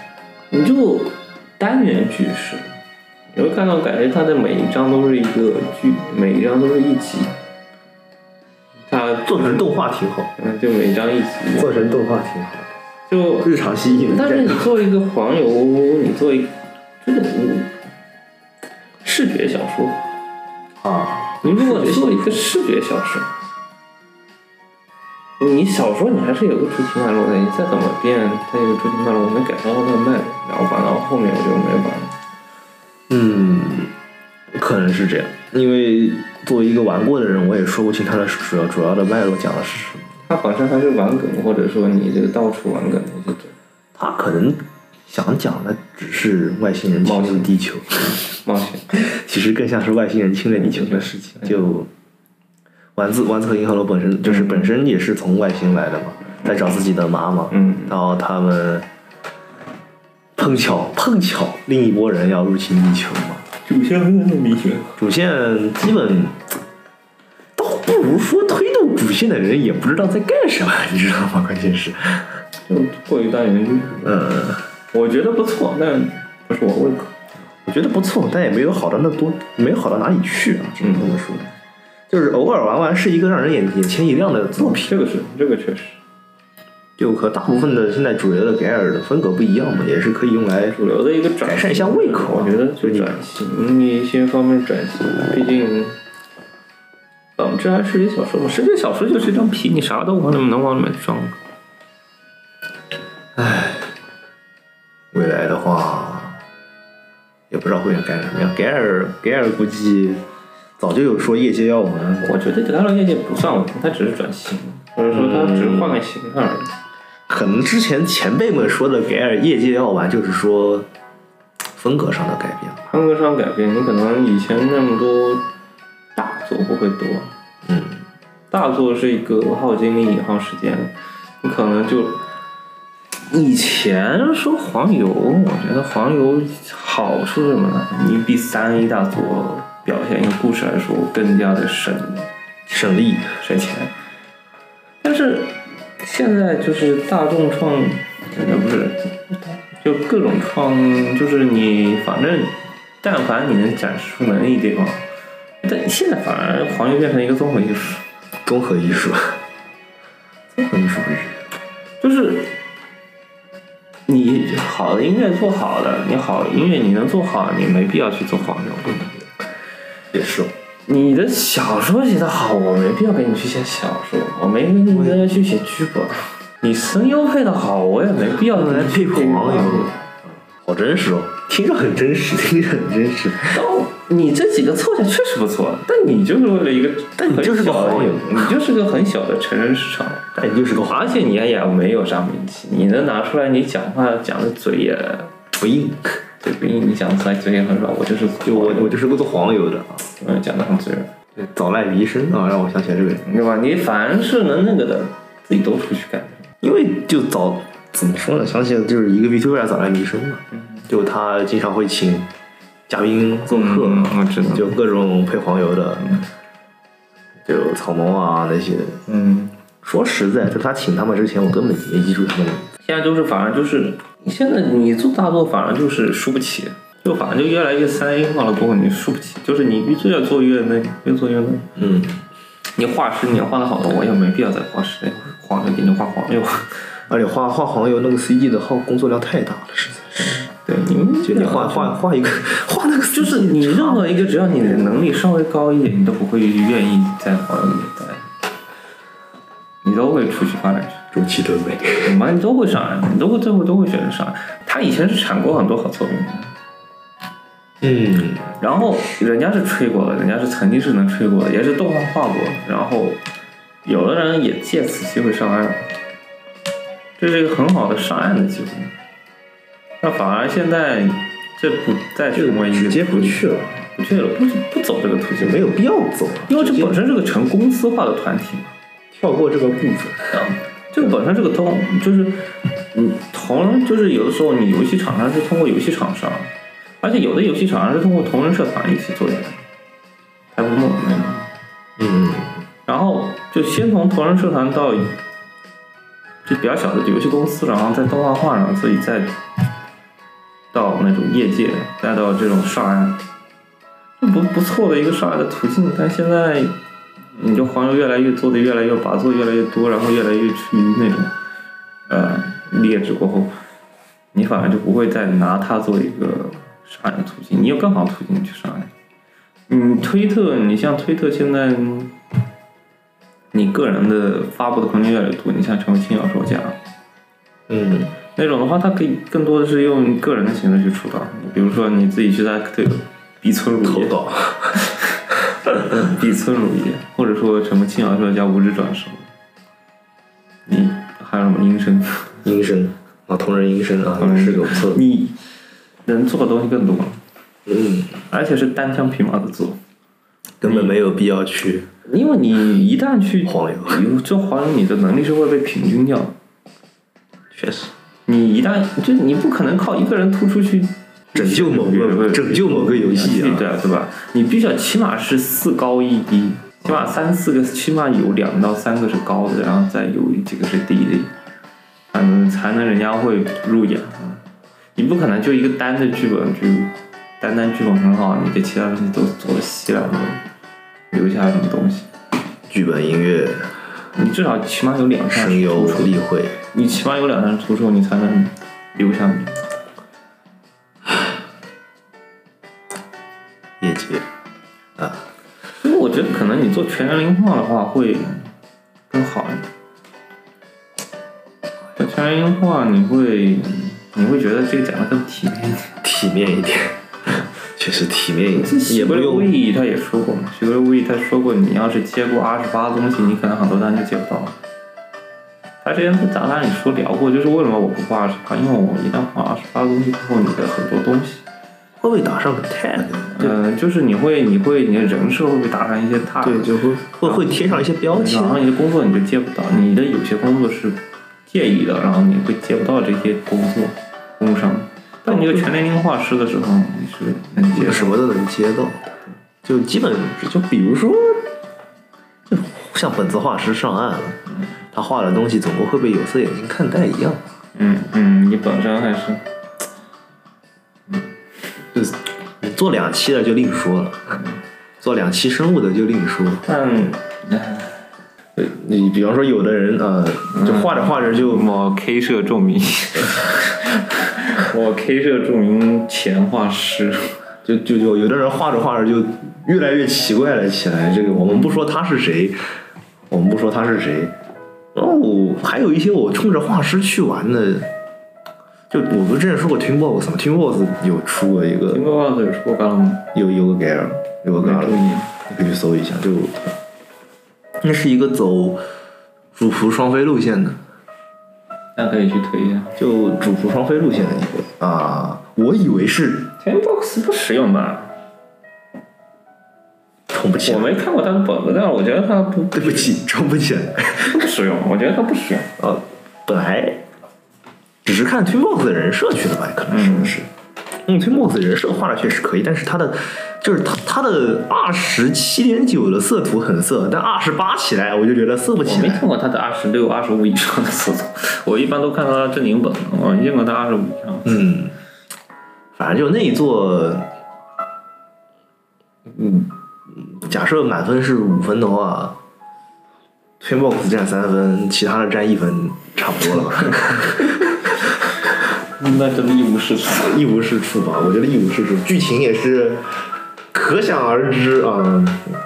[SPEAKER 1] 你就单元句式，你会看到感觉它的每一章都是一个剧，每一章都是一集。它
[SPEAKER 2] 做成动画挺好，
[SPEAKER 1] 嗯，就每张一集，
[SPEAKER 2] 做成动画挺好，
[SPEAKER 1] 就
[SPEAKER 2] 日常吸引。
[SPEAKER 1] 但是你做一个黄油，你做一个这个嗯视觉小说，
[SPEAKER 2] 啊，
[SPEAKER 1] 你如果做一个视觉小说，你小说你还是有个主题脉络的，你再怎么变，它有个主题脉络，我能感受到它的脉络，然后玩到后面我就没玩了。
[SPEAKER 2] 嗯，可能是这样，因为作为一个玩过的人，我也说不清它的主要主要的脉络讲的是什么。
[SPEAKER 1] 它本身还是玩梗，或者说你这个到处玩梗的这种。
[SPEAKER 2] 他可能想讲的只是外星人侵略地球，
[SPEAKER 1] 冒险，
[SPEAKER 2] 其实更像是外星人侵略地球的事情。就丸子丸子和银河龙本身就是本身也是从外星来的嘛，在找自己的妈妈，
[SPEAKER 1] 嗯，
[SPEAKER 2] 然后他们碰巧碰巧另一拨人要入侵地球嘛，
[SPEAKER 1] 主线非常明显。
[SPEAKER 2] 主线基本。倒不如说推动主线的人也不知道在干什么，你知道吗？关键是，
[SPEAKER 1] 就过于单元剧，
[SPEAKER 2] 呃，
[SPEAKER 1] 我觉得不错，但不是我胃口。
[SPEAKER 2] 我觉得不错，但也没有好到那多，没有好到哪里去啊，只能这么说。就是偶尔玩玩是一个让人眼眼前一亮的作品，
[SPEAKER 1] 这个是，这个确实，
[SPEAKER 2] 就和大部分的现在主流的给尔的风格不一样嘛，也是可以用来
[SPEAKER 1] 主流的一个转
[SPEAKER 2] 改善一下胃口啊
[SPEAKER 1] 我觉得就转型嗯一些方面转型，毕竟，嗯，这还是视觉小说嘛，视觉小说就是一张皮，你啥都往里面能往里面装。
[SPEAKER 2] 未来的话，也不知道会干什么样。给尔给尔估计早就有说业界要玩，
[SPEAKER 1] 我觉得《德拉洛业界》不算文，它只是转型，或者说它只是换个形态而已。
[SPEAKER 2] 可能之前前辈们说的给尔业界要玩，就是说风格上的改变吧。
[SPEAKER 1] 风格上改变，你可能以前那么多大作不会多，
[SPEAKER 2] 嗯，
[SPEAKER 1] 大作是一个耗精力、耗时间，你可能就以前说黄油，我觉得黄油好处是什么呢？你比三 A 大作表现一个故事来说更加的深。
[SPEAKER 2] 省力，
[SPEAKER 1] 省钱。但是现在就是大众创，呃不是，就各种创，就是你反正，但凡你能展示出能力的地方，但现在反而黄油变成一个综合艺术，
[SPEAKER 2] 综合艺术， 综合艺术不是。
[SPEAKER 1] 就是你好的音乐做好了，你好音乐你能做好，你没必要去做黄油。
[SPEAKER 2] 嗯也是，
[SPEAKER 1] 你的小说写得好，我没必要给你去写小说，我没必要去写剧本。你声优配得好，我也没必要
[SPEAKER 2] 来配
[SPEAKER 1] 黄
[SPEAKER 2] 黄油，好真实哦，听着很真实，听着很真实。
[SPEAKER 1] 但你这几个凑起来确实不错，但你就是为了一个，
[SPEAKER 2] 但你就是个
[SPEAKER 1] 很小的
[SPEAKER 2] 黄油
[SPEAKER 1] 你就是个很小的成人市场，
[SPEAKER 2] 但哎你就是个
[SPEAKER 1] 而且你也没有啥名气，你能拿出来，你讲话讲的嘴也，
[SPEAKER 2] 回应，
[SPEAKER 1] 对，毕竟你讲出来嘴也很软，我就是
[SPEAKER 2] 就我我就是个做黄油的啊，
[SPEAKER 1] 嗯讲的很嘴软，
[SPEAKER 2] 早赖医生啊，让我想起来这个人，
[SPEAKER 1] 对吧？你凡是能那个的，自己都出去干。
[SPEAKER 2] 因为就早怎么说呢，想起来就是一个 VTuber 早赖医生嘛，
[SPEAKER 1] 嗯
[SPEAKER 2] 就他经常会请嘉宾做客，
[SPEAKER 1] 嗯，我知道，
[SPEAKER 2] 就各种配黄油的，就草蜢啊那些。
[SPEAKER 1] 嗯。
[SPEAKER 2] 说实在，在他请他们之前，我根本没记住他们的名字。
[SPEAKER 1] 现在就是反而就是，现在你做大作反而就是输不起，就反而就越来越三 A 化了过后你输不起，就是你越越做越累，越做越累。
[SPEAKER 2] 嗯，
[SPEAKER 1] 你画师你画的好的，我也没必要再画师，黄油给你画黄油。
[SPEAKER 2] 而且画画黄油那个 CG 的号工作量太大了，实在是。
[SPEAKER 1] 对，你们
[SPEAKER 2] 就你画画画一个 画那个 CG，
[SPEAKER 1] 就是你任何一个只要你的能力稍微高一点，你都不会愿意在黄油里面待，你都会出去发展去。
[SPEAKER 2] 中气敦美。
[SPEAKER 1] 我们都会上岸，都会最后都会选择上岸。他以前是产过很多好作品的。
[SPEAKER 2] 嗯，
[SPEAKER 1] 然后人家是吹过的，人家是曾经是能吹过的，也是动画画过的。然后有的人也借此机会上岸，这是一个很好的上岸的机会。那反而现在这不再去
[SPEAKER 2] 这个
[SPEAKER 1] 成为一个
[SPEAKER 2] 直接不去了，
[SPEAKER 1] 不去了，不不走这个途径
[SPEAKER 2] 也，没有必要走了，
[SPEAKER 1] 因为这
[SPEAKER 2] 直接
[SPEAKER 1] 本身是个成公司化的团体嘛。
[SPEAKER 2] 跳过这个步骤。
[SPEAKER 1] 啊，这个本身是个通，就是嗯，同就是有的时候你游戏厂商是通过游戏厂商，而且有的游戏厂商是通过同人社团一起做的，还不梦那种。
[SPEAKER 2] 嗯，
[SPEAKER 1] 然后就先从同人社团到就比较小的游戏公司，然后在动画化上，所以再到那种业界，再到这种上岸，这不不错的一个上岸的途径。但现在你就黄油越来越做的越来越拔做越来越多，然后越来越趋于那种呃劣质过后，你反而就不会再拿它做一个上岸的途径，你有更好的途径去上岸。嗯，推特，你像推特现在你个人的发布的空间越来越多，你像成为新小说家
[SPEAKER 2] 嗯，
[SPEAKER 1] 那种的话，它可以更多的是用个人的形式去出道。比如说你自己去在这个比村如
[SPEAKER 2] 投
[SPEAKER 1] 也，
[SPEAKER 2] 稿，
[SPEAKER 1] 比村如也，或者说什么新小说家无知转手，你还有什么音声，
[SPEAKER 2] 音声啊，同人音声啊，
[SPEAKER 1] 嗯
[SPEAKER 2] 也是个不错的。
[SPEAKER 1] 你能做的东西更多了，
[SPEAKER 2] 嗯，
[SPEAKER 1] 而且是单枪匹马的做。
[SPEAKER 2] 根本没有必要去
[SPEAKER 1] 因为你一旦去
[SPEAKER 2] 黄油。
[SPEAKER 1] 就黄油，你的能力是会被平均掉的。
[SPEAKER 2] 确实，
[SPEAKER 1] 你一旦就你不可能靠一个人突出去
[SPEAKER 2] 拯救某个拯救某个游戏啊
[SPEAKER 1] 对啊，对吧？你必须要起码是四高一低，起码三四个，起码有两到三个是高的，然后再有几个是低的，嗯，才能人家会入眼啊。你不可能就一个单的剧本就单单剧本很好，你这其他东西都做的稀烂了，留下什么东西？
[SPEAKER 2] 剧本、音乐、
[SPEAKER 1] 你至少起码有两项
[SPEAKER 2] 声
[SPEAKER 1] 是
[SPEAKER 2] 优
[SPEAKER 1] 突出、的。
[SPEAKER 2] 例会，
[SPEAKER 1] 你起码有两张图之后，你才能留下名。
[SPEAKER 2] 业界啊，
[SPEAKER 1] 所以我觉得可能你做全员龄化的话会更好一点。做全员龄化，你会你会觉得这个讲的更体面一点。
[SPEAKER 2] 体面一点， 确实体面一
[SPEAKER 1] 这
[SPEAKER 2] 点，
[SPEAKER 1] 许
[SPEAKER 2] 也不
[SPEAKER 1] 格威
[SPEAKER 2] 用
[SPEAKER 1] 义他也说过嘛，许格威义他说过，你要是接过二十八的东西，你可能很多单就接不到了。他之前在杂谈里说聊过，就是为什么我不画二十八，因为我一旦画二十八的东西之后，你的很多东西
[SPEAKER 2] 会被打上 tag，
[SPEAKER 1] 嗯、就是你会，你会，你的人设会被打上一些踏
[SPEAKER 2] 对，就会会会贴上一些标签
[SPEAKER 1] 然，后你的工作你就接不到，你的有些工作是介意的，然后你会接不到这些工作工伤。但你这个全年龄化师的时候，你是能接
[SPEAKER 2] 什
[SPEAKER 1] 受。
[SPEAKER 2] 么都能接到，就基本就比如说，就像本子画师上岸了，他画的东西总归会被有色眼镜看待一样，
[SPEAKER 1] 嗯嗯，你本身还是
[SPEAKER 2] 就是你嗯做两期的就另说了，做两期生物的就另说。
[SPEAKER 1] 但唉
[SPEAKER 2] 对你比方说，有的人啊、呃，就画着画着就
[SPEAKER 1] 我 K 社著名， 我 K 社著名前画师，
[SPEAKER 2] 就就就有的人画着画着就越来越奇怪了起来。这个我们不说他是谁，我们不说他是谁。然后我还有一些我冲着画师去玩的，就我不是之前说过 Twin Box 吗？Twin Box 有出过一个
[SPEAKER 1] 听过话嘴说干了吗？
[SPEAKER 2] 有有个 Gal 有
[SPEAKER 1] 没
[SPEAKER 2] 个 Gal，
[SPEAKER 1] 注意。
[SPEAKER 2] 你可以去搜一下，就那是一个走主仆双飞路线的，
[SPEAKER 1] 那可以去推一下。
[SPEAKER 2] 就主仆双飞路线的一个啊，我以为是
[SPEAKER 1] Ten Box 不实用吧？
[SPEAKER 2] 冲不起
[SPEAKER 1] 我
[SPEAKER 2] 来，
[SPEAKER 1] 没看过他的本子，但是我觉得他不
[SPEAKER 2] 对不起，冲不起来。
[SPEAKER 1] 不实用，我觉得他不实用。
[SPEAKER 2] 呃，本来只是看 t w i n b o x 的人设去的吧，可能说的是。嗯 t w i n b o x 的人设画的确实可以，但是他的就是他他的二十七点九的色图很色，但二十八起来我就觉得色不
[SPEAKER 1] 我
[SPEAKER 2] 起
[SPEAKER 1] 没
[SPEAKER 2] 来。
[SPEAKER 1] 看过他的二十六、二十五以上的词组，我一般都看到他正经本，我没见过他二十五以上。
[SPEAKER 2] 嗯，反正就那一座，嗯，假设满分是五分的话 t w i n b o x 占三分，其他的占一分，差不多了 吧。
[SPEAKER 1] 那真的一无是处。
[SPEAKER 2] 一无是处吧，我觉得一无是处，剧情也是可想而知啊、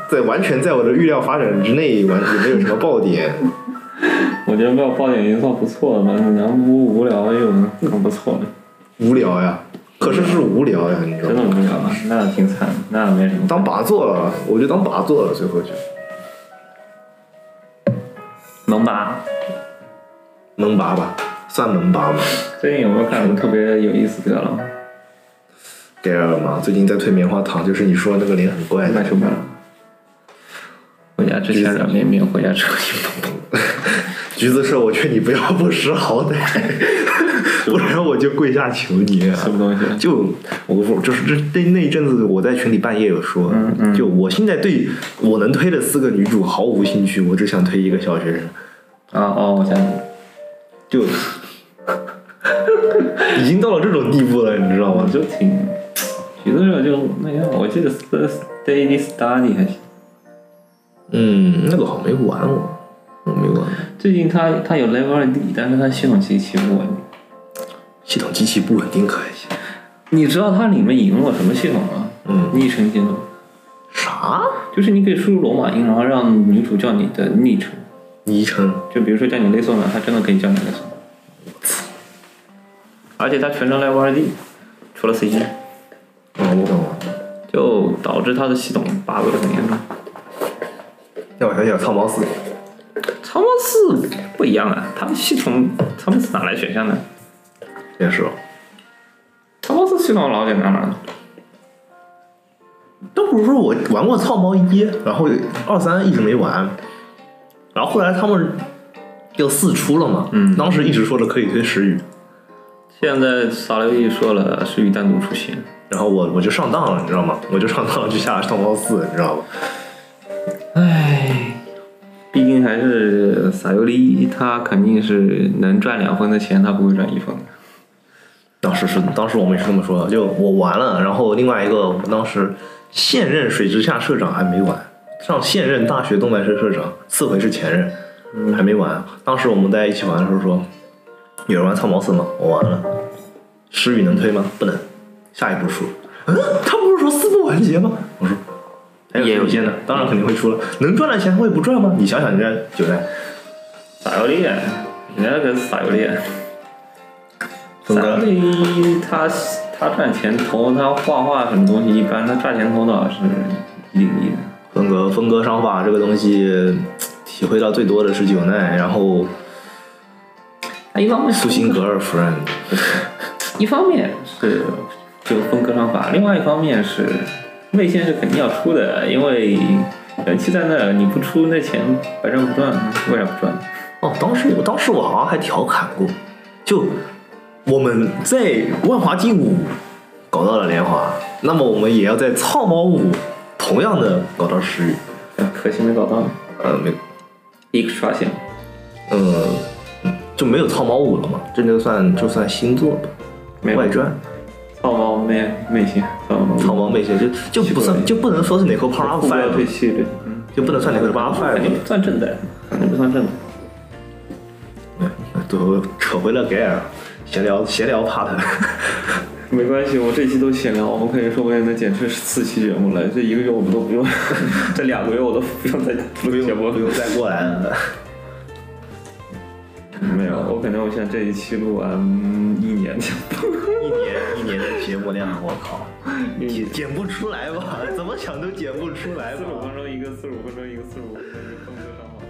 [SPEAKER 2] 在完全在我的预料发展之内，完也没有什么爆点。
[SPEAKER 1] 我觉得没有爆点已经算不错了，反正南部无聊又很不错了，
[SPEAKER 2] 无聊呀，可是是无聊呀，你知道
[SPEAKER 1] 真的
[SPEAKER 2] 吗？
[SPEAKER 1] 无聊啊，那挺惨，那没什么。
[SPEAKER 2] 当靶做了，我就当靶做了，最后就
[SPEAKER 1] 萌吧，
[SPEAKER 2] 能拔吧，算能拔吧。
[SPEAKER 1] 最近有没有看什么特别有意思的了？
[SPEAKER 2] 第二个嘛，最近在推棉花糖，就是你说那个脸很怪的
[SPEAKER 1] 买，手办。回家之前软绵绵，回家之后硬邦邦。
[SPEAKER 2] 嗯 橘子社，我劝你不要不识好 歹，不然我就跪下求你、啊。
[SPEAKER 1] 什么东西？
[SPEAKER 2] 就我我就是这那那一阵子，我在群里半夜有说，就我现在对我能推的四个女主毫无兴趣，我只想推一个小学生。
[SPEAKER 1] 啊哦，我想起来了
[SPEAKER 2] 就已经到了这种地步了，你知道
[SPEAKER 1] 我
[SPEAKER 2] 吗？
[SPEAKER 1] 就挺，许多时候就那样。我记得 St- Daily Study 还行。
[SPEAKER 2] 嗯，那个好像没玩我，我没哦玩。
[SPEAKER 1] 最近它它有 Level 二 D，但是它系统极其不稳定。
[SPEAKER 2] 系统极其不稳定，可还行？
[SPEAKER 1] 你知道它里面引用了什么系统吗？
[SPEAKER 2] 嗯，
[SPEAKER 1] 昵称系统，
[SPEAKER 2] 啥
[SPEAKER 1] 就是你可以输入罗马音，然后让女主叫你的昵称，
[SPEAKER 2] 昵称？
[SPEAKER 1] 就比如说叫你雷索娜，它真的可以叫你雷索娜。而且它全程 Level 二 D，除了 CG，
[SPEAKER 2] 嗯，我懂了。
[SPEAKER 1] 就导致它的系统 bug 得很严重。
[SPEAKER 2] 让我想想，苍毛四，
[SPEAKER 1] 长毛四不一样啊，它的系统长毛四哪来选项呢？
[SPEAKER 2] 也是哦。
[SPEAKER 1] 长毛四系统老简单了。
[SPEAKER 2] 倒不如说我玩过草帽一，然后二三一直没玩，然后后来他们要四出了嘛，嗯，当时一直说着可以推石宇，
[SPEAKER 1] 现在撒六一说了，是与单独出现，
[SPEAKER 2] 然后我我就上当了，你知道吗？我就上当了，去下上猫四，你知道吗？
[SPEAKER 1] 唉，毕竟还是撒尤利，他肯定是能赚两分的钱，他不会赚一分的。
[SPEAKER 2] 当时是当时我们也是这么说的，就我玩了，然后另外一个我们当时现任水之下社长还没玩，上现任大学动漫社社长，次回是前任，还没玩。当时我们在一起玩的时候说，有人玩苍毛四吗？我玩了，石宇能推吗？不能，下一步出。嗯，他不是说四不完结吗？我说。还
[SPEAKER 1] 也有
[SPEAKER 2] 有些呢，当然肯定会出了。能赚的钱他会不赚吗？你想想人家九代
[SPEAKER 1] 撒尤利，人家可是撒尤利，
[SPEAKER 2] 分
[SPEAKER 1] 撒
[SPEAKER 2] 割
[SPEAKER 1] 尤利他他赚钱投他画画什么东西，一般他赚钱头脑是领一的。
[SPEAKER 2] 分割分割商法这个东西，体会到最多的是九奈，然后
[SPEAKER 1] 他啊一方面
[SPEAKER 2] 苏辛格尔夫人，
[SPEAKER 1] 一方面是就分割商法，另外一方面是内线是肯定要出的，因为人气在那儿，你不出那钱白赚不赚，为啥不赚？
[SPEAKER 2] 哦，当时我当时我好像还调侃过，就我们在万华第五搞到了莲花，那么我们也要在草帽五同样的搞到石宇，
[SPEAKER 1] 但可惜没搞到，
[SPEAKER 2] 呃，没，
[SPEAKER 1] 一个刷新。
[SPEAKER 2] 呃，就没有草帽五了嘛，这就算就算星座吧，
[SPEAKER 1] 没有
[SPEAKER 2] 外传
[SPEAKER 1] 草帽妹妹型，草帽
[SPEAKER 2] 草帽那些就就不算就不能说是哪个 part
[SPEAKER 1] 不要
[SPEAKER 2] five，
[SPEAKER 1] 退戏的，嗯，
[SPEAKER 2] 就不能算哪个 part
[SPEAKER 1] 肯
[SPEAKER 2] five
[SPEAKER 1] 定。不算正的，肯定不算正的。
[SPEAKER 2] 最后扯回了盖尔，闲聊闲聊 part。
[SPEAKER 1] 没关系，我这期都闲聊，我们可以说不定能剪出四期节目来。这一个月我们都不用， 这两个月我都不用再录节目了。
[SPEAKER 2] 不用再过来了。
[SPEAKER 1] 没有，我可能我想这一期录完一年就
[SPEAKER 2] 一年一年的节目量，我靠，
[SPEAKER 1] 嗯
[SPEAKER 2] 剪剪不出来吧？怎么想都剪不出来吧
[SPEAKER 1] 四十？五分钟一个，四十五分钟一个，四十五分钟一个，分割上好。